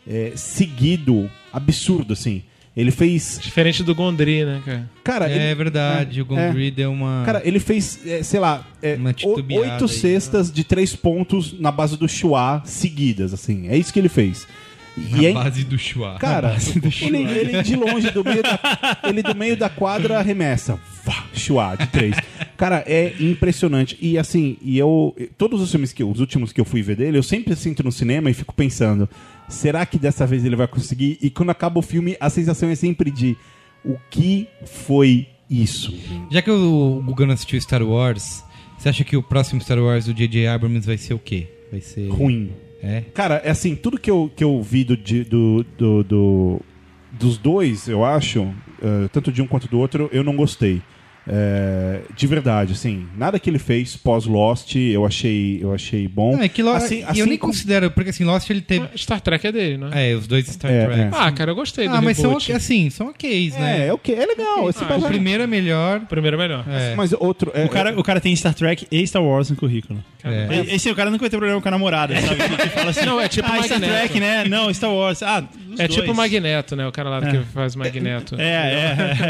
[SPEAKER 7] eh, seguido absurdo, assim. Ele fez.
[SPEAKER 5] Diferente do Gondry, né, cara?
[SPEAKER 7] Cara, tá, ele-
[SPEAKER 1] É verdade, o Gondry deu uma.
[SPEAKER 7] Cara, ele fez, é, sei lá, é,
[SPEAKER 1] Ah. Uma
[SPEAKER 7] o-
[SPEAKER 1] titubeada
[SPEAKER 7] oito
[SPEAKER 1] aí. né?
[SPEAKER 7] cestas de três pontos na base do Chua seguidas, assim. É isso que ele fez.
[SPEAKER 1] na
[SPEAKER 7] E é,
[SPEAKER 1] base do Chua.
[SPEAKER 7] cara, ele,
[SPEAKER 1] Chua.
[SPEAKER 7] ele de longe, do meio da, ele do meio da quadra arremessa. Vá, Chua, de três. Cara, é impressionante. E assim, e eu. Todos os filmes que eu- os últimos que eu fui ver dele, eu sempre sinto no cinema e fico pensando: será que dessa vez ele vai conseguir? E quando acaba o filme, a sensação é sempre de o que foi isso?
[SPEAKER 1] Já que o Guga não assistiu Star Wars, você acha que o próximo Star Wars do J.J. Abrams vai ser o quê? Vai ser.
[SPEAKER 7] Ruim.
[SPEAKER 1] É?
[SPEAKER 7] Cara, é assim, tudo que eu, que eu vi do, di- do, do- do- dos dois, eu acho, eh, tanto de um quanto do outro, eu não gostei. Eh, de verdade, assim, nada que ele fez pós-Lost eu achei, eu achei bom.
[SPEAKER 1] Não, é que Lost.
[SPEAKER 7] Assim-
[SPEAKER 1] e
[SPEAKER 7] assim
[SPEAKER 1] eu nem
[SPEAKER 7] como-
[SPEAKER 1] considero, porque assim, Lost ele teve.
[SPEAKER 5] Star Trek é dele, né?
[SPEAKER 1] É, os dois Star
[SPEAKER 7] É,
[SPEAKER 1] Trek.
[SPEAKER 7] é.
[SPEAKER 5] Ah, cara, eu gostei do
[SPEAKER 1] Ah, mas são,
[SPEAKER 5] reboot.
[SPEAKER 1] ok- assim, são oks, né?
[SPEAKER 7] É, é o que? É legal. esse
[SPEAKER 1] O
[SPEAKER 7] cara-
[SPEAKER 1] primeiro é melhor.
[SPEAKER 5] Primeiro é melhor.
[SPEAKER 1] É.
[SPEAKER 7] Mas outro. é-
[SPEAKER 3] O cara, o cara tem Star Trek e Star Wars no currículo.
[SPEAKER 1] É.
[SPEAKER 3] E- Esse o cara nunca vai ter problema com a namorada, sabe? Que, que fala assim,
[SPEAKER 5] Não, é tipo
[SPEAKER 3] ah, Star
[SPEAKER 5] Magneto.
[SPEAKER 3] Trek, né? Não, Star Wars. Ah, os
[SPEAKER 5] É
[SPEAKER 3] dois.
[SPEAKER 5] tipo o Magneto, né? O cara lá que faz o Magneto.
[SPEAKER 3] É, é,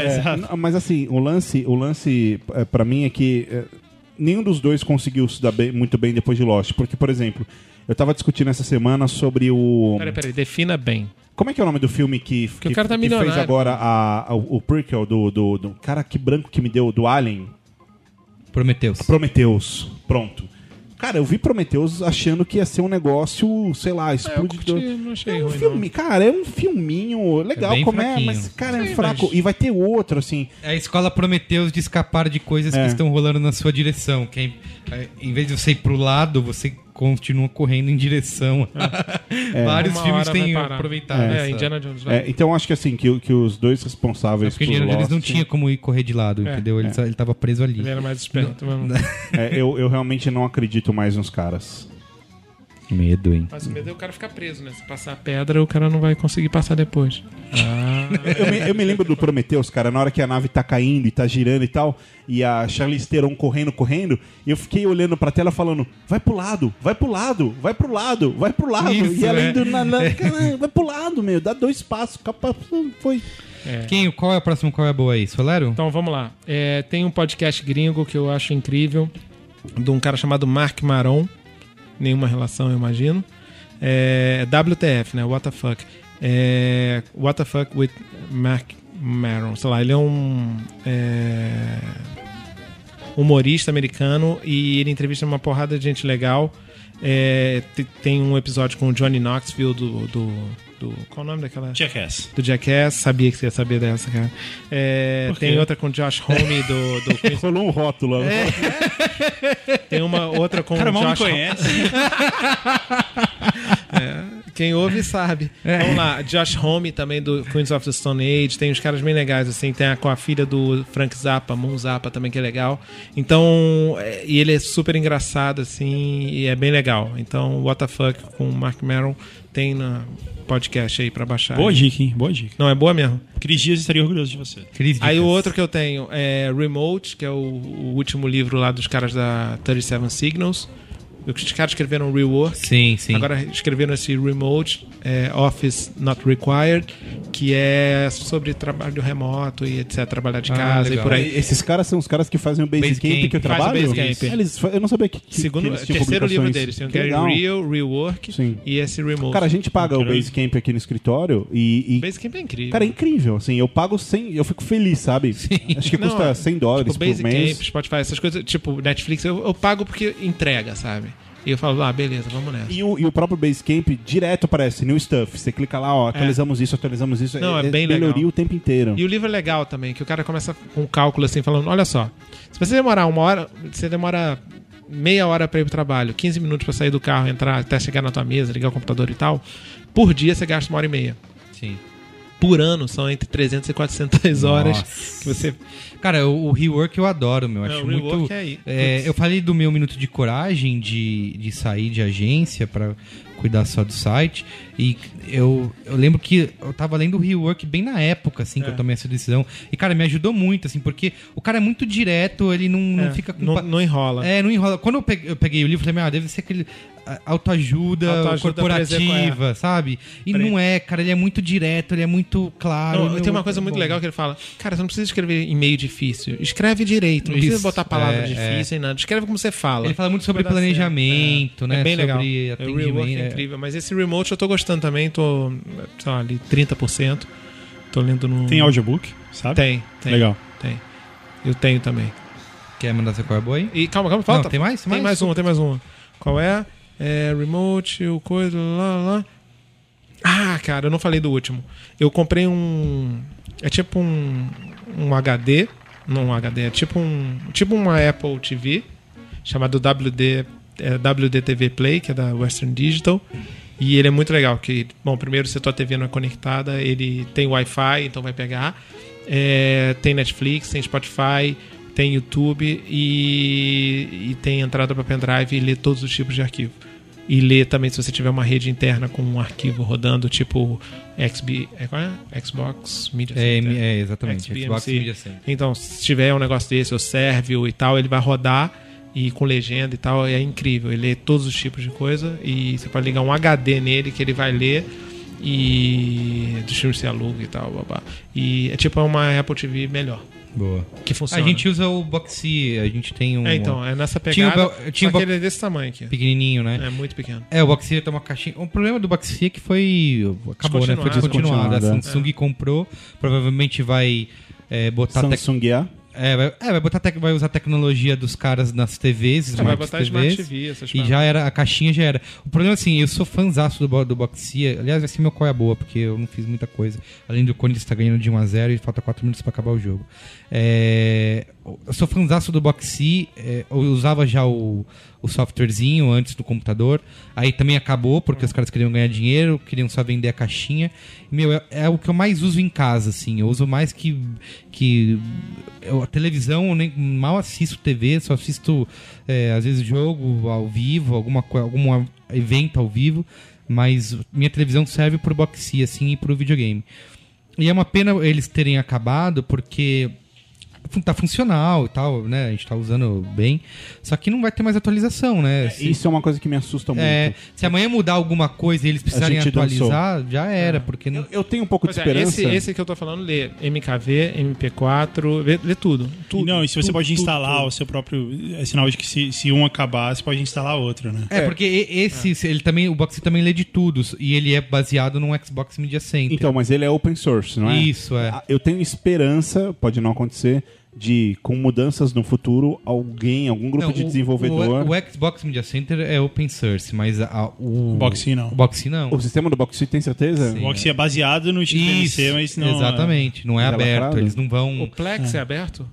[SPEAKER 3] é,
[SPEAKER 7] É,
[SPEAKER 3] exato.
[SPEAKER 7] n- mas assim, o lance, o lance é, para mim é que é, nenhum dos dois conseguiu se dar bem- muito bem depois de Lost. Porque, por exemplo, eu tava discutindo essa semana sobre o.
[SPEAKER 5] Peraí, peraí, defina bem.
[SPEAKER 7] Como é que é o nome do filme que, que,
[SPEAKER 5] o cara tá
[SPEAKER 7] que
[SPEAKER 5] milionário.
[SPEAKER 7] fez agora a- a- o prequel do, do, do- Cara, que branco que me deu do Alien?
[SPEAKER 1] Prometeus.
[SPEAKER 7] Prometheus. Pronto. Cara, eu vi Prometheus achando que ia ser um negócio, sei lá,
[SPEAKER 5] É, eu
[SPEAKER 7] explode.
[SPEAKER 5] curti, não
[SPEAKER 7] É
[SPEAKER 5] achei
[SPEAKER 7] um
[SPEAKER 5] ruim,
[SPEAKER 7] filme, cara, é um filminho legal
[SPEAKER 1] É bem
[SPEAKER 7] como é,
[SPEAKER 1] fraquinho.
[SPEAKER 7] mas cara, é
[SPEAKER 5] Sim,
[SPEAKER 7] fraco.
[SPEAKER 5] mas-
[SPEAKER 7] E vai ter outro, assim.
[SPEAKER 1] A escola Prometeus de escapar de coisas
[SPEAKER 7] É.
[SPEAKER 1] que estão rolando na sua direção. Que é- é, em vez de você ir pro lado, você continua correndo em direção. Vários
[SPEAKER 5] Uma
[SPEAKER 1] filmes
[SPEAKER 5] hora
[SPEAKER 1] têm
[SPEAKER 5] vai parar.
[SPEAKER 1] aproveitado.
[SPEAKER 5] não.
[SPEAKER 1] essa-
[SPEAKER 5] É, Indiana Jones. Vai.
[SPEAKER 7] É, então acho que assim, que, que os dois responsáveis
[SPEAKER 1] É Porque
[SPEAKER 7] por
[SPEAKER 1] Indiana Jones
[SPEAKER 7] Lost-
[SPEAKER 1] não tinha como ir correr de lado,
[SPEAKER 5] É,
[SPEAKER 1] entendeu? Ele, só- ele tava preso ali.
[SPEAKER 5] Ele era mais esperto mesmo.
[SPEAKER 7] É, eu, eu realmente não acredito mais nos caras.
[SPEAKER 1] Medo, hein?
[SPEAKER 5] Mas o medo é o cara ficar preso, né? Se passar a pedra, o cara não vai conseguir passar depois.
[SPEAKER 7] Eu me, eu me lembro do Prometheus, cara, na hora que a nave tá caindo e tá girando e tal, e a Charlize Theron correndo, correndo, e eu fiquei olhando pra tela falando, vai pro lado, vai pro lado, vai pro lado, vai pro lado.
[SPEAKER 1] Isso,
[SPEAKER 7] e ela
[SPEAKER 1] é.
[SPEAKER 7] indo na... na- cara, vai pro lado, meu, dá dois passos, capa- foi.
[SPEAKER 1] Quem, qual é o próximo qual é a boa aí? Solero?
[SPEAKER 5] Então vamos lá. É, tem um podcast gringo que eu acho incrível, de um cara chamado Mark Maron. Nenhuma relação, eu imagino. É, WTF, né? What the fuck. É, What the fuck with Mark Maron. Sei lá, ele é um. é, humorista americano e ele entrevista uma porrada de gente legal. É, te- tem um episódio com o Johnny Knoxville do. do, do qual é o nome daquela?
[SPEAKER 3] Jackass.
[SPEAKER 5] do Jackass, sabia que você ia saber dessa, cara. É,
[SPEAKER 3] Por quê?
[SPEAKER 5] tem outra com o Josh Homme do, do Queen's-
[SPEAKER 7] Rolou um rótulo.
[SPEAKER 5] É. Tem uma outra com
[SPEAKER 3] O cara
[SPEAKER 5] o
[SPEAKER 3] mal me
[SPEAKER 5] Josh
[SPEAKER 3] conhece.
[SPEAKER 5] Homme, Quem ouve sabe.
[SPEAKER 3] É.
[SPEAKER 5] Vamos lá, Josh Homme também do Queens of the Stone Age, tem uns caras bem legais, assim, tem a, com a filha do Frank Zappa, Moon Zappa também, que é legal. Então, é, e ele é super engraçado, assim, e é bem legal. Então, What the Fuck com o Mark Maron tem na podcast aí pra baixar.
[SPEAKER 3] Boa dica, hein? Boa dica.
[SPEAKER 5] Não, é boa mesmo.
[SPEAKER 3] Cris Dias estaria orgulhoso de você.
[SPEAKER 1] Cris
[SPEAKER 5] Aí o
[SPEAKER 1] Dicas.
[SPEAKER 5] outro que eu tenho é Remote, que é o, o último livro lá dos caras da 37 Signals. Os caras escreveram Rework.
[SPEAKER 1] Sim, sim.
[SPEAKER 5] Agora escreveram esse Remote é, Office Not Required, que é sobre trabalho remoto e etc. Trabalhar de
[SPEAKER 1] Ah,
[SPEAKER 5] casa
[SPEAKER 1] legal.
[SPEAKER 5] e por aí.
[SPEAKER 7] Esses caras são os caras que fazem o Basecamp,
[SPEAKER 1] Basecamp,
[SPEAKER 7] que eu
[SPEAKER 1] faz
[SPEAKER 5] o
[SPEAKER 7] trabalho?
[SPEAKER 5] Basecamp.
[SPEAKER 7] Eles fa- eu não sabia que, que que
[SPEAKER 5] Segundo,
[SPEAKER 7] eles tinham
[SPEAKER 5] terceiro livro
[SPEAKER 7] publicações.
[SPEAKER 5] deles. Tem o
[SPEAKER 7] Que é
[SPEAKER 5] Gary
[SPEAKER 7] legal.
[SPEAKER 5] Real, Rework
[SPEAKER 7] Sim.
[SPEAKER 5] e esse Remote.
[SPEAKER 7] Cara, a gente paga o
[SPEAKER 3] Caralho.
[SPEAKER 7] Basecamp aqui no escritório e... e-
[SPEAKER 5] Basecamp é incrível.
[SPEAKER 7] Cara, é incrível, assim, eu pago 100, eu fico feliz, sabe? Acho que
[SPEAKER 5] Não,
[SPEAKER 7] custa
[SPEAKER 5] é,
[SPEAKER 7] 100 dólares
[SPEAKER 5] tipo,
[SPEAKER 7] por
[SPEAKER 5] Basecamp,
[SPEAKER 7] mês.
[SPEAKER 5] Spotify, essas coisas, tipo Netflix, eu, eu pago porque entrega, sabe? E eu falo, ah, beleza, vamos nessa.
[SPEAKER 7] E o, e o próprio Basecamp direto aparece, new stuff. Você clica lá, ó, atualizamos isso, atualizamos isso.
[SPEAKER 5] É. Não, é bem legal.
[SPEAKER 7] melhoria o tempo inteiro.
[SPEAKER 5] E o livro é legal também, que o cara começa com um cálculo assim, falando: olha só, se você demorar uma hora, você demora meia hora pra ir pro trabalho, 15 minutos pra sair do carro, entrar até chegar na tua mesa, ligar o computador e tal, por dia você gasta uma hora e meia.
[SPEAKER 1] Sim.
[SPEAKER 5] Por ano são entre 300 e 400 horas
[SPEAKER 1] Nossa.
[SPEAKER 5] que você.
[SPEAKER 1] Cara, o, o rework eu adoro, meu. Acho
[SPEAKER 5] É, o rework
[SPEAKER 1] muito.
[SPEAKER 5] é aí.
[SPEAKER 1] é,
[SPEAKER 5] Putz.
[SPEAKER 1] eu falei do meu minuto de coragem de, de sair de agência pra cuidar só do site. E eu, eu lembro que eu tava lendo o rework bem na época, assim, que
[SPEAKER 5] É.
[SPEAKER 1] eu tomei essa decisão. E, cara, me ajudou muito, assim, porque o cara é muito direto, ele não,
[SPEAKER 5] É,
[SPEAKER 1] não fica com.
[SPEAKER 5] não,
[SPEAKER 1] pa-
[SPEAKER 5] não enrola.
[SPEAKER 1] É, não enrola. Quando eu peguei, eu peguei o livro, eu falei, ah, deve ser aquele ah, autoajuda,
[SPEAKER 5] Autoajuda
[SPEAKER 1] corporativa, sabe? E
[SPEAKER 5] Pra
[SPEAKER 1] não é, cara, ele é muito direto, ele é muito claro.
[SPEAKER 5] Não,
[SPEAKER 1] meu,
[SPEAKER 5] tem uma
[SPEAKER 1] é
[SPEAKER 5] coisa muito
[SPEAKER 1] bom.
[SPEAKER 5] legal que ele fala: Cara, você não precisa escrever e-mail difícil. Escreve direito, não precisa
[SPEAKER 1] Isso,
[SPEAKER 5] botar palavra
[SPEAKER 1] é,
[SPEAKER 5] difícil nem nada. Escreve como você fala.
[SPEAKER 1] Ele fala muito sobre
[SPEAKER 5] Vai dar
[SPEAKER 1] planejamento,
[SPEAKER 5] certo.
[SPEAKER 1] né?
[SPEAKER 5] É bem legal.
[SPEAKER 1] sobre
[SPEAKER 5] É, o
[SPEAKER 1] atendimento,
[SPEAKER 5] rework é
[SPEAKER 1] né?
[SPEAKER 5] incrível, mas esse remote eu tô gostando também, tô, sei lá, ali 30%. Tô lendo no.
[SPEAKER 3] Tem audiobook, sabe?
[SPEAKER 5] Tem, tem.
[SPEAKER 3] Legal.
[SPEAKER 5] Tem. Eu tenho também.
[SPEAKER 1] Quer mandar seu corbo aí?
[SPEAKER 5] E calma, calma, falta.
[SPEAKER 1] Não, tem mais?
[SPEAKER 5] Tem mais, uma, tem mais uma. Qual é? É remote, o coisa, lá, lá, lá. Ah, cara, eu não falei do último. Eu comprei um. É tipo um. Um HD. Não um HD, é tipo um. Tipo uma Apple TV. Chamado WD, é, WDTV Play, que é da Western Digital. E ele é muito legal. Que, bom, primeiro, se tua TV não é conectada, ele tem Wi-Fi, então vai pegar. É, tem Netflix, tem Spotify, tem YouTube e, e tem entrada para pendrive e lê todos os tipos de arquivo. E lê também se você tiver uma rede interna com um arquivo rodando, tipo XB, é, qual é? Xbox assim, né? Media
[SPEAKER 1] É,
[SPEAKER 5] Center.
[SPEAKER 1] é, exatamente.
[SPEAKER 5] XBMC.
[SPEAKER 1] Xbox Media Center.
[SPEAKER 5] Então, se tiver um negócio desse, ou Servio e tal, ele vai rodar e com legenda e tal, é incrível. Ele lê todos os tipos de coisa e você pode ligar um HD nele que ele vai ler e dos filmes que você aluga e tal, babá. E é tipo uma Apple TV melhor,
[SPEAKER 1] Boa.
[SPEAKER 5] que funciona.
[SPEAKER 1] A gente usa o Boxy, a gente tem um
[SPEAKER 5] É, então, é nessa
[SPEAKER 1] Tinha o
[SPEAKER 5] pegada,
[SPEAKER 1] Bel- tinha um o
[SPEAKER 5] só que
[SPEAKER 1] Bel-
[SPEAKER 5] ele é desse tamanho aqui.
[SPEAKER 1] pequenininho, né?
[SPEAKER 5] É muito pequeno.
[SPEAKER 1] É, o Boxy tem uma caixinha. O problema do Boxy é que foi. Acabou, né? Foi
[SPEAKER 7] Descontinuado.
[SPEAKER 1] descontinuado. A Samsung comprou, provavelmente vai é, botar. tec-
[SPEAKER 7] Samsung A.
[SPEAKER 1] É, vai, é, vai, botar tec- vai usar a tecnologia dos caras nas TVs,
[SPEAKER 5] Você É, vai
[SPEAKER 1] Smart
[SPEAKER 5] botar
[SPEAKER 1] TVs.
[SPEAKER 5] Smart TV, essas
[SPEAKER 1] E
[SPEAKER 5] coisas.
[SPEAKER 1] já era, a caixinha já era. O problema, assim, eu sou fanzaço do, bo- do Boxia. Aliás, vai ser meu qual é a boa, porque eu não fiz muita coisa. Além do Corinthians estar ganhando de 1x0 e falta 4 minutos pra acabar o jogo. É, eu sou fanzaço do Boxi. é, eu usava já o, o softwarezinho antes do computador. Aí também acabou, porque os caras queriam ganhar dinheiro, queriam só vender a caixinha. Meu, é, é o que eu mais uso em casa, assim. Eu uso mais que. que eu- a televisão, eu nem, mal assisto TV, só assisto é, às vezes jogo ao vivo, alguma co- algum a- evento ao vivo, mas minha televisão serve pro boxe assim e pro videogame. E é uma pena eles terem acabado porque fun- tá funcional e tal, né? A gente tá usando bem. Só que não vai ter mais atualização, né? Se-
[SPEAKER 7] Isso é uma coisa que me assusta muito.
[SPEAKER 1] é, se amanhã mudar alguma coisa e eles precisarem
[SPEAKER 7] gente dançou.
[SPEAKER 1] atualizar, já era, porque não.
[SPEAKER 7] Eu, eu tenho um pouco
[SPEAKER 5] Pois
[SPEAKER 7] de
[SPEAKER 5] é,
[SPEAKER 7] esperança.
[SPEAKER 5] esse, esse que eu tô falando lê MKV, MP4, lê, lê tudo. tudo.
[SPEAKER 3] não, e se você
[SPEAKER 5] tudo,
[SPEAKER 3] pode
[SPEAKER 5] tudo,
[SPEAKER 3] instalar
[SPEAKER 5] tudo.
[SPEAKER 3] o seu próprio. É sinal de que se, se um acabar, você pode instalar outro, né?
[SPEAKER 1] É, porque e- esse, ele também, o Boxy também lê de tudo, e ele é baseado num Xbox Media Center.
[SPEAKER 7] Então, mas ele é open source, não é?
[SPEAKER 1] Isso, é.
[SPEAKER 7] Ah, Eu tenho esperança, pode não acontecer, de com mudanças no futuro, alguém, algum grupo
[SPEAKER 1] Não,
[SPEAKER 7] de
[SPEAKER 1] o-
[SPEAKER 7] desenvolvedor.
[SPEAKER 1] O, o Xbox Media Center é open source, mas a- o.
[SPEAKER 3] O Boxy não.
[SPEAKER 1] O Boxy não.
[SPEAKER 7] O sistema do Boxy tem certeza?
[SPEAKER 1] Sim.
[SPEAKER 3] O Oxy é baseado no XMC, mas não.
[SPEAKER 1] Exatamente, não é
[SPEAKER 7] Mas é
[SPEAKER 1] aberto.
[SPEAKER 7] lacrado?
[SPEAKER 1] Eles não
[SPEAKER 5] O
[SPEAKER 1] vão.
[SPEAKER 5] Plex é aberto?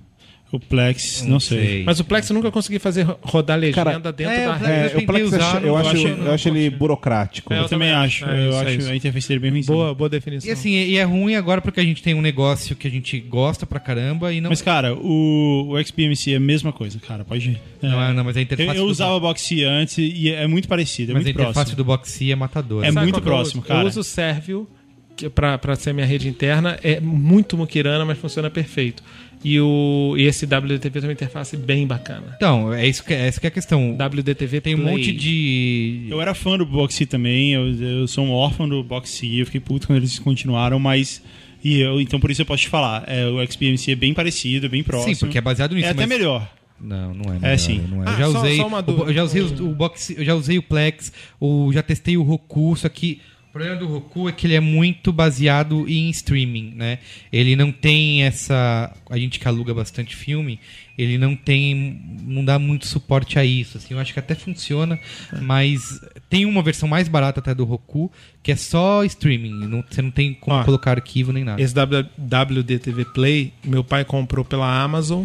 [SPEAKER 3] O Plex, não, sei.
[SPEAKER 5] Mas o Plex eu nunca consegui fazer ro- rodar legenda
[SPEAKER 7] Cara,
[SPEAKER 5] dentro
[SPEAKER 1] é,
[SPEAKER 5] da.
[SPEAKER 1] o Plex-
[SPEAKER 5] É,
[SPEAKER 7] É,
[SPEAKER 1] Eu tentei
[SPEAKER 7] o Plex
[SPEAKER 1] usar,
[SPEAKER 7] acho- eu,
[SPEAKER 1] não
[SPEAKER 7] acho,
[SPEAKER 1] achei,
[SPEAKER 7] eu
[SPEAKER 1] não
[SPEAKER 7] acho ele burocrático.
[SPEAKER 5] É,
[SPEAKER 3] Eu também acho.
[SPEAKER 5] É,
[SPEAKER 3] eu
[SPEAKER 5] isso,
[SPEAKER 3] acho
[SPEAKER 5] é isso.
[SPEAKER 3] a interface dele bem ruim.
[SPEAKER 5] boa, boa definição.
[SPEAKER 1] E assim, e é ruim agora porque a gente tem um negócio que a gente gosta pra caramba e não.
[SPEAKER 3] Mas, cara, o, o XBMC é a mesma coisa, cara. Pode ir.
[SPEAKER 1] Não, é, não, mas a
[SPEAKER 3] Eu,
[SPEAKER 1] interface
[SPEAKER 3] eu
[SPEAKER 1] do-
[SPEAKER 3] usava Boxy antes e é muito parecido, é
[SPEAKER 1] mas a
[SPEAKER 3] muito
[SPEAKER 1] interface
[SPEAKER 3] próximo.
[SPEAKER 1] do Boxy é matadora.
[SPEAKER 3] É
[SPEAKER 1] Sabe?
[SPEAKER 5] Sabe
[SPEAKER 3] muito
[SPEAKER 5] qual que eu
[SPEAKER 3] próximo,
[SPEAKER 5] uso?
[SPEAKER 3] cara.
[SPEAKER 5] Eu uso o Sérvio que é pra, pra ser minha rede interna. É muito muquirana, mas funciona perfeito. E, o, e esse WDTV tem uma interface bem bacana.
[SPEAKER 1] Então, é isso que é, essa que é a questão.
[SPEAKER 5] WDTV
[SPEAKER 1] Tem um
[SPEAKER 5] Play.
[SPEAKER 1] monte de.
[SPEAKER 3] Eu era fã do Boxy também, eu, eu sou um órfão do Boxy, eu fiquei puto quando eles continuaram, mas. E eu, então por isso eu posso te falar. é, o XBMC é bem parecido, bem próximo.
[SPEAKER 1] Sim, porque é baseado nisso.
[SPEAKER 3] É até
[SPEAKER 1] mas-
[SPEAKER 3] melhor.
[SPEAKER 1] Não, não é.
[SPEAKER 3] É,
[SPEAKER 1] melhor,
[SPEAKER 3] sim.
[SPEAKER 1] Não é.
[SPEAKER 5] Ah,
[SPEAKER 1] eu já
[SPEAKER 5] só-
[SPEAKER 1] usei.
[SPEAKER 5] só uma
[SPEAKER 1] o- eu já usei os- o box, eu já usei o Plex, o, já testei o Roku, só que o problema do Roku é que ele é muito baseado em streaming, né? Ele não tem essa. A gente que aluga bastante filme, ele não tem. não dá muito suporte a isso. Assim, eu acho que até funciona, mas tem uma versão mais barata até do Roku, que é só streaming. não- você não tem como
[SPEAKER 5] Ó,
[SPEAKER 1] colocar arquivo nem nada.
[SPEAKER 5] Esse W- WDTV Play, meu pai comprou pela Amazon.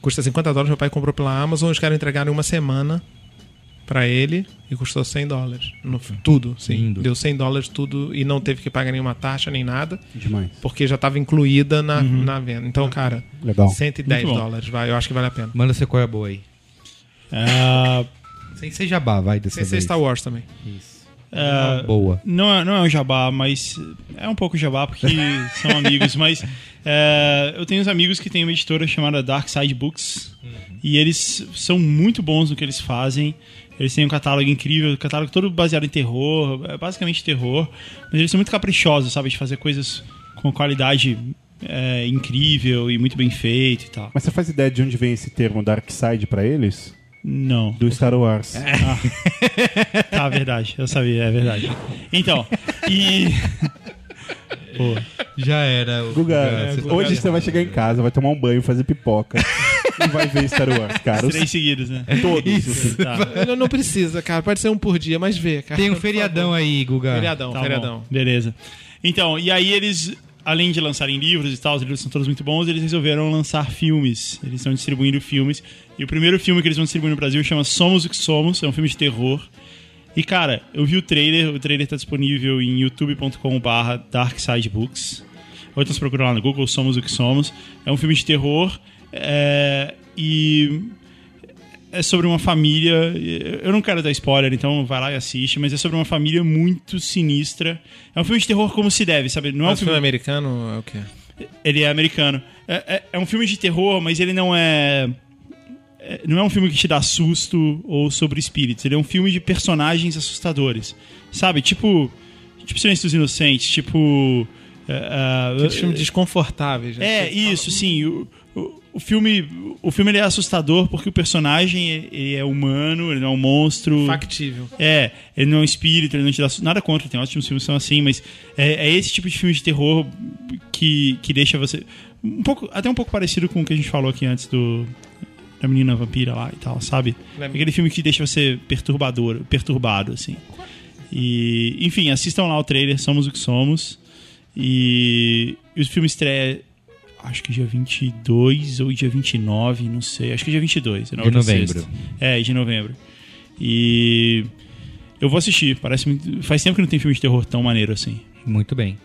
[SPEAKER 5] Custa 50 dólares, meu pai comprou pela Amazon. Os caras entregaram em uma semana pra ele e custou 100 dólares. No, tudo, sim.
[SPEAKER 1] Lindo.
[SPEAKER 5] Deu 100 dólares tudo e não teve que pagar nenhuma taxa nem nada,
[SPEAKER 7] Demais.
[SPEAKER 5] porque já tava incluída na, na venda. Então, cara,
[SPEAKER 7] Legal.
[SPEAKER 5] 110
[SPEAKER 3] Muito bom.
[SPEAKER 5] dólares, vai, eu acho que vale a pena.
[SPEAKER 1] Manda seu qual é a boa aí.
[SPEAKER 3] Ah,
[SPEAKER 1] Sem ser jabá, vai dessa
[SPEAKER 5] Sem ser
[SPEAKER 1] vez.
[SPEAKER 5] Star Wars também.
[SPEAKER 1] Isso.
[SPEAKER 3] ah,
[SPEAKER 1] Boa.
[SPEAKER 3] Não é, não é um jabá, mas é um pouco jabá porque são amigos, mas é, eu tenho uns amigos que têm uma editora chamada Dark Side Books e eles são muito bons no que eles fazem. Eles têm um catálogo incrível, um catálogo todo baseado em terror, é basicamente terror, mas eles são muito caprichosos, sabe, de fazer coisas com qualidade é, incrível e muito bem feito e tal.
[SPEAKER 7] Mas você faz ideia de onde vem esse termo Dark Side pra eles?
[SPEAKER 3] Não.
[SPEAKER 7] Do Star Wars.
[SPEAKER 3] Tá, verdade, eu sabia, é verdade. Então, e. Pô.
[SPEAKER 1] Já era. o-
[SPEAKER 7] Guga,
[SPEAKER 1] Guga, você tá
[SPEAKER 7] hoje
[SPEAKER 1] errado.
[SPEAKER 7] você vai chegar em casa, vai tomar um banho, fazer pipoca e vai ver Star Wars, cara. Os
[SPEAKER 3] Três seguidos, né?
[SPEAKER 7] todos. assim.
[SPEAKER 3] Tá.
[SPEAKER 5] Não, não precisa, cara. Pode ser um por dia, mas vê, cara.
[SPEAKER 1] Tem um
[SPEAKER 5] Por
[SPEAKER 1] feriadão
[SPEAKER 5] favor.
[SPEAKER 1] aí, Guga.
[SPEAKER 5] Feriadão,
[SPEAKER 3] Tá
[SPEAKER 5] feriadão.
[SPEAKER 3] bom, beleza. Então, e aí eles, além de lançarem livros e tal, os livros são todos muito bons, eles resolveram lançar filmes. Eles estão distribuindo filmes. E o primeiro filme que eles vão distribuir no Brasil chama Somos o que Somos, é um filme de terror. E cara, eu vi o trailer, o trailer tá disponível em youtube.com/barra darksidebooks. Ou então se procurar lá no Google, Somos o que Somos. É um filme de terror. é, e é sobre uma família. Eu não quero dar spoiler, então vai lá e assiste, mas é sobre uma família muito sinistra. É um filme de terror como se deve, sabe? Não é um
[SPEAKER 5] Mas filme
[SPEAKER 3] filme.
[SPEAKER 5] americano é o quê?
[SPEAKER 3] Ele é americano. É, é- é um filme de terror, mas ele não é. é- Não é um filme que te dá susto ou sobre espíritos. Ele é um filme de personagens assustadores. Sabe? Tipo. Tipo Silêncio dos Inocentes, tipo. é, é,
[SPEAKER 5] Aqueles filmes desconfortáveis. né?
[SPEAKER 3] é,
[SPEAKER 5] Que eles
[SPEAKER 3] isso, sim. O, o, o filme, o filme ele é assustador porque o personagem é- ele é humano, ele não é um monstro.
[SPEAKER 5] falam, Factível.
[SPEAKER 3] É, ele não é um espírito, ele não te dá su- nada contra, tem ótimos filmes que são assim, mas é, é esse tipo de filme de terror que, que deixa você. Um pouco, até um pouco parecido com o que a gente falou aqui antes do. Da menina vampira lá e tal, sabe?
[SPEAKER 5] Lembra?
[SPEAKER 3] Aquele filme que deixa você perturbador, perturbado, assim. E, enfim, assistam lá o trailer, Somos o que Somos. E, e o filme estreia, acho que dia 22 ou dia 29, não sei. Acho que dia 22. é na
[SPEAKER 1] De
[SPEAKER 3] outra
[SPEAKER 1] novembro.
[SPEAKER 3] sexta. É, de novembro. E eu vou assistir. Parece muito- Faz tempo que não tem filme de terror tão maneiro assim.
[SPEAKER 1] Muito bem.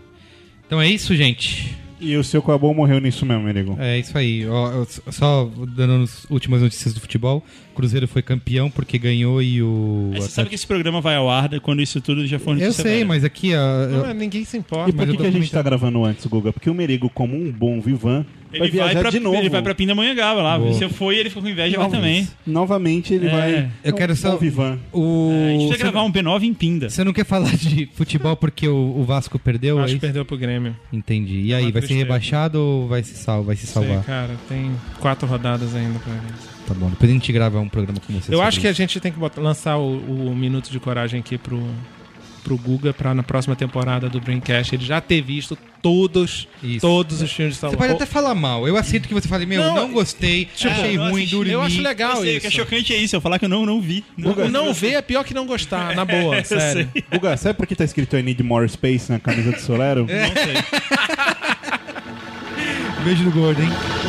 [SPEAKER 1] Então é isso, gente.
[SPEAKER 7] E o seu Coabon morreu nisso mesmo, amigo.
[SPEAKER 1] É isso aí. Ó, eu s- só dando as últimas notícias do futebol. O Cruzeiro foi campeão porque ganhou e o.
[SPEAKER 3] Aí você
[SPEAKER 1] Atlético-
[SPEAKER 3] sabe que esse programa vai ao ar né, quando isso tudo já
[SPEAKER 5] é
[SPEAKER 3] for
[SPEAKER 1] Eu
[SPEAKER 3] notícia
[SPEAKER 1] sei,
[SPEAKER 3] velha.
[SPEAKER 1] mas aqui. ó,
[SPEAKER 5] Não,
[SPEAKER 1] eu-
[SPEAKER 5] é, ninguém se
[SPEAKER 7] E
[SPEAKER 5] importa.
[SPEAKER 7] por
[SPEAKER 1] mas
[SPEAKER 7] que,
[SPEAKER 1] eu tô
[SPEAKER 7] que a gente tá gravando antes, Guga? Porque o Merigo, como um bom vivan, vai
[SPEAKER 3] Ele vai,
[SPEAKER 7] viajar
[SPEAKER 3] pra,
[SPEAKER 7] de novo.
[SPEAKER 3] ele vai pra Pindamonhangaba lá.
[SPEAKER 1] Boa.
[SPEAKER 3] Se eu for e ele ficou com inveja, vai também.
[SPEAKER 7] Novamente ele
[SPEAKER 3] É.
[SPEAKER 7] vai.
[SPEAKER 1] Eu quero
[SPEAKER 7] um
[SPEAKER 1] só-
[SPEAKER 7] Bom vivan.
[SPEAKER 5] É,
[SPEAKER 1] o...
[SPEAKER 3] a gente vai
[SPEAKER 1] você-
[SPEAKER 3] gravar um P9 em Pinda.
[SPEAKER 1] Você não quer falar de futebol porque o, o Vasco perdeu? é
[SPEAKER 5] Acho que
[SPEAKER 1] isso?
[SPEAKER 5] perdeu pro Grêmio.
[SPEAKER 1] Entendi. E aí,
[SPEAKER 5] uma
[SPEAKER 1] vai ser
[SPEAKER 5] tristeza.
[SPEAKER 1] rebaixado ou vai se, sal... vai se
[SPEAKER 5] Sei,
[SPEAKER 1] salvar?
[SPEAKER 5] cara, tem quatro rodadas ainda pra ver.
[SPEAKER 1] Tá bom. Depois a gente grava um programa com você.
[SPEAKER 5] Eu
[SPEAKER 1] sobre
[SPEAKER 5] acho que a
[SPEAKER 1] isso.
[SPEAKER 5] gente tem que botar- lançar o, o Minuto de Coragem aqui pro, pro Guga pra na próxima temporada do Dreamcast ele já ter visto todos,
[SPEAKER 1] Isso.
[SPEAKER 5] todos os filmes de Star
[SPEAKER 1] Você pode
[SPEAKER 5] Wars.
[SPEAKER 1] até falar mal. Eu aceito que você fale, meu, não,
[SPEAKER 5] Não, tipo,
[SPEAKER 1] gostei, achei
[SPEAKER 3] não
[SPEAKER 1] ruim,
[SPEAKER 3] assisti.
[SPEAKER 1] dormi.
[SPEAKER 5] Eu acho
[SPEAKER 3] eu
[SPEAKER 5] legal
[SPEAKER 3] sei, o que é
[SPEAKER 5] isso.
[SPEAKER 3] chocante é isso, eu falar que eu não, não vi. né? Não,
[SPEAKER 5] Não, não ver é pior que não gostar, na boa, sério.
[SPEAKER 7] Guga, sabe por que tá escrito I Need More Space na camisa do Solero?
[SPEAKER 3] não sei.
[SPEAKER 1] Beijo do gordo, hein?